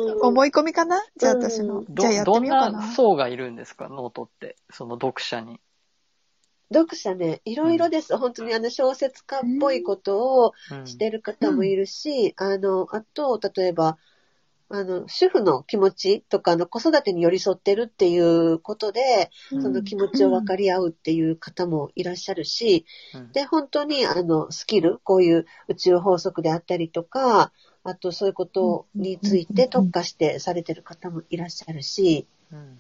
Speaker 2: 夫
Speaker 4: うん
Speaker 2: 思い込みかなじゃあ
Speaker 4: うん
Speaker 2: 私の。
Speaker 1: ど
Speaker 2: じゃあやって
Speaker 1: どん
Speaker 2: みようか
Speaker 1: な
Speaker 2: な。
Speaker 1: 層がいるんですか、ノートって。その読者に。
Speaker 4: 読者ね、いろいろです。本当にあの小説家っぽいことを
Speaker 1: うん
Speaker 4: してる方もいるし、あの、あと、例えば、あの、主婦の気持ちとか、あの、子育てに寄り添ってるっていうことで、その気持ちを分かり合うっていう方もいらっしゃるし、
Speaker 1: うん
Speaker 4: で、本当にあのスキル、こういう宇宙法則であったりとか、あとそういうことについて特化してされてる方もいらっしゃるし、
Speaker 1: うん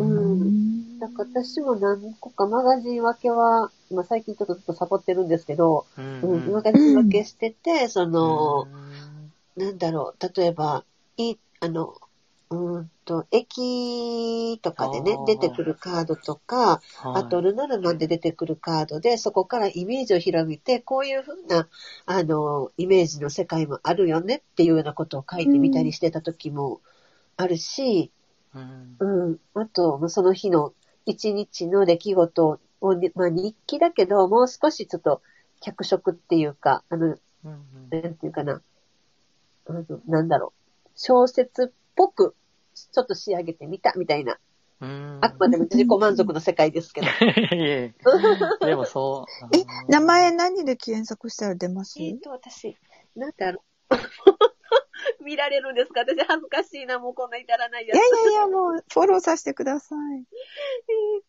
Speaker 4: うん。なんか私も何個かマガジン分けは、まあ最近ちょっとずっとサボってるんですけど、
Speaker 1: うん
Speaker 4: うん
Speaker 1: うん
Speaker 4: マガジン分けしてて、その、
Speaker 1: うん
Speaker 4: なんだろう、例えば、いい、あの、うーんと、駅とかで
Speaker 1: あ
Speaker 4: ね
Speaker 1: ー、
Speaker 4: 出てくるカードとか、
Speaker 1: はい
Speaker 4: あと、ルナルマンで出てくるカードで、そこからイメージを広げて、こういうふうな、あの、イメージの世界もあるよねっていうようなことを書いてみたりしてた時もあるし、
Speaker 1: うん
Speaker 4: うん。あと、まあその日の一日の出来事をね、まあ日記だけど、もう少しちょっと脚色っていうか、あの、
Speaker 1: うんうん
Speaker 4: なんていうかな、あのなんだろう、小説っぽく、ちょっと仕上げてみたみたいな、
Speaker 1: うん
Speaker 4: あくまでも自己満足の世界ですけ ど。
Speaker 1: いやいやいやでもそう。
Speaker 2: え
Speaker 1: あの、
Speaker 2: 名前何で検索したら出ます
Speaker 4: えっと、私、なんだろう。 見られるんですか私恥ずかしいな、もうこんな至らないや
Speaker 2: い
Speaker 4: つ。
Speaker 2: や
Speaker 4: え
Speaker 2: いやいや、もうフォローさせてください。
Speaker 4: っ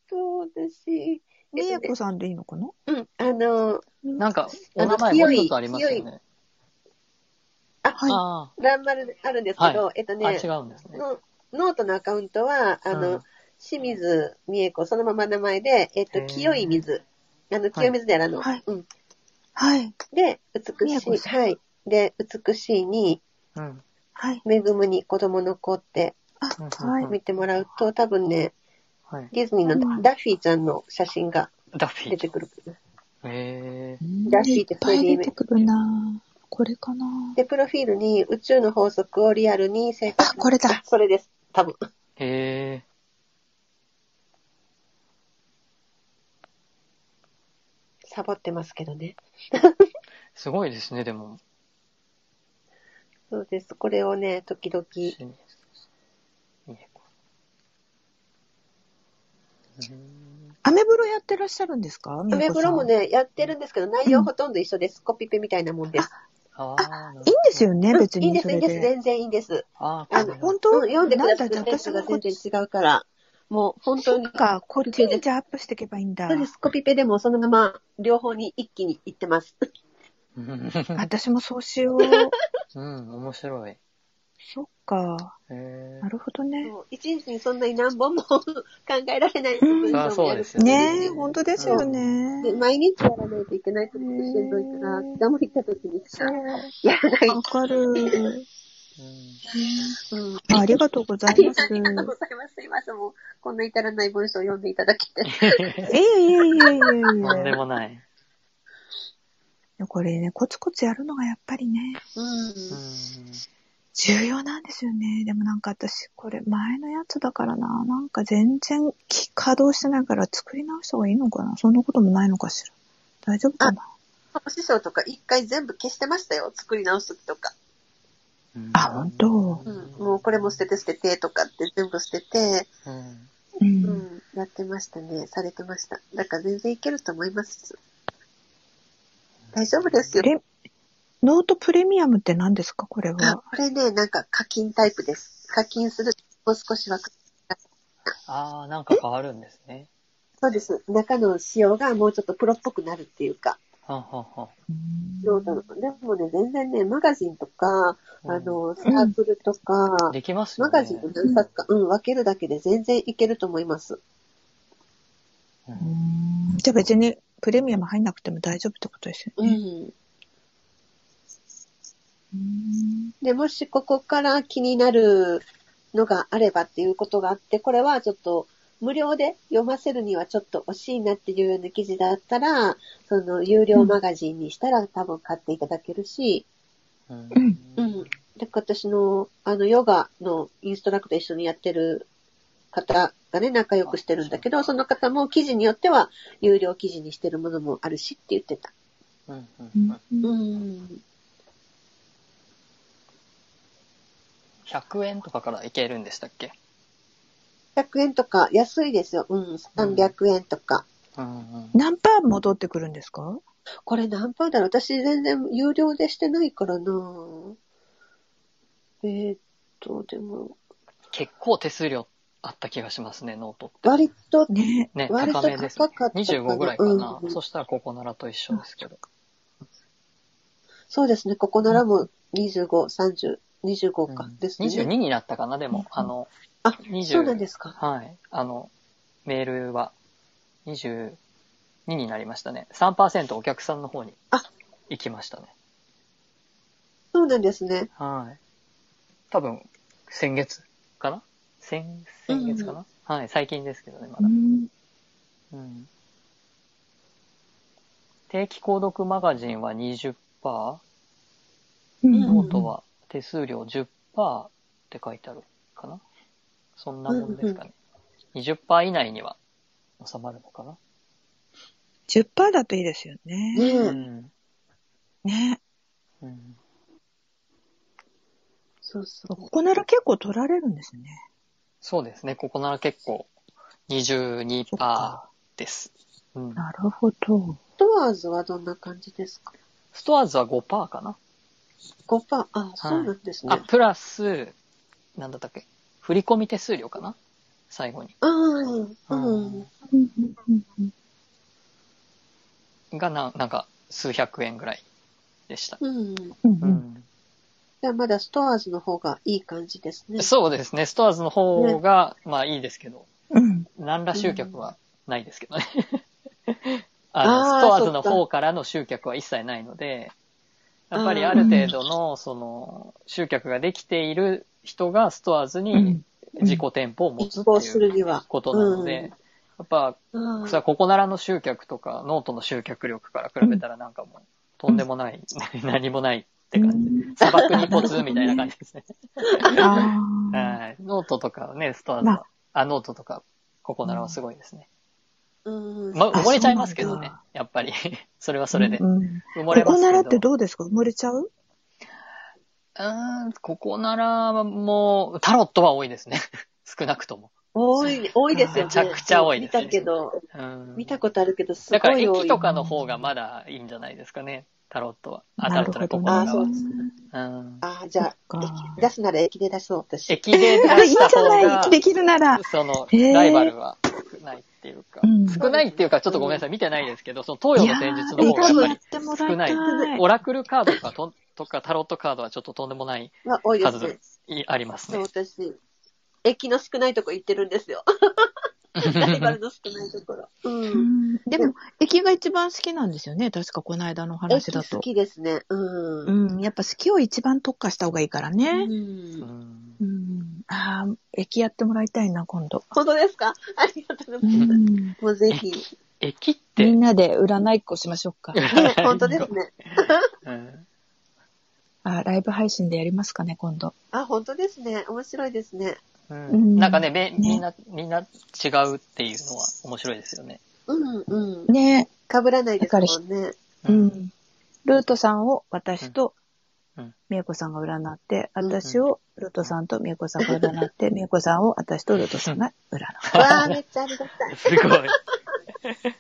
Speaker 4: と、私、
Speaker 2: みえ
Speaker 4: えっと
Speaker 2: こ
Speaker 4: ね
Speaker 2: さんでいいのかな
Speaker 4: うん、あの、
Speaker 1: なんか、お名前もう一つありますよね。
Speaker 4: あ、
Speaker 2: い
Speaker 1: あ
Speaker 4: 欄丸あるんですけど、えっと
Speaker 1: ーあ、
Speaker 4: ね
Speaker 1: 違うんですね。
Speaker 4: のノートのアカウントは、あの、
Speaker 1: うん
Speaker 4: 清水美恵子、そのまま名前で、えっと
Speaker 1: へ、ー
Speaker 4: 清い水。あの、清水寺の、
Speaker 2: はい
Speaker 4: うん。
Speaker 2: はい。
Speaker 4: で、
Speaker 2: 美
Speaker 4: 美
Speaker 2: 恵
Speaker 4: しい、
Speaker 2: 子さ
Speaker 4: はい。で、美しいに、
Speaker 1: うん
Speaker 2: はい。
Speaker 4: 恵むに子供の子って
Speaker 2: あ、
Speaker 1: うんうん
Speaker 2: は
Speaker 1: うん
Speaker 2: い。
Speaker 4: 見てもらうと、多分ね、
Speaker 1: はい。
Speaker 4: ディズニーのダッフィーちゃんの写真が
Speaker 1: ダッフィ
Speaker 4: 出
Speaker 1: ー。
Speaker 4: てくる。
Speaker 1: へえ。
Speaker 4: らしい
Speaker 2: い
Speaker 4: です
Speaker 2: っぱい出てくるなぁこれかなぁ
Speaker 4: で、プロフィールに宇宙の法則をリアルに生活。
Speaker 2: あこれだ
Speaker 4: あそれです。多分。
Speaker 1: へえ。
Speaker 4: サボってますけどね。
Speaker 1: すごいですね、でも。
Speaker 4: そうです。これをね、時々。
Speaker 1: 清水美恵子うん
Speaker 2: アメブロやってらっしゃるんですかア
Speaker 4: アメブロも。ね、やってるんですけど、内容ほとんど一緒です。コピペみたいなもんです。
Speaker 1: ああ、
Speaker 2: いいんですよね、
Speaker 4: うん
Speaker 2: 別に。
Speaker 4: いいんです、いいんです。
Speaker 2: す。
Speaker 4: 全然いいんです。
Speaker 1: ああ、
Speaker 4: あ
Speaker 1: こ
Speaker 4: の
Speaker 1: れ、
Speaker 2: 本当
Speaker 4: うん読んでくださ
Speaker 2: なん
Speaker 4: る
Speaker 2: だ
Speaker 4: ペー
Speaker 2: 私
Speaker 4: ス
Speaker 2: も
Speaker 4: が
Speaker 2: こっ
Speaker 4: 全
Speaker 2: ち
Speaker 4: 然違うから。もう本当に。
Speaker 2: か、こっちにじゃあアップしていけばいいんだ
Speaker 4: そう。です。コピペでもそのまま両方に一気にいってます。
Speaker 1: うん、
Speaker 2: 私もそうしよう。
Speaker 1: 面白い。
Speaker 2: そっか。
Speaker 1: へ
Speaker 2: なるほどね。
Speaker 4: そう一日にそんなに何本も 考えられない分
Speaker 1: あ
Speaker 4: 量
Speaker 1: そう
Speaker 4: もや
Speaker 1: で
Speaker 4: る
Speaker 1: す
Speaker 4: から
Speaker 1: よ
Speaker 2: ねえ、本当ですよね。
Speaker 4: で毎日やらないといけないと思うとしんどいから、
Speaker 2: ね
Speaker 4: 気が向いた時にしか
Speaker 2: そう
Speaker 4: やらない。
Speaker 2: わかる。
Speaker 1: うん
Speaker 4: うん
Speaker 2: ありがとうござ
Speaker 4: あ
Speaker 2: い
Speaker 4: り
Speaker 2: ます。
Speaker 4: がとうございます。すいません。もう、こんな至らない文章を読んでいただきて。
Speaker 2: いえいえいえいえい
Speaker 1: とんで
Speaker 2: え
Speaker 1: もない。
Speaker 2: いや。これね、コツコツやるのがやっぱりね、
Speaker 4: うん。
Speaker 1: う
Speaker 2: 重要なんですよね。でもなんか私、これ前のやつだからな、なんか全然き稼働してないから作り直した方がいいのかなそんなこともないのかしら。大丈夫かな
Speaker 4: 師匠とか一回全部消してましたよ。作り直す時とか。
Speaker 1: ん
Speaker 2: あ本当
Speaker 4: うん。もうこれも捨てて捨ててとかって全部捨てて、
Speaker 1: うん
Speaker 2: う。
Speaker 4: うんん。やってましたね。されてました。だから全然いけると思います。大丈夫です
Speaker 2: プ
Speaker 4: よ。
Speaker 2: レ、ノートプレミアムって何ですかこれ
Speaker 4: あ
Speaker 2: は。
Speaker 4: これね、なんか課金タイプです。課金するともう少しは、
Speaker 1: ああ、なんか変わるんですね。
Speaker 4: そうです。中の仕様がもうちょっとプロっぽくなるっていうか、
Speaker 1: はんはんはん
Speaker 4: ノートの。でもね、全然ね、マガジンとか、
Speaker 1: うん
Speaker 4: あの、サークルとか、
Speaker 1: できますよ
Speaker 4: マ
Speaker 1: ね。
Speaker 4: ガジンと何冊か、うん、分けるだけで全然いけると思います。
Speaker 1: う
Speaker 2: うんんじゃあ別にプレミアム入んなくても大丈夫ってことですよ
Speaker 4: う
Speaker 2: ね。
Speaker 4: ん。
Speaker 2: うん
Speaker 4: で、もしここから気になるのがあればっていうことがあって、これはちょっと無料で読ませるにはちょっと惜しいなっていうような記事だったら、その有料マガジンにしたら多分買っていただけるし、
Speaker 1: うん
Speaker 4: うん。で、私のあのヨガのインストラクター一緒にやってる方がね、仲良くしてるんだけど、その方も記事によっては有料記事にしてるものもあるしって言ってた。
Speaker 1: うんうん
Speaker 2: う
Speaker 1: うんん
Speaker 4: うん。
Speaker 1: 100円とかからいけるんでしたっけ
Speaker 4: 100円とか安いですよ。うん、300円とか。
Speaker 1: うんうん
Speaker 2: 何パー戻ってくるんですか
Speaker 4: これ何パーだろう私全然有料でしてないからなえーっと、でも、
Speaker 1: 結構手数料あった気がしますね、ノートって。
Speaker 4: 割と、
Speaker 2: ね
Speaker 1: ね、
Speaker 4: 割と
Speaker 1: 高め
Speaker 4: 高
Speaker 1: です。
Speaker 4: かったかな。
Speaker 1: 25ぐらいかな
Speaker 4: う。ん
Speaker 1: そしたらここならと一緒ですけど。
Speaker 4: そうですね、ここならも25、30、25
Speaker 1: う
Speaker 4: か
Speaker 1: ん
Speaker 4: です
Speaker 1: 22
Speaker 4: ね。
Speaker 1: になったかな、でも。あの、
Speaker 4: あ
Speaker 1: 20
Speaker 4: そうなんですか。
Speaker 1: はい。あの、メールは22になりましたね。3%お客さんの方に
Speaker 4: あ
Speaker 1: 行きましたね。
Speaker 4: そうなんですね。
Speaker 1: はい。多分、先月かな先、先月かな、はい、最近ですけどね、ま
Speaker 2: う
Speaker 1: だ。
Speaker 2: ん
Speaker 1: うん。定期購読マガジンは20%、ノ
Speaker 2: うん
Speaker 1: ートは手数料10%って書いてあるかなそんなもんですかね。20%以内には収まるのかな
Speaker 2: 10%だといいですよね。
Speaker 4: ねえ
Speaker 1: うん。
Speaker 2: ね。
Speaker 1: うん。
Speaker 4: そうそ
Speaker 2: こ
Speaker 4: う。
Speaker 2: こなら結構取られるんですね。
Speaker 1: そうですね、ここなら結構22%
Speaker 2: そっか。
Speaker 1: です。うん。
Speaker 2: なるほど。
Speaker 4: ストアーズはどんな感じですか
Speaker 1: ストアーズは5%かな
Speaker 4: 5%、あ、そうなんですね。
Speaker 1: あ、プラス、なんだったっけ、振り込み手数料かな最後に。
Speaker 4: ああ、うん。
Speaker 1: がな、なんか、数百円ぐらいでした。
Speaker 4: うん。
Speaker 2: うんうん
Speaker 4: じゃあまだストアーズの方がいい感じですね。
Speaker 1: そうですね、ストアーズの方が、まあいいですけど、
Speaker 2: うん
Speaker 1: 何ら集客はないですけどね。
Speaker 4: あ
Speaker 1: あの
Speaker 4: ー
Speaker 1: ストアーズの方からの集客は一切ないので、やっぱりある程度の、その、集客ができている人がストアーズに自己店舗を持つ
Speaker 4: 一
Speaker 1: って
Speaker 4: 行す
Speaker 1: いう
Speaker 4: るには。
Speaker 1: ことなので、やっぱ
Speaker 4: うん、
Speaker 1: それはここならの集客とか、ノートの集客力から比べたらなんかもう、とんでもない、 何もないって感じ。砂漠にポツンみたいな感じですね。
Speaker 2: あ
Speaker 1: はい。ノートとかね、ストアーズ
Speaker 2: ま
Speaker 1: は、あ、ノートとか、ここならはすごいですね。
Speaker 4: うん
Speaker 1: ま、埋もれちゃいますけ
Speaker 2: あ
Speaker 1: ど
Speaker 2: そうな
Speaker 1: ね
Speaker 2: んだ。
Speaker 1: やっぱり、 それは
Speaker 2: ー
Speaker 1: それで。
Speaker 2: うん
Speaker 1: 埋も
Speaker 2: こ
Speaker 1: れま
Speaker 2: こ
Speaker 1: す
Speaker 2: ならっ
Speaker 1: け
Speaker 2: て
Speaker 1: ど。
Speaker 2: どうですか埋もれちゃう
Speaker 1: うーん、ここならもう、タロットは多いですね。 少なくとも。
Speaker 4: 多い、多いですよね。
Speaker 1: めちゃくちゃ多いですね
Speaker 4: 見たけど、
Speaker 1: うん。
Speaker 4: 見たことあるけど、すご
Speaker 1: だ
Speaker 4: い
Speaker 1: か
Speaker 4: 多
Speaker 1: ら、
Speaker 4: い。
Speaker 1: 駅とかの方がまだいいんじゃないですかね。タロットは。あ、タロットのここな
Speaker 4: ああ、
Speaker 1: ら
Speaker 4: そ
Speaker 1: は
Speaker 4: う。ですね。
Speaker 1: うん。
Speaker 4: ああ、じゃ
Speaker 2: そっか
Speaker 4: あ、駅出すなら駅で出そう、私。
Speaker 1: 駅で出
Speaker 2: あ、い
Speaker 1: し
Speaker 2: いじ
Speaker 1: た
Speaker 2: ゃ
Speaker 1: 方
Speaker 2: な
Speaker 1: が
Speaker 2: い。できるなら。
Speaker 1: その、
Speaker 2: へー
Speaker 1: ライバルは少ないっていうか、
Speaker 2: うん
Speaker 1: 少ないっていうか、ちょっとごめんなさい、見てないですけど、その東洋の戦術の方がや
Speaker 4: いや
Speaker 1: っ
Speaker 4: ー
Speaker 1: ぱ
Speaker 2: や
Speaker 1: り
Speaker 2: ってもら
Speaker 1: 少
Speaker 2: い
Speaker 1: な
Speaker 2: た
Speaker 1: い
Speaker 2: い。。
Speaker 1: オラクルカードとかととかタロットカードはちょっととんでもない
Speaker 4: は多いです
Speaker 1: 数
Speaker 4: ね。
Speaker 1: いあります
Speaker 4: そう、
Speaker 1: ね。
Speaker 4: 私、駅の少ないとこ行ってるんですよ。ライバルの少ないところ。うん。
Speaker 2: でも、駅が一番好きなんですよね。確かこの間のお話
Speaker 4: 駅
Speaker 2: だ
Speaker 4: 好
Speaker 2: と。
Speaker 4: きですね。うん。
Speaker 2: うん、やっぱ好きを一番特化した方がいいから
Speaker 4: う
Speaker 2: ね。
Speaker 1: うんん
Speaker 2: うん。ああ、駅やってもらいたいな、今度。
Speaker 4: 本当ですかありがとうございます。
Speaker 2: み
Speaker 4: もうぜひ。
Speaker 1: 駅って、
Speaker 2: んなで占いっこしましょうか。
Speaker 4: ね、本当ですね。
Speaker 1: うん
Speaker 2: あライブ配信でやりますかね、今度。
Speaker 4: あ、本当ですね。面白いですね。
Speaker 1: うん
Speaker 2: うん
Speaker 1: なんかねべみんな、みんな違うっていうのは面白いですよね。
Speaker 4: うんうん。
Speaker 2: ね
Speaker 4: かぶらないですもんね。
Speaker 2: え。うん。ルートさんを私と
Speaker 1: うんうん、
Speaker 2: みえこさんが占って、
Speaker 4: うん
Speaker 2: 私をルートさんとみえこさんが占って、みえこさんを私とルートさんが占う。っ
Speaker 4: わあ、めっちゃありがたい。
Speaker 1: すごい。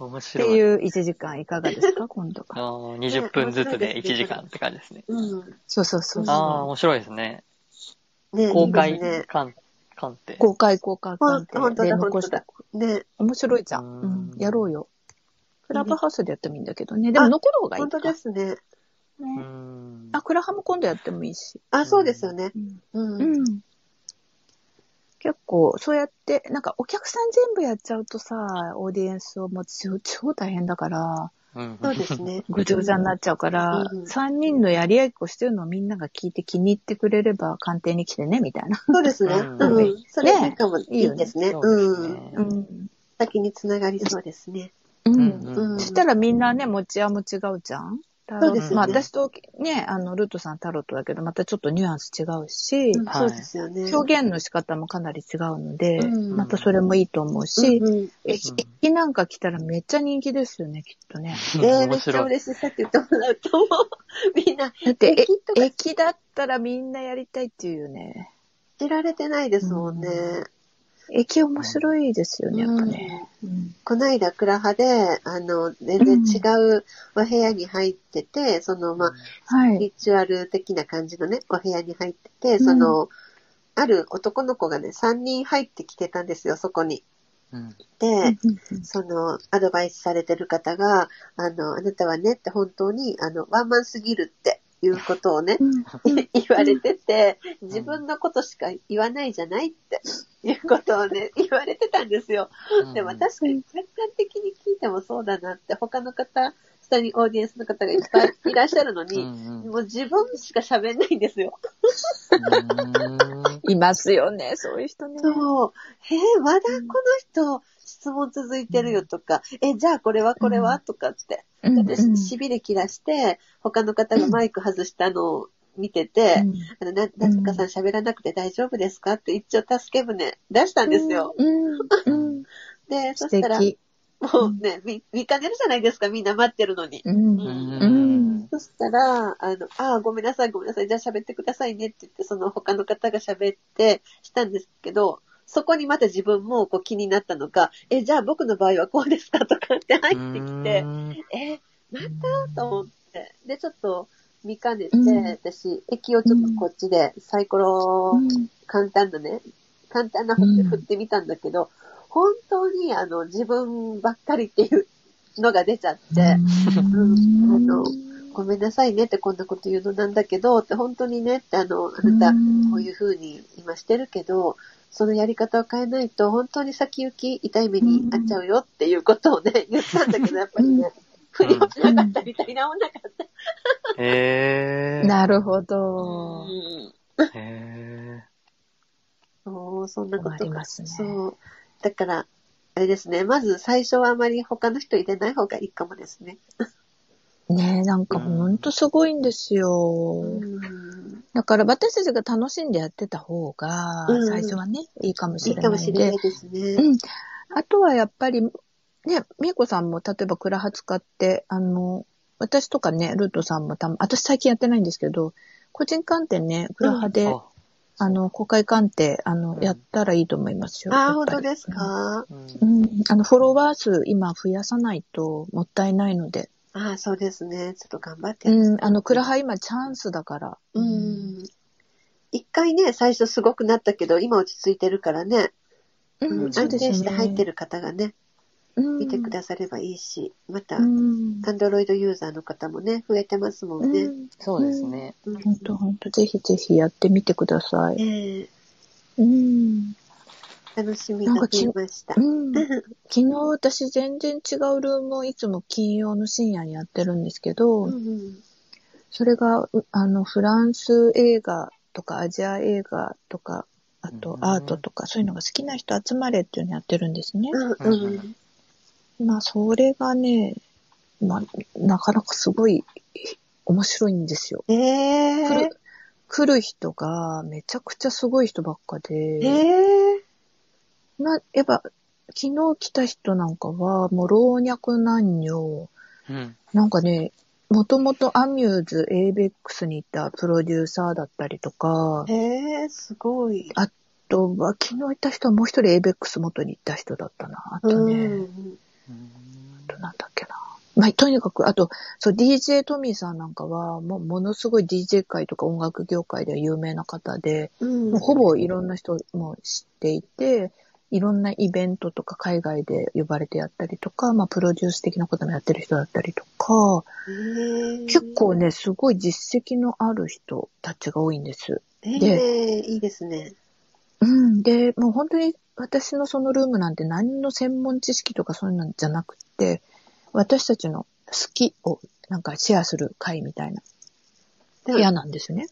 Speaker 1: 面
Speaker 2: て
Speaker 1: 白い。
Speaker 2: いう1時間いかがですか、今度。
Speaker 1: あー20分ずつで1時間って感じですね。
Speaker 4: うん。
Speaker 2: そうそうそう
Speaker 1: ああ、
Speaker 2: そ
Speaker 1: 面白いですね。
Speaker 4: ね
Speaker 1: 公
Speaker 4: いい
Speaker 1: 開
Speaker 4: です
Speaker 1: 鑑鑑定
Speaker 2: う。。公開、公開鑑定
Speaker 4: ほん本当だ
Speaker 2: で残した。
Speaker 4: ね。ね。
Speaker 2: 面白いじゃん。
Speaker 1: う
Speaker 2: う
Speaker 1: ん。
Speaker 2: んやろうよ。クラブハウスでやってもいいんだけどね。でも残る方がいい
Speaker 4: 本
Speaker 2: か。
Speaker 4: 当ですね。
Speaker 1: う
Speaker 2: ね
Speaker 1: ん
Speaker 2: あ、クラハも今度やってもいいし。
Speaker 4: あ、そうですよね。うん。うん。
Speaker 2: ん。結構、そうやって、なんかお客さん全部やっちゃうとさ、オーディエンスを持つ超超大変だから、
Speaker 1: うん
Speaker 4: そうですね。
Speaker 2: ぐちゃぐちゃになっちゃうから
Speaker 4: うん、
Speaker 2: 三、人のやり合いっこしてるのをみんなが聞いて気に入ってくれれば鑑定に来てね、みたいな。
Speaker 4: そうですね。
Speaker 1: うん
Speaker 4: うん。それいいかも。い
Speaker 2: いいよ
Speaker 4: い
Speaker 2: ね
Speaker 4: ですね。
Speaker 1: そう
Speaker 4: う
Speaker 1: です
Speaker 4: ん。
Speaker 1: ね
Speaker 2: ん。
Speaker 4: 先に繋がりそうですね。
Speaker 2: う。
Speaker 1: うんん
Speaker 4: うん
Speaker 2: そしたらみんなね、持ち屋も違うじゃん
Speaker 4: そうです
Speaker 1: ね
Speaker 2: まあ私とね、あの、ルートさんタロットだけど、またちょっとニュアンス違うし、
Speaker 4: うん
Speaker 1: はい
Speaker 4: そうですよね。
Speaker 2: 表現の仕方もかなり違うので、
Speaker 4: うん
Speaker 2: またそれもいいと思うし、
Speaker 4: うんうん
Speaker 2: 駅
Speaker 1: うん
Speaker 2: 駅なんか来たらめっちゃ人気ですよね、きっとね。
Speaker 1: うん
Speaker 4: ねえ、め
Speaker 1: 面
Speaker 4: っちゃ
Speaker 1: 白い。
Speaker 4: 嬉しい。さっき言ってもらうと、もう、みんな
Speaker 2: だって、え
Speaker 4: 駅とか
Speaker 2: 駅だったらみんなやりたいっていうよね。
Speaker 4: 知られてないですもんね。
Speaker 2: 駅面白いですよね、やっぱね。うん
Speaker 4: こないだ、クラハで、あの、全然違うお部屋に入ってて、その、まあ、
Speaker 2: はい。
Speaker 4: リチュアル的な感じのね、お部屋に入ってて、その、ある男の子がね、3人入ってきてたんですよ、そこに。
Speaker 1: うん
Speaker 4: で、その、アドバイスされてる方が、あの、あなたはねって本当に、あの、ワンマンすぎるっていうことをね、 言われてて、自分のことしか言わないじゃないっていうことをね、言われてたんですよ。でも確かに客観的に聞いてもそうだなって、他の方、下にオーディエンスの方がいっぱいいらっしゃるの
Speaker 1: う
Speaker 4: に、
Speaker 1: んうん
Speaker 4: もう自分しか喋んないんですよ。
Speaker 1: うん
Speaker 2: いますよね、そういう人ね。
Speaker 4: そう。えーまだこの人、質問続いてるよとか、え、じゃあこれはこれは、
Speaker 2: うん
Speaker 4: とかって。
Speaker 2: うんうん
Speaker 4: 私、しびれ切らして、他の方がマイク外したのを見てて、あの、な、なんとかさん喋らなくて大丈夫ですかって一応助け舟出したんですよ。
Speaker 2: うんうん。
Speaker 4: で、そ
Speaker 2: 素
Speaker 4: したら、も
Speaker 2: 敵。
Speaker 4: うね、見、見かねるじゃないですか、みんな待ってるのに。
Speaker 2: うん
Speaker 1: う
Speaker 4: うん
Speaker 1: ん
Speaker 2: うん
Speaker 4: そしたら、あの、ああ、ごめんなさい、ごめんなさい、じゃあ喋ってくださいねって言って、その他の方が喋ってしたんですけど、そこにまた自分もこう気になったのか、え、じゃあ僕の場合はこうですかとかって入ってきて、え、またと思って。で、ちょっと見かねて、
Speaker 2: うん
Speaker 4: 私、駅をちょっとこっちでサイコロを簡単なね、簡単な方で振ってみたんだけど、本当にあの自分ばっかりっていうのが出ちゃって、うんあの、ごめんなさいねってこんなこと言うのなんだけど、って本当にねってあの、あなた、こういう風に今してるけど、そのやり方を変えないと本当に先行き痛い目にあっちゃうよっていうことをね、言ったんだけど、やっぱりね、振り落ちなかったみたいなもんなかった。
Speaker 1: へー
Speaker 2: なるほど。
Speaker 4: うん
Speaker 1: へ
Speaker 4: そう、そんなこ
Speaker 2: 困
Speaker 4: と
Speaker 2: り
Speaker 4: が
Speaker 2: ますね。
Speaker 4: そう。だから、あれですね。まず最初はあまり他の人入れない方がいいかもですね。
Speaker 2: ねえ、なんかほんとすごいんですよ。
Speaker 4: うん。
Speaker 2: だから私たちが楽しんでやってた方が
Speaker 4: う、ん
Speaker 2: 最初はね、いいかもし
Speaker 4: いい
Speaker 2: れな
Speaker 4: かも
Speaker 2: い
Speaker 4: し
Speaker 2: ん
Speaker 4: れ
Speaker 2: で
Speaker 4: ない、ですね。
Speaker 2: うんあとはやっぱり、ね、みえこさんも例えばクラハ使って、あの、私とかね、ルートさんもたま、私最近やってないんですけど、個人鑑定ね、クラハで、
Speaker 1: ーあ
Speaker 2: あの、公開鑑定、あの、
Speaker 1: うん
Speaker 2: やったらいいと思いますよ。
Speaker 4: ああ、
Speaker 2: やっ
Speaker 4: 本
Speaker 2: ぱ
Speaker 4: 当
Speaker 2: り
Speaker 4: ですか。
Speaker 1: うん
Speaker 2: うん、あの、フォロワー数今増やさないともったいないので。
Speaker 4: ああ、そうですね。ちょっと頑張って。
Speaker 2: うん、あの、クラハ今チャンスだから。
Speaker 4: うん。一回ね、最初すごくなったけど、今落ち着いてるからね。
Speaker 2: う、
Speaker 4: うんん、
Speaker 2: そう
Speaker 4: 安
Speaker 2: です
Speaker 4: 定
Speaker 2: ね。
Speaker 4: して入ってる方がね。
Speaker 2: うん
Speaker 7: 見てくださればいいし、また、
Speaker 2: うん
Speaker 7: アンドロイドユーザーの方もね、増えてますもんね。
Speaker 1: そうですね。
Speaker 7: うん
Speaker 2: 本当本当ぜひぜひやってみてください。
Speaker 7: ええ
Speaker 2: うん。
Speaker 7: 楽しみが
Speaker 2: な
Speaker 7: 増
Speaker 2: んかち
Speaker 7: えました
Speaker 2: う。ん。昨日私全然違うルームをいつも金曜の深夜にやってるんですけど、
Speaker 7: うんうん
Speaker 2: それが、うあの、フランス映画とかアジア映画とか、あと
Speaker 1: うん
Speaker 2: アートとか、そういうのが好きな人集まれっていうのやってるんですね。
Speaker 7: うん
Speaker 1: う
Speaker 7: うんん
Speaker 1: う
Speaker 7: うんん
Speaker 2: まあ、それがね、まあ、なかなかすごい面白いんですよ。
Speaker 7: え
Speaker 2: 来
Speaker 7: え
Speaker 2: る来る人がめちゃくちゃすごい人ばっかで、
Speaker 7: ええ
Speaker 2: な、やっぱ、昨日来た人なんかは、もう老若男女、
Speaker 1: うん。
Speaker 2: なんかね、もともとアミューズ、エイベックスにいたプロデューサーだったりとか、あ
Speaker 7: ええすごい。
Speaker 2: とは、昨日いた人はもう一人エイベックス元に行った人だったな、あと
Speaker 7: う
Speaker 2: ね、
Speaker 7: ん。
Speaker 2: あとなんだっけな。まあ、とにかく、あと、そう、DJ トミーさんなんかは、もう、ものすごい DJ 界とか音楽業界では有名な方で、
Speaker 7: うん
Speaker 2: もうほぼいろんな人も知っていて、いろんなイベントとか海外で呼ばれてやったりとか、まあプロデュース的なこともやってる人だったりとか、
Speaker 7: ええ
Speaker 2: 結構ね、すごい実績のある人たちが多いんです。
Speaker 7: ええいいですね。
Speaker 2: うん。で、もう本当に私のそのルームなんて何の専門知識とかそういうのじゃなくて、私たちの好きをなんかシェアする会みたいな部屋なんですね。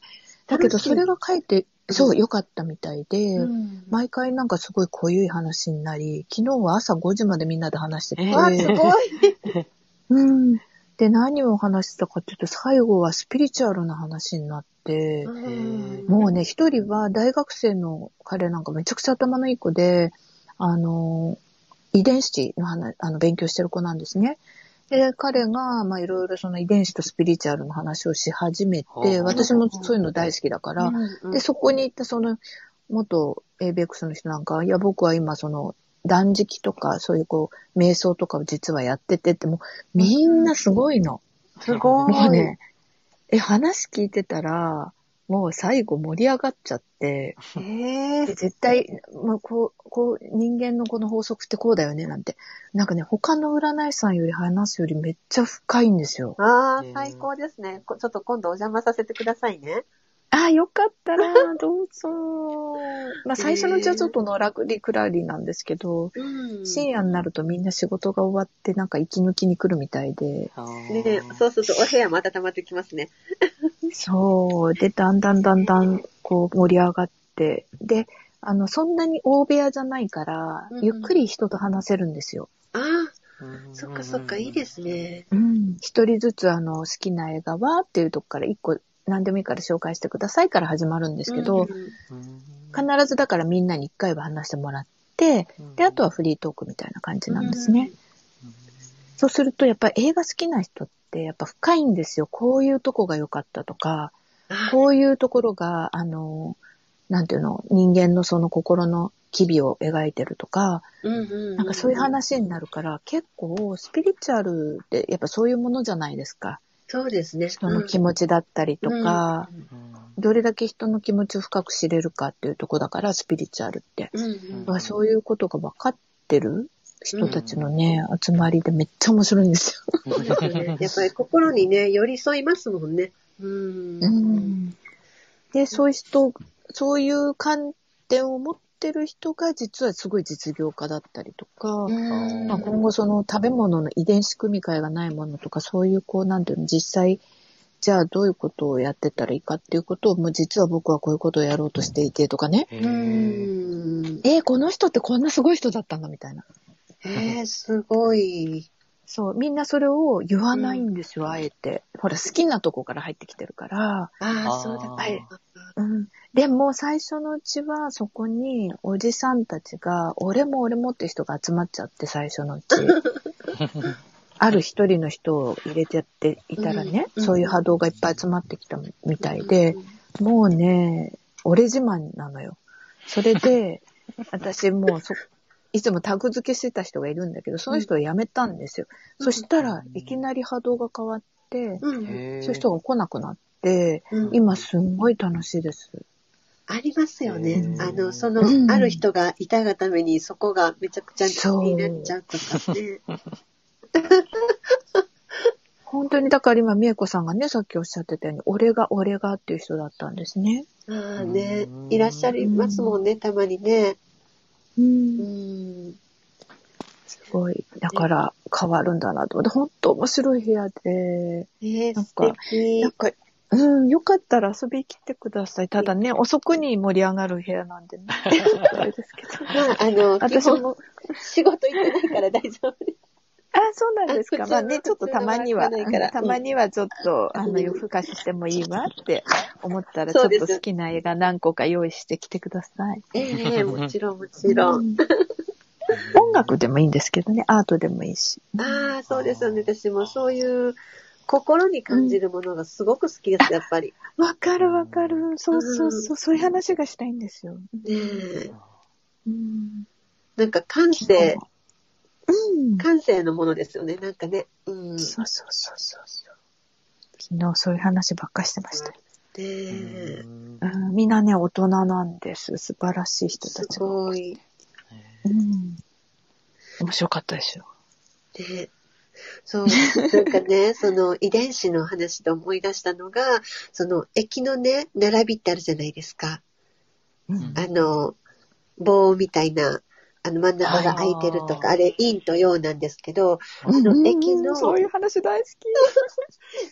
Speaker 2: だけどそれが書いて、そう、良かったみたいで、
Speaker 7: うん
Speaker 2: 毎回なんかすごい濃ゆい話になり、昨日は朝5時までみんなで話してて、
Speaker 1: え
Speaker 7: わあ、すごい。
Speaker 2: うん。で、何を話してたかっていうと、最後はスピリチュアルな話になって、
Speaker 7: うん
Speaker 2: もうね、一人は大学生の彼なんかめちゃくちゃ頭のいい子で、あの、遺伝子の話、あの、勉強してる子なんですね。で、彼が、まあ、いろいろその遺伝子とスピリチュアルの話をし始め
Speaker 1: ほ
Speaker 2: て、
Speaker 1: う
Speaker 2: 私もそういうの大好きだから、
Speaker 7: うん
Speaker 2: で、そこに行ったその、元 ABEX の人なんかは、いや、僕は今その、断食とか、そういうこう、瞑想とかを実はやっててって、もう、みんなすごいの。
Speaker 7: すごい。
Speaker 2: もうね、え、話聞いてたら、もう最後盛り上がっちゃって、
Speaker 7: え
Speaker 2: で
Speaker 7: え
Speaker 2: 絶対、まあ、こう、こう、人間のこの法則ってこうだよね、なんて。なんかね、他の占い師さんより話すよりめっちゃ深いんですよ。
Speaker 7: ああ
Speaker 1: ええ、。
Speaker 7: 最高ですね。こちょっと今度お邪魔させてくださいね。
Speaker 2: あ、よかったら、 どうぞ。まあ、最初のうちはちょっとのらくりくらりなんですけど、
Speaker 7: うん
Speaker 2: 深夜になるとみんな仕事が終わってなんか息抜きに来るみたいで。
Speaker 7: ねえそうするとお部屋も温まってきますね。
Speaker 2: そう。で、だんだんだんだんこう盛り上がって。で、あの、そんなに大部屋じゃないから
Speaker 7: うんう、ん
Speaker 2: ゆっくり人と話せるんですよ。
Speaker 7: ああ、そっかそっか、いいですすね。
Speaker 2: うん。一人ずつあの、好きな映画はっていうとこから一個何でもいいから紹介してくださいから始まるんですけど、
Speaker 7: うん
Speaker 2: 必ずだからみんなに一回は話してもらって、で、あとはフリートークみたいな感じなんですね。そうすると、やっぱり映画好きな人って、やっぱ深いんですよ。こういうとこが良かったとか、
Speaker 7: あ
Speaker 2: こういうところが、あの、なんていうの、人間のその心の機微を描いてるとか、
Speaker 7: うんうん、
Speaker 2: なんかそういう。話になるから、結構スピリチュアルって、やっぱそういうものじゃないですか。
Speaker 7: そうですね。
Speaker 2: 人の気持ちだったりとか、どれだけ人の気持ちを深く知れるかっていうとこだから、スピリチュアルって。
Speaker 7: うんうん
Speaker 1: ん
Speaker 2: まあそういうことが分かってる人たちのね、集まりでめっちゃ面白いんですよ。
Speaker 7: そうですよねやっぱり心にね、寄り添いますもんね。うん。
Speaker 2: で、そういう人、そういう観点を持ってる人が実はすごい実業家だったりとか、
Speaker 7: うん
Speaker 2: まあ、今後その食べ物の遺伝子組み換えがないものとか、そういうこう、なんていうの、実際、じゃあどういうことをやってったらいいかっていうことを、もう実は僕はこういうことをやろうとしていてとかね。
Speaker 7: うん
Speaker 2: えーこの人ってこんなすごい人だったんだみたいな。
Speaker 7: えー、すごい。
Speaker 2: そう、みんなそれを言わないんですよ、あえて。ほら、好きなとこから入ってきてるから。
Speaker 7: あ
Speaker 1: あ
Speaker 7: あ、
Speaker 1: ー
Speaker 7: そうだった。
Speaker 1: はい
Speaker 2: うんでも最初のうちはそこにおじさんたちが俺も俺もって人が集まっちゃって最初 のうちある一人の人を入れてやっていたらね、
Speaker 7: うん
Speaker 2: そういう波動がいっぱい集まってきたみたいで、もうね俺自慢なのよそれ で私もうそいつもタグ付けしてた人がいるんだけどその人は辞めたんですよ、そしたらいきなり波動が変わって、
Speaker 7: うん。
Speaker 2: そういう人が来なくなって今すんごい楽しいです
Speaker 4: ありますよね
Speaker 1: う。ん
Speaker 4: あの、そ
Speaker 8: うん
Speaker 4: の、ある人がいたがために、そこがめちゃくちゃになっちゃうとかね。
Speaker 2: 本当に、だから今、美恵子さんがね、さっきおっしゃってたように、俺が、俺がっていう人だったんですね。
Speaker 4: ああね
Speaker 1: う、ん
Speaker 4: いらっしゃいますもんね、たまにね。
Speaker 2: う。
Speaker 4: うんん。
Speaker 2: すごい。だから、変わるんだなと思って、本当面白い部屋で、
Speaker 4: ねえ、
Speaker 2: なん
Speaker 4: 素
Speaker 2: か
Speaker 4: 敵
Speaker 2: なん。か、うん、よかったら遊びに来てください。ただね、遅くに盛り上がる部屋なん でね。あれですけど。
Speaker 4: まあ、あの、基
Speaker 2: 私
Speaker 4: 本、
Speaker 2: も、
Speaker 4: 仕事行ってないから大丈夫です。
Speaker 2: あ、そうなんですか。
Speaker 4: あ
Speaker 2: まあね、ちょ
Speaker 4: 普
Speaker 2: っ
Speaker 4: 通の
Speaker 2: とたまには、
Speaker 4: 普通のは来ないか
Speaker 2: う
Speaker 4: ら
Speaker 2: んたまにはちょっと、あの、
Speaker 4: うん
Speaker 2: 夜更かししてもいいわって思ったら、ちょ
Speaker 4: そう
Speaker 2: っ
Speaker 4: です
Speaker 2: と好きな映画何個か用意してきてください。
Speaker 4: ええもちろん、もちろ。
Speaker 2: うんん音楽でもいいんですけどね、アートでもいいし。
Speaker 4: ああ、そうですよね。私もそういう、心に感じるものがすごく好きです、やっぱり。
Speaker 2: わかるわかる。そうそうそう、そういう話がしたいんですよ。
Speaker 4: ねえ。
Speaker 2: うん。
Speaker 4: なんか感性、
Speaker 2: うん。
Speaker 4: 感性のものですよね、なんかね。うん。ね
Speaker 2: そうそうそうそうそう。昨日そういう話ばっかりしてました。
Speaker 4: え。
Speaker 2: うん、みんなね、大人なんです。素晴らしい人た
Speaker 4: す
Speaker 2: ちが。
Speaker 4: ごい。
Speaker 2: うん。面白かったでしょ。
Speaker 4: ねそう、なんかね、 その遺伝子の話で思い出したのが、その駅のね、並びってあるじゃないですか。
Speaker 1: うん
Speaker 4: あの、棒みたいな、あの真ん中が空いてるとか、
Speaker 1: あー
Speaker 4: あれ、陰と陽なんですけど、
Speaker 2: うん
Speaker 4: の
Speaker 2: うん
Speaker 4: 駅
Speaker 2: う
Speaker 4: の
Speaker 2: んそういう話大好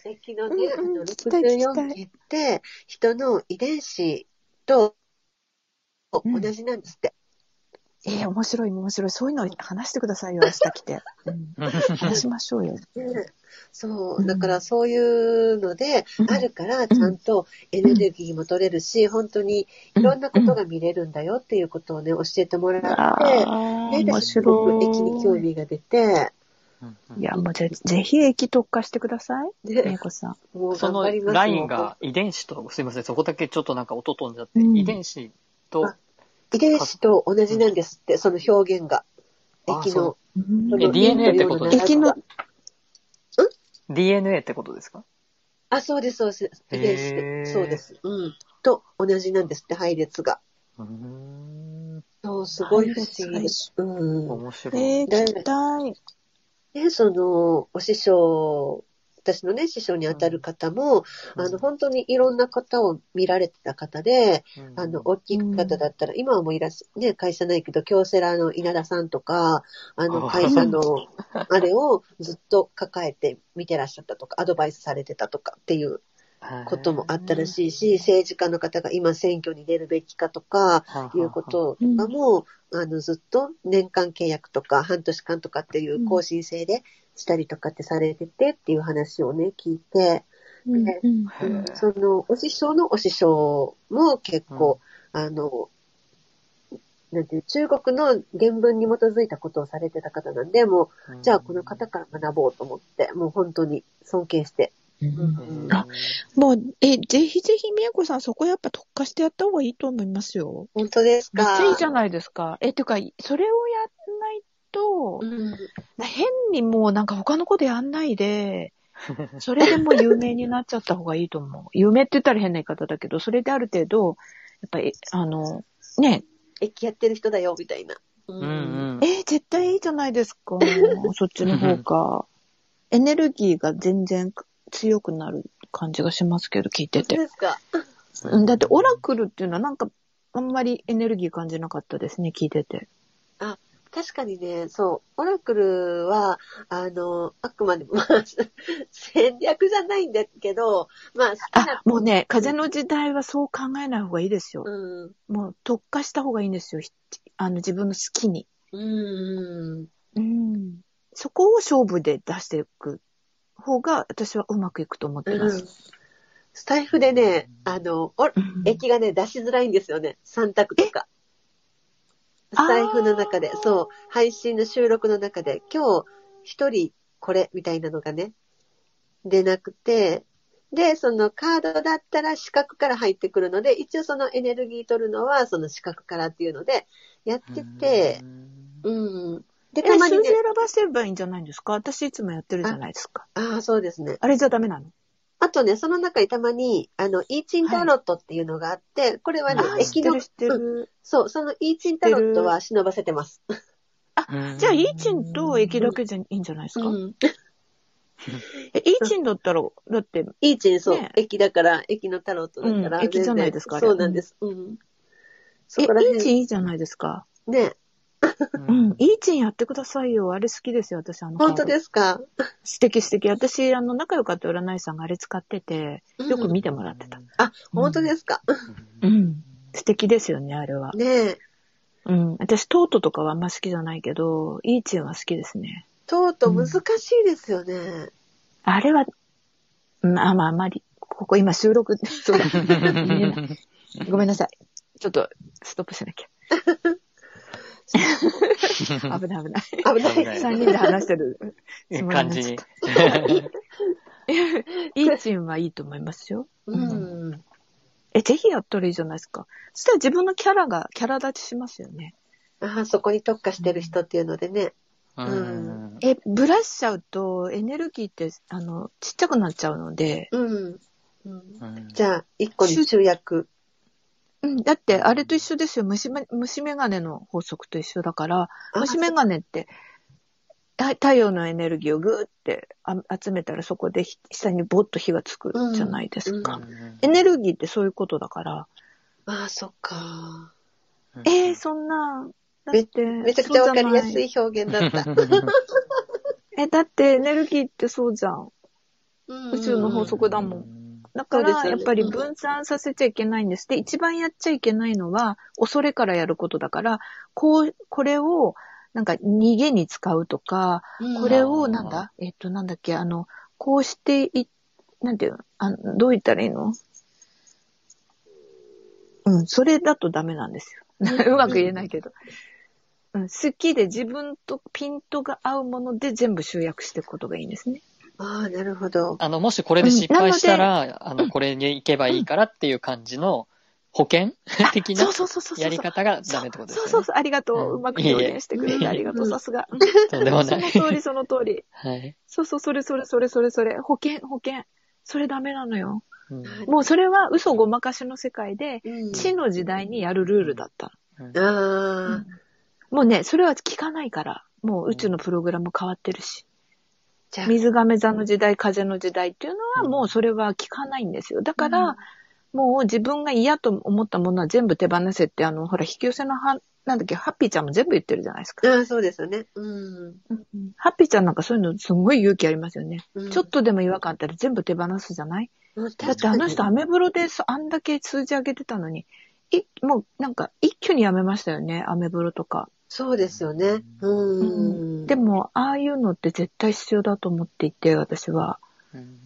Speaker 4: 駅のね、あ
Speaker 2: うんうん
Speaker 4: の
Speaker 2: 聞きたい聞きたい
Speaker 4: 64系って、人の遺伝子と同じなんですって。
Speaker 2: き。ええ面白い、面白い。そういうの話してくださいよ、明日来て。うん、話しましょうよ。
Speaker 4: ねそうう、
Speaker 2: ん
Speaker 4: だからそういうので
Speaker 2: う、ん
Speaker 4: あるからちゃんとエネルギーも取れるし、本当にいろんなことが見れるんだよっていうことをね、教えてもらって、
Speaker 2: ああ、
Speaker 4: ね、
Speaker 2: 面
Speaker 4: 私すご
Speaker 2: 白
Speaker 4: く
Speaker 2: い。
Speaker 4: 駅に興味が出て、
Speaker 2: いや、もうぜぜひ駅特化してください。
Speaker 4: ね
Speaker 2: 猫さん。
Speaker 4: もう
Speaker 1: そ
Speaker 4: 頑
Speaker 1: の
Speaker 4: 張ります
Speaker 1: ラインが遺伝子と、すいません、そこだけちょっとなんか音飛んじゃって、
Speaker 2: うん
Speaker 1: 遺伝子と、
Speaker 4: あ遺伝子と同じなんですって、その表現が。
Speaker 1: あ
Speaker 4: 駅の。
Speaker 2: うん
Speaker 1: え
Speaker 4: その
Speaker 1: DNA ってことですか
Speaker 2: 駅の、
Speaker 1: DNA ってことですか
Speaker 4: あ、そうです、そうです。遺伝子
Speaker 1: へー
Speaker 4: で。そうです。うん。と同じなんですって、配列が。
Speaker 1: うーん。
Speaker 4: そう、すごい不思議
Speaker 2: 配
Speaker 4: で
Speaker 2: 列
Speaker 4: す。うん。
Speaker 1: 面白い。
Speaker 2: ええ
Speaker 4: だ
Speaker 2: 聞きたい。
Speaker 4: ね、その、お師匠、私のね、師匠にあたる方も、あの、本当にいろんな方を見られてた方で、
Speaker 1: うん
Speaker 4: あの、大きい方だったら、今はもういらっしゃ、ね、会社ないけど、京セラの稲田さんとか、あの、
Speaker 1: あ
Speaker 4: 会社の、あれをずっと抱えて見てらっしゃったとか、アドバイスされてたとかっていうこともあったらしいし、政治家の方が今選挙に出るべきかとか、いうこ。ととかも、あの、ずっと年間契約とか半年間とかっていう更新制でしたりとかってされててっていう話をね、聞いて、
Speaker 2: うんうん
Speaker 1: へー
Speaker 4: その、お師匠のお師匠も結構、あの、なんていう、中国の原文に基づいたことをされてた方なんで、もう、じゃあこの方から学ぼうと思って、もう本当に尊敬して。
Speaker 1: うん
Speaker 2: あもう、え、ぜひぜひ、みやこさん、そこやっぱ特化してやった方がいいと思いますよ。
Speaker 4: 本当です
Speaker 2: めっ
Speaker 4: か
Speaker 2: ちゃいいじゃないですか。え、てか、それをやんないと、
Speaker 4: うん
Speaker 2: 変にもうなんか他のことやんないで、それでもう有名になっちゃった方がいいと思う。 有名って言ったら変な言い方だけど、それである程度、やっぱり、あの、ね、
Speaker 4: 駅やってる人だよ、みたいな。うん
Speaker 1: うん
Speaker 2: えー絶対いいじゃないです か。そっちの方が。エネルギーが全然強くなる感じがしますけど、聞いて
Speaker 4: 本当
Speaker 2: て。
Speaker 4: ですか
Speaker 2: うんだって、オラクルっていうのはなんか、あんまりエネルギー感じなかったですね、聞いてて。
Speaker 4: 確かにね、そう、オラクルは、あの、あくまでも、まあ、戦略じゃないんだけど、まあ、好き
Speaker 2: あ
Speaker 4: な、、
Speaker 2: もうね、風の時代はそう考えない方がいいですよ。
Speaker 4: うん、
Speaker 2: もう特化した方がいいんですよ。ひあの自分の好きに。
Speaker 4: うん、
Speaker 2: うん。そこを勝負で出していく方が私はうまくいくと思って
Speaker 4: う
Speaker 2: ま
Speaker 4: ん
Speaker 2: す。。
Speaker 4: スタイフでね、あの、お
Speaker 2: うん
Speaker 4: 駅がね、出しづらいんですよね、3択と
Speaker 2: あー
Speaker 4: か。スタイフの中で、そう、配信の収録の中で、今日、一人これ、みたいなのがね、出なくて、で、そのカードだったら四角から入ってくるので、一応そのエネルギー取るのは、その四角からっていうので、やってて、、うん。で、
Speaker 2: え、
Speaker 4: たまに
Speaker 2: 数字
Speaker 4: ね
Speaker 2: 選、ばせばいいんじゃないんですか私いつもやってるじゃないですか。
Speaker 4: ああ、そうですね。
Speaker 2: あれじゃダメなの
Speaker 4: あとね、その中にたまに、あの、イーチンタロットっていうのがあって、これはね
Speaker 1: あ、ー
Speaker 9: 知って
Speaker 4: 駅の
Speaker 9: る、知ってる。
Speaker 4: そう、そのイーチンタロットは忍ばせてます。
Speaker 2: じゃあ、イーチンと駅だけじゃいいんじゃないですか、
Speaker 4: うん
Speaker 2: えイーチンだったら、だって、
Speaker 4: イーチン、そう
Speaker 2: ね、
Speaker 4: 駅だから、駅のタロットだから。
Speaker 2: うん駅じゃない
Speaker 4: 全然
Speaker 2: ですかあれ
Speaker 4: そうなんです。うん。そ
Speaker 2: え、イ
Speaker 4: こら
Speaker 2: ーチ
Speaker 4: 辺
Speaker 2: ンいいじゃないですか。
Speaker 4: ね、
Speaker 1: う
Speaker 2: うん
Speaker 1: ん、
Speaker 2: イーチンやってくださいよ。あれ好きですよ、私。あのカード
Speaker 4: 本当ですか
Speaker 2: 素敵素敵。私、あの、仲良かった占い師さんがあれ使ってて、よく見てもらってた。
Speaker 4: あ、本当ですか。
Speaker 1: う。
Speaker 2: うん ん。素敵ですよね、あれは。
Speaker 4: ねえ、
Speaker 2: うん。私、トートとかはあんま好きじゃないけど、イーチンは好きですね。
Speaker 4: とうとう難しいですよね。
Speaker 2: あれは、うん、あ、まあ、あまり、ここ今収録、 そうだ。言えないごめんなさい。ちょっと、ストップしなきゃ。危ない危ない。
Speaker 4: 危な
Speaker 1: 危
Speaker 4: い。
Speaker 1: ない
Speaker 2: 3人で話してる。
Speaker 1: 感じに。
Speaker 2: イーチンはいいと思いますよ。
Speaker 4: うん。
Speaker 2: え、ぜひやったらいいじゃないですか。そしたら自分のキャラが、キャラ立ちしますよね。
Speaker 4: あそこに特化してる人っていうのでね。
Speaker 1: うん。
Speaker 2: え、ぶらしちゃうと、エネルギーって、あの、ちっちゃくなっちゃうので、
Speaker 4: うん。うん
Speaker 1: うん
Speaker 4: じゃあ、一個に集約。
Speaker 2: うん、だって、あれと一緒ですよ。虫め、虫眼鏡の法則と一緒だから、
Speaker 4: あ
Speaker 2: 虫眼鏡って、た太陽のエネルギーをぐーってあ集めたらそこでひ下にぼっと火がつくじゃないですか。
Speaker 4: うん
Speaker 2: エネルギーってそういうことだから、
Speaker 4: ああ、そっか。
Speaker 2: えー、そんな、だって、
Speaker 4: めちゃくちゃわかりや
Speaker 2: そうじ
Speaker 4: す
Speaker 2: ゃない。
Speaker 4: い表現だ った。
Speaker 2: え、だってエネルギーってそうじゃん。宇
Speaker 4: 宇
Speaker 2: 宙の法則だもん
Speaker 1: ん。
Speaker 2: だか
Speaker 4: そう
Speaker 2: ら、
Speaker 4: です
Speaker 2: や
Speaker 4: よ
Speaker 2: っ
Speaker 4: ね
Speaker 2: ぱり分散させちゃいけないんです。で、一番やっちゃいけないのは、恐れからやることだから、こう、これを、なんか逃げに使うとか、これを、なんだえっと、なんだっけ、あの、こうしてい、なんていうのあどう言ったらいいのうん、それだとダメなんですよ。 うまく言えないけど。うん、好きで自分とピントが合うもので全部集約していくことがいいんですね。
Speaker 4: ああ、なるほど。
Speaker 1: あの、もしこれで失敗したら、あの、これに行けばいいからっていう感じの保険的
Speaker 2: そ
Speaker 1: な
Speaker 2: うそうそうそうそう。
Speaker 1: やり方がダメってことです
Speaker 2: そう
Speaker 1: よね。
Speaker 2: そうそう、ありがと
Speaker 1: うん
Speaker 2: う。うまく表現してくれ
Speaker 1: いえい
Speaker 2: て
Speaker 1: え
Speaker 2: ありがと
Speaker 4: う
Speaker 2: う、
Speaker 4: ん
Speaker 2: さすが。うん
Speaker 1: とんでも
Speaker 2: そ
Speaker 1: な
Speaker 2: の
Speaker 1: い。
Speaker 2: 通り、その通り。
Speaker 1: はい。
Speaker 2: そうそう、それそれそれそれそれ。保険、保険。それダメなのよ。
Speaker 1: うん
Speaker 2: もうそれは嘘ごまかしの世界で、
Speaker 4: うん
Speaker 2: 地の時代にやるルールだった
Speaker 4: ああ、
Speaker 2: の。もうね、それは聞かないから。もう宇宙のプログラム変わってるし。
Speaker 4: じゃあ、
Speaker 2: 水亀座の時代、風の時代っていうのはもうそれは聞かないんですよ。だから、もう自分が嫌と思ったものは全部手放せって、あの、ほら、引き寄せのは、なんだっけ、ハッピーちゃんも全部言ってるじゃないですか。
Speaker 4: ああ、そうですよね。うん。
Speaker 2: ハッピーちゃんなんかそういうのすごい勇気ありますよね。
Speaker 4: うん
Speaker 2: ちょっ、とでも違和感あったら全部手放すじゃない
Speaker 4: うん
Speaker 2: だっ
Speaker 4: 確
Speaker 2: て
Speaker 4: か
Speaker 2: あ
Speaker 4: に
Speaker 2: の人アメブロでそあんだけ数字上げてたのに、い、もうなんか一挙にやめましたよね、アメブロとか。
Speaker 4: そうですよね。うん。
Speaker 2: でも、ああいうのって絶対必要だと思っていて、私は。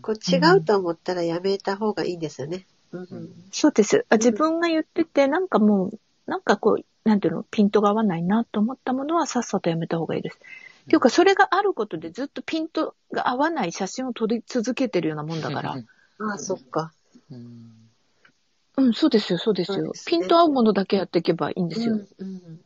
Speaker 4: こう違うと思ったらやめた方がいいんですよね。うんうん。
Speaker 2: そうです。あ自分が言ってて、なんかもう、なんかこう、なんていうの、ピントが合わないなと思ったものはさっさとやめた方がいいです。っていうか、それがあることでずっとピントが合わない写真を撮り続けてるようなもんだから。
Speaker 4: ああ、そっか。
Speaker 1: うん。
Speaker 2: うん、そうですよ、そうです
Speaker 4: そう
Speaker 2: よ。
Speaker 4: ですね
Speaker 2: ピンと合うものだけやっていけばいいんで
Speaker 4: う
Speaker 2: すよ。
Speaker 4: ん。うん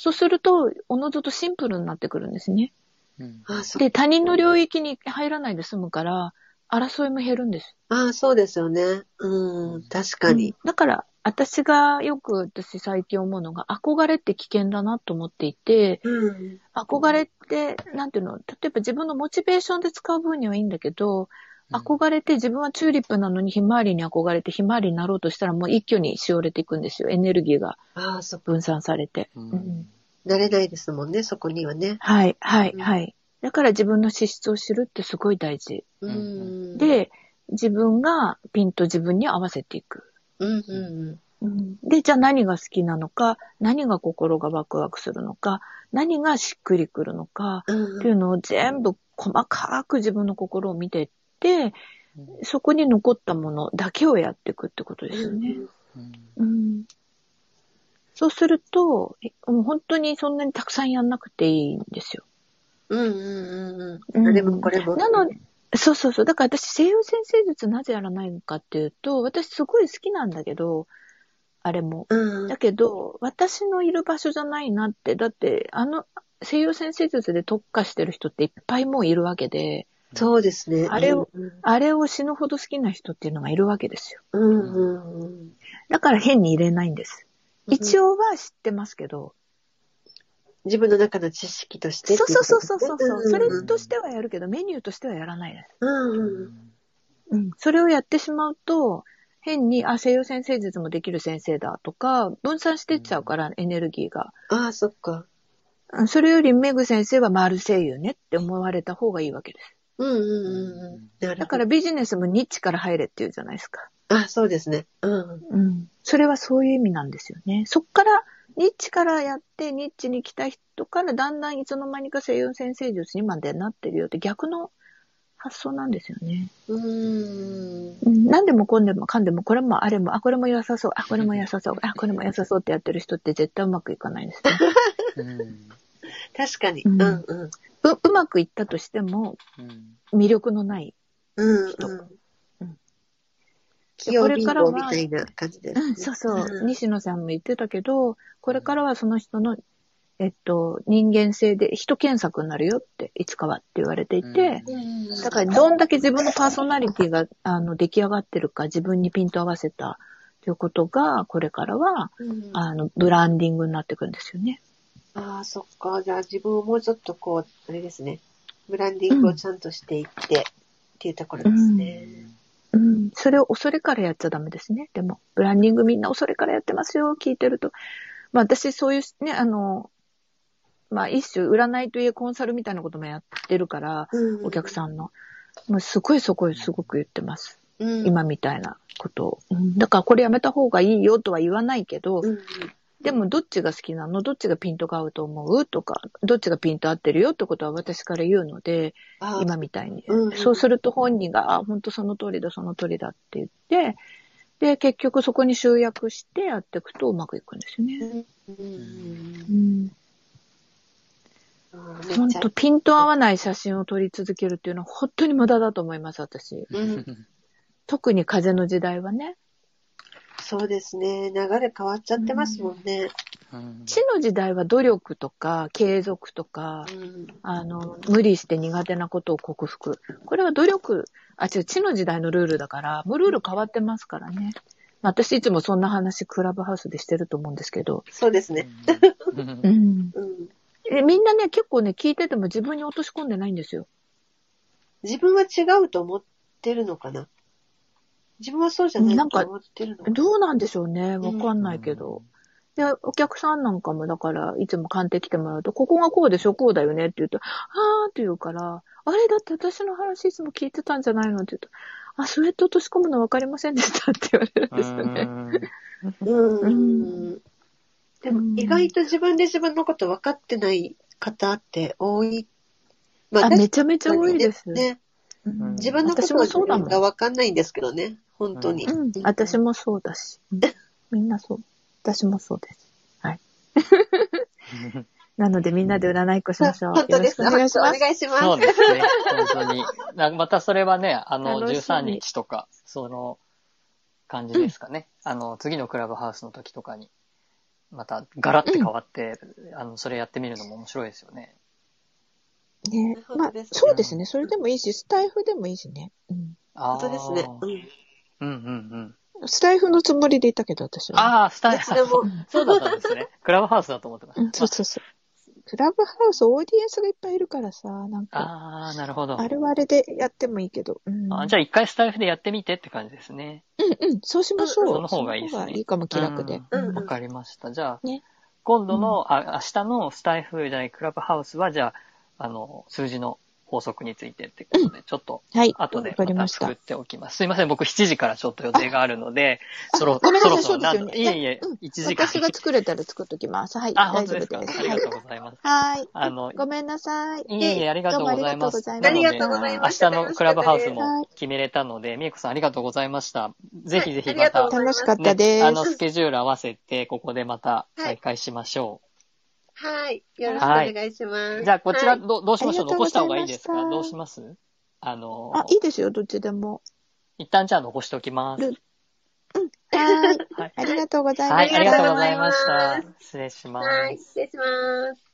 Speaker 2: そうすると、おのずとシンプルになってくるんですね。
Speaker 1: うん
Speaker 4: ああ、そっか。
Speaker 2: で、他人の領域に入らないで済むから、争いも減るんです。
Speaker 4: ああ、そうですよね。うん。確か
Speaker 2: う
Speaker 4: に。
Speaker 2: んだから、私がよく私最近思うのが、憧れって危険だなと思っていて、
Speaker 4: うん。
Speaker 2: 憧れって、なんていうの、例えば自分のモチベーションで使う分にはいいんだけど、憧れて自分はチューリップなのにひまわりに憧れてひまわりになろうとしたらもう一挙にしおれていくんですよ。エネルギーが
Speaker 4: ああ、そっか。
Speaker 2: 分散されて。
Speaker 1: う
Speaker 2: うん
Speaker 1: ん。
Speaker 4: 慣れないですもんね、そこにはね。
Speaker 2: はい、はい、
Speaker 4: うん
Speaker 2: はい。だから自分の資質を知るってすごい大事。
Speaker 4: うん。、
Speaker 2: で、自分がピンと自分に合わせていく。
Speaker 4: うんうん
Speaker 2: で、じゃあ何が好きなのか、何が心がワクワクするのか、何がしっくりくるのか、
Speaker 4: う
Speaker 2: っ
Speaker 4: ん。
Speaker 2: ていうのを全部細かく自分の心を見ていって、そこに残ったものだけをやっていくってことですよね。うんそうすると、えもう本当にそんなにたくさんやんなくていいんですよ。
Speaker 4: うんうんうん
Speaker 2: う
Speaker 4: うん。
Speaker 2: ん
Speaker 4: あれもこれも。
Speaker 2: なので、そうそうそう。だから私、西洋先生術なぜやらないのかっていうと、私すごい好きなんだけど、あれも。
Speaker 4: うん
Speaker 2: だ。けど、私のいる場所じゃないなって、だって、あの、西洋先生術で特化してる人っていっぱいもういるわけで、
Speaker 10: そうですね。
Speaker 2: あれを、あれを死ぬほど好きな人っていうのがいるわけですよ。
Speaker 4: うんうんうん。
Speaker 2: だから変に入れないんです。一応は知ってますけど、
Speaker 4: 自分の中の知識としてって
Speaker 2: そ
Speaker 4: いう
Speaker 2: そうそうそう
Speaker 4: こ
Speaker 2: そ
Speaker 4: と
Speaker 2: う、
Speaker 4: です
Speaker 2: そ
Speaker 4: ね
Speaker 2: れとしてはやるけど、メニューとしてはやらないです。
Speaker 4: うんうんうん。
Speaker 2: うん。それをやってしまうと、変に、あ、西洋先生術もできる先生だとか、分散してっちゃうから、エネルギーが。
Speaker 4: ああ、そっか。
Speaker 2: うんそれより、メグ先生は丸声優ねって思われた方がいいわけです。
Speaker 4: うんうんうんうん。なるほど
Speaker 2: だからビジネスもニッチから入れって言うじゃないですか。
Speaker 4: あ、そうですね。うん。
Speaker 2: うん。それはそういう意味なんですよね。そっから、ニッチからやって、ニッチに来た人から、だんだんいつの間にか西洋先生術にまでなってるよって逆の発想なんですよね。
Speaker 4: うーん。
Speaker 2: うん。何でもこんでもかんでも、これもあれも、あ、これも良さそう、あ、これも良さそう、あ、これも良さそうってやってる人って絶対うまくいかないんですね。
Speaker 1: うん。
Speaker 4: 確かに。
Speaker 2: う
Speaker 4: うんんうん。
Speaker 2: う、うまくいったとしても、
Speaker 1: うん。
Speaker 2: 魅力のない。
Speaker 4: うん
Speaker 2: 人
Speaker 4: う
Speaker 2: うんん。
Speaker 4: 器用
Speaker 2: これ
Speaker 4: 貧
Speaker 2: からは
Speaker 4: 乏みたいな感じで
Speaker 2: うん、
Speaker 4: す
Speaker 2: そう
Speaker 4: ね。
Speaker 2: そう、
Speaker 4: うん
Speaker 2: 西野さんも言ってたけど、これからはその人の、えっと、人間性で人検索になるよって、いつかはって言われていて、
Speaker 4: うん
Speaker 2: だからどんだけ自分のパーソナリティが、あの、出来上がってるか、自分にピント合わせたということが、これからは、
Speaker 4: うん
Speaker 2: あの、ブランディングになってくるんですよね。
Speaker 4: ああ、そっか。じゃあ自分をもうちょっとこう、あれですね。ブランディングをちゃんとしていって、っていうところですね。
Speaker 2: うん。それを恐れからやっちゃダメですね。でも、ブランディングみんな恐れからやってますよ、聞いてると。まあ私、そういうね、あの、まあ一種、占いといえコンサルみたいなこともやってるから、
Speaker 4: う
Speaker 2: お客
Speaker 4: ん。
Speaker 2: さんの。もうすごいそこすごく言ってます。
Speaker 4: うん。
Speaker 2: 今みたいなことを。だからこれやめた方がいいよとは言わないけど
Speaker 4: う、ん。
Speaker 2: でもどっちが好きなのどっちがピントが合うと思うとか、どっちがピント合ってるよってことは私から言うので、
Speaker 4: ああ、
Speaker 2: 今みたいに
Speaker 4: うん。
Speaker 2: そうすると本人が、あ、本当その通りだ、その通りだって言って、で、結局そこに集約してやっていくとうまくいくんですよね。
Speaker 4: うん。
Speaker 2: うん。
Speaker 4: ああめっ
Speaker 2: 本
Speaker 4: ちゃ
Speaker 2: 当。ピント合わない写真を撮り続けるっていうのは本当に無駄だと思います、私。
Speaker 4: うん。
Speaker 2: 特に風の時代はね。
Speaker 4: そうですね。流れ変わっちゃってますもんね。
Speaker 1: うん
Speaker 2: 地の時代は努力とか継続とか、
Speaker 4: うん。
Speaker 2: あの、無理して苦手なことを克服。これは努力、あ、違う、地の時代のルールだから、もうルール変わってますからね。まあ私いつもそんな話クラブハウスでしてると思うんですけど。
Speaker 4: そうですね。
Speaker 1: うん
Speaker 2: ん。
Speaker 4: うん。
Speaker 2: えみんなね、結構ね、聞いてても自分に落とし込んでないんですよ。
Speaker 4: 自分は違うと思ってるのかな自分はそうじゃない
Speaker 2: なん
Speaker 4: と
Speaker 2: か
Speaker 4: 思ってるのかな
Speaker 2: どうなんでしょうね。わかんないけど。で、お客さんなんかもだから、いつも鑑定来てもらうと、ここがこうでしょ、こうだよねって言うと、あーって言うから、あれだって私の話いつも聞いてたんじゃないのって言うと、あ、それと落とし込むの分かりませんでしたって言われるんですよね。
Speaker 4: うん
Speaker 2: う
Speaker 4: でも意外と自分で自分のこと分かってない方って多い。ま
Speaker 2: あ、め
Speaker 4: 確
Speaker 2: ちゃめちゃ
Speaker 4: かに
Speaker 2: 多いです。
Speaker 4: ね。
Speaker 2: うん
Speaker 4: 自分のこ
Speaker 2: 私
Speaker 4: と
Speaker 2: も
Speaker 4: は
Speaker 2: そうだもん。
Speaker 4: が分かんないんですけどね。本当に。
Speaker 2: うん、私もそうだし。うんみんなそう。私もそうです。はい。なのでみんなで占いっこしましょう。
Speaker 4: 本当です。
Speaker 2: よろしくお願いします
Speaker 4: お。
Speaker 1: そ
Speaker 4: 願いします。
Speaker 1: うですね、本当に。なまたそれはね、あの、
Speaker 2: 楽しみ
Speaker 1: 13日とか、その感じですかね。あの、次のクラブハウスの時とかに、またガラッて変わって、あの、それやってみるのも面白いですよね。
Speaker 11: ね
Speaker 4: なるほど
Speaker 11: まあ
Speaker 4: です、
Speaker 11: そうですね。それでもいいし、スタイフでもいいしね。うん。
Speaker 1: あ
Speaker 4: 本当ですね。
Speaker 1: ーうんうんうん。
Speaker 11: スタイフのつもりでいたけど、私は。
Speaker 1: ああ、スタイル、
Speaker 4: でも、
Speaker 1: そうだったんですね。クラブハウスだと思ってま
Speaker 11: うん、
Speaker 1: し
Speaker 11: そう
Speaker 1: た。
Speaker 11: そうそう。クラブハウス、オーディエンスがいっぱいいるからさ、なんか、
Speaker 1: ああー、なるほど。
Speaker 11: あれはあれでやってもいいけど。うん。
Speaker 1: あじゃあ一回スタイフでやってみてって感じですね。
Speaker 11: うんうん、そうしましょう。
Speaker 1: うんその方がいいです
Speaker 11: そ
Speaker 1: ね
Speaker 11: の方いいかも、気楽で。
Speaker 4: うん
Speaker 1: わかりました。じゃあ、
Speaker 11: ね
Speaker 1: 今度の、あ、明日のスタイフじゃない、クラブハウスは、じゃあ、あの、数字の法則についてってことで、ちょっと、
Speaker 11: はい。
Speaker 1: 後で
Speaker 11: わか
Speaker 1: ま
Speaker 11: り
Speaker 1: た
Speaker 11: まし。
Speaker 1: 作ったておきます。すいません、僕7時からちょっと予定があるので、そろ
Speaker 11: ごめん
Speaker 1: そ
Speaker 11: な
Speaker 1: ろ
Speaker 11: ろ
Speaker 1: そ
Speaker 11: そ
Speaker 1: ろ
Speaker 11: うです
Speaker 1: なん
Speaker 11: よね。
Speaker 1: いえいえ
Speaker 11: やうん、
Speaker 1: 1時間。
Speaker 11: 私が作れたら作っときます。はい。
Speaker 1: あ、
Speaker 11: 大
Speaker 1: 本当
Speaker 11: 丈
Speaker 1: です
Speaker 11: 夫
Speaker 1: か。
Speaker 11: です。
Speaker 1: あり
Speaker 11: は
Speaker 1: が
Speaker 11: い
Speaker 1: とうございます。
Speaker 11: はい。
Speaker 1: あの、
Speaker 11: ごめんなさい。
Speaker 1: いえいえ、ありがとうございます。
Speaker 11: どうも
Speaker 1: な
Speaker 11: あ
Speaker 1: の
Speaker 11: り
Speaker 1: で
Speaker 11: がとうございま
Speaker 1: 明
Speaker 11: す。
Speaker 1: 日のクラブハウス
Speaker 11: は
Speaker 1: も
Speaker 11: い
Speaker 1: 決めれたので、みえこさんありがとうございました。ぜひぜひ
Speaker 10: はいあ
Speaker 1: ま
Speaker 10: りがとう
Speaker 1: た
Speaker 10: ござ
Speaker 11: 楽
Speaker 10: い、
Speaker 11: しかったです。
Speaker 1: あの、スケジュール合わせて、ここでまた再開しましょ
Speaker 10: はい。よろしくお願いします。
Speaker 1: う。じゃあ、こち
Speaker 10: は
Speaker 1: ら、
Speaker 10: い
Speaker 1: どうどうしまし
Speaker 11: ありがと
Speaker 1: ょう
Speaker 11: う
Speaker 1: 残
Speaker 11: ご
Speaker 1: した
Speaker 11: ざ
Speaker 1: 方
Speaker 11: いました
Speaker 1: がいいですかどうしますあの、
Speaker 11: あ、いいですよ、どっちでも。
Speaker 1: 一旦じゃあ残しておきます。
Speaker 11: はい。
Speaker 1: はい。
Speaker 11: ありがとうございま
Speaker 1: はい、
Speaker 11: し
Speaker 1: あ
Speaker 11: た。
Speaker 1: りがとうござい
Speaker 10: あ
Speaker 1: ま
Speaker 10: りがとうござい
Speaker 1: し
Speaker 10: ま
Speaker 1: た。失礼します。
Speaker 10: はい。失礼します。